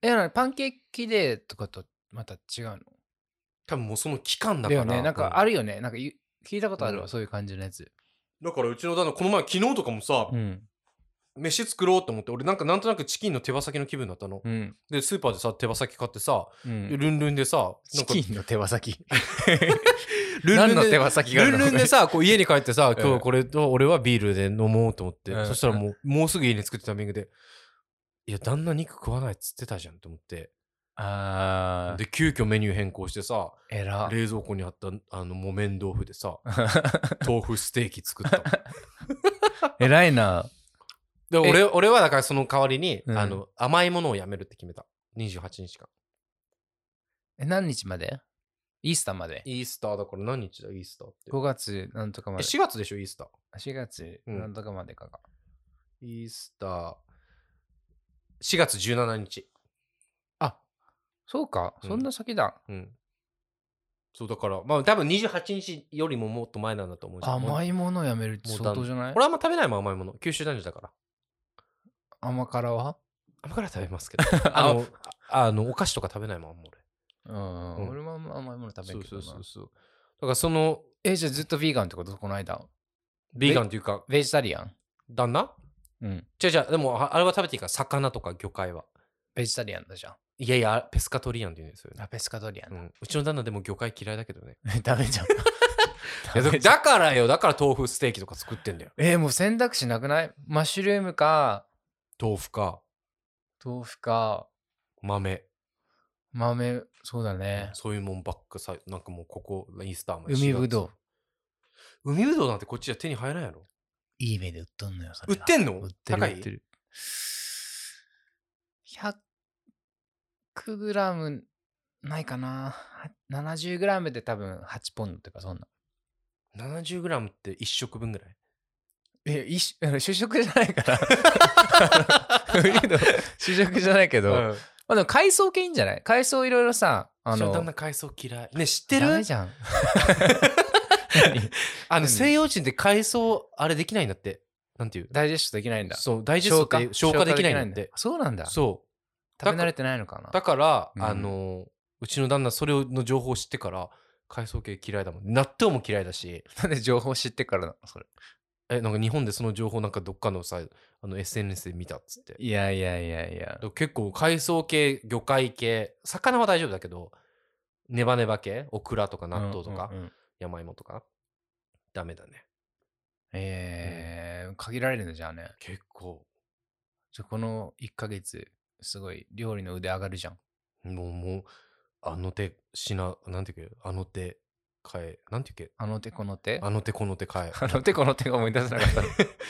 Speaker 1: えなんかパンケーキデーとかとまた違うの
Speaker 2: 多分もうその期間だ
Speaker 1: だ
Speaker 2: から
Speaker 1: よねなんかあ
Speaker 2: る
Speaker 1: るよねなんかゆ聞いたことあるわ、
Speaker 2: うん
Speaker 1: そういう感じのやつ
Speaker 2: だからうちの旦那この前昨日とかもさ、
Speaker 1: ん
Speaker 2: 飯作ろうと思って俺なんかなんとなくチキンの手羽先の気分だったの、
Speaker 1: うん
Speaker 2: でスーパーでさ手羽先買ってさ、
Speaker 1: う
Speaker 2: で
Speaker 1: ん
Speaker 2: ルンルンでさなん か
Speaker 1: ンの手羽 先
Speaker 2: ルンルンで
Speaker 1: 何の手羽先がある
Speaker 2: ル
Speaker 1: の
Speaker 2: ンルン でさ、こう家に帰ってさ、
Speaker 1: うん
Speaker 2: 今日これと俺はビールで飲もうと思って、
Speaker 1: うん
Speaker 2: そしたらもう、もうすぐ家に作ってタイミングで、いや、旦那肉食わないっつってたじゃんと思って、
Speaker 1: あー
Speaker 2: で、急遽メニュー変更してさ、
Speaker 1: えら
Speaker 2: 冷蔵庫にあったあの木綿豆腐 でさ、豆腐ステーキ作ったの。
Speaker 1: えらいな
Speaker 2: で、俺俺はだからその代わりに、
Speaker 1: うん
Speaker 2: あの甘いものをやめるって決めた。28日間。
Speaker 1: え何日までイースターまで
Speaker 2: イースターだから何日だ、イースターって。
Speaker 1: 5月なんとかまで
Speaker 2: え4月でしょ、イースター。
Speaker 1: 4月
Speaker 2: うん
Speaker 1: なんとかまでかが、
Speaker 2: イースター。4月17日。
Speaker 1: あそうか
Speaker 2: うん
Speaker 1: そんな先だ、
Speaker 2: うん。そうだから、まあ多分28日よりももっと前なんだと思う
Speaker 1: 甘
Speaker 2: い
Speaker 1: いものやめるって
Speaker 2: もう
Speaker 1: 相当じゃない
Speaker 2: 俺あんま食べないもん、甘いもの。九州男児だから。
Speaker 1: 甘辛は
Speaker 2: 甘辛食べますけど。 あの、ああのお菓子とか食べないもん、あんま俺。
Speaker 1: うん、
Speaker 2: うん
Speaker 1: 俺もあんま甘いもの食べるけどな
Speaker 2: そうそうそうそう。だからその、
Speaker 1: えじゃあずっとヴィーガンってことこの間
Speaker 2: ビーガンというか、
Speaker 1: ベジタリアン
Speaker 2: 旦那
Speaker 1: うん
Speaker 2: 違う違う、でもああれは食べていいから、魚とか魚介は。
Speaker 1: ベジタリアンだじゃん
Speaker 2: いやいや、ペスカトリアンって言うんですよね。
Speaker 1: あペスカトリアン
Speaker 2: う
Speaker 1: だ、
Speaker 2: ん、うちの旦那でも魚介嫌いだけどね。
Speaker 1: ダメじゃん
Speaker 2: いやだだからよ、だから豆腐ステーキとか作ってんだよ。
Speaker 1: えーもう選択肢なくないマッシュルームか
Speaker 2: 豆腐か
Speaker 1: 豆腐か
Speaker 2: 豆、
Speaker 1: 豆そうだね
Speaker 2: そういうもんばっかさ、なんかもうここ、インスターまで
Speaker 1: 海ぶど
Speaker 2: う。海ぶどうなんてこっちじゃ手に入らんやろ。
Speaker 1: ういい目で売っとんのよそ
Speaker 2: 売
Speaker 1: れ
Speaker 2: ってんの
Speaker 1: 売ってる
Speaker 2: 高
Speaker 1: 売
Speaker 2: い
Speaker 1: ってる 100g ないかな 70g で多分8ポンドとかそんな
Speaker 2: ?70g って1食分ぐらい。
Speaker 1: え一緒あ の主食じゃないから海ぶどう 主食じゃないけ ど、ま
Speaker 2: ん、
Speaker 1: あでも海藻系いいんじゃない海藻いろいろさあ
Speaker 2: あの
Speaker 1: の
Speaker 2: 旦那海藻嫌い。ね、知ってる
Speaker 1: ダメじゃん
Speaker 2: あの
Speaker 1: 何
Speaker 2: 西洋人って海藻、あれできないんだって。なんていう
Speaker 1: ダイジェストできないんだ
Speaker 2: そう、大事消化消化できないんだって。
Speaker 1: そうなんだ食
Speaker 2: そ
Speaker 1: べ慣れてないのか
Speaker 2: う。
Speaker 1: な
Speaker 2: だから、
Speaker 1: うん
Speaker 2: あの、うちの旦那、それの情報を知ってから、海藻系嫌いだもん。納豆も嫌いだし、
Speaker 1: なんで情報知ってからなのそれ
Speaker 2: え、なんか日本でその情報なんかどっかのさ、あの SNS で見たっつって。
Speaker 1: いやいやいやいや
Speaker 2: だから結構海藻系魚介系魚は大丈夫だけどネバネバ系オクラとか納豆とか、
Speaker 1: うんうんうん
Speaker 2: 山芋とかダメだね
Speaker 1: えー限られるのじゃあね
Speaker 2: 結構
Speaker 1: じゃあこの1ヶ月すごい料理の腕上がるじゃん
Speaker 2: もうもうあの手しななんていうっけあの手変えなんていうっ
Speaker 1: あの手この手
Speaker 2: け あの手この手変え
Speaker 1: あの手この手が思い出せなかっ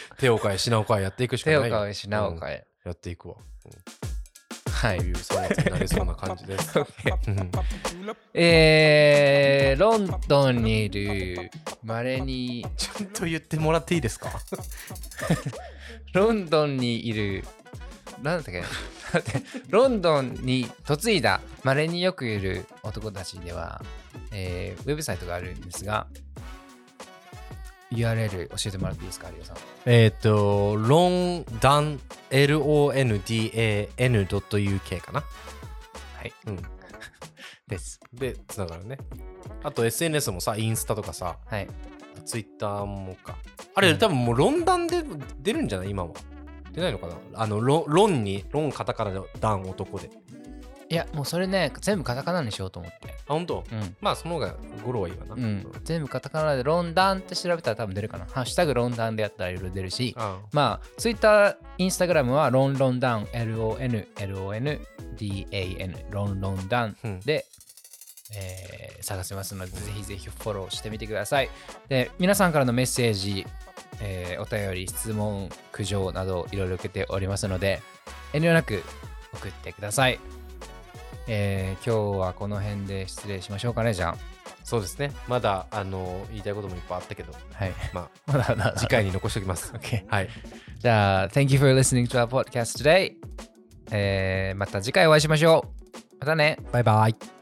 Speaker 1: た
Speaker 2: 手を変え品を変えやっていくしか
Speaker 1: 手を
Speaker 2: ない
Speaker 1: 変
Speaker 2: よ
Speaker 1: え品を変え
Speaker 2: やっていくわ、うん
Speaker 1: はい
Speaker 2: という3月になりそうな感じです。うん
Speaker 1: えー、ロンドンにいるまれに
Speaker 2: ちゃんと言ってもらっていいですか
Speaker 1: ロンドンにいるなんだっけ 待ってロンドンに嫁いだまれによくいる男たちでは、えーウェブサイトがあるんですが URL 教えてもらっていいですか有吉さん
Speaker 2: えっと、ロンダン LONDAN.UK かな。
Speaker 1: はい、
Speaker 2: うん
Speaker 1: です
Speaker 2: で、つながるね。あと SNS もさ、インスタとかさ、
Speaker 1: はい
Speaker 2: ツイッターもか。あれ、多分もうロンダンで出るんじゃない今は。出ないのかなあの、ロロンに、ロンカタカナでダン男で。
Speaker 1: いやもうそれね全部カタカナにしようと思って
Speaker 2: あ、ほんと
Speaker 1: うん
Speaker 2: まあ、その方が語呂はいいわな。
Speaker 1: うん、全部カタカナでロンダンって調べたら多分出るかな。ハッシュタグロンダンでやったらいろいろ出るし、
Speaker 2: あ
Speaker 1: まあ、ツイッター、インスタグラムはロンロンダウン、LON、LON、DAN、ロンロンダウン
Speaker 2: うん
Speaker 1: で、えー探せますので、ぜひぜひフォローしてみてください。で、皆さんからのメッセージ、えーお便り、質問、苦情などいろいろ受けておりますので、遠慮なく送ってください。えー今日はこの辺で失礼しましょうかね、じゃ
Speaker 2: そうですね。まだ、あの、言いたいこともいっぱいあったけど、
Speaker 1: あ。はい。
Speaker 2: まあ、
Speaker 1: まだまだ
Speaker 2: 次回に残してお きます。
Speaker 1: Okay.
Speaker 2: はい。
Speaker 1: じゃあ、Thank you for listening to our podcast today. えーまた次回お会いしましょう。またね。
Speaker 2: バイバイ。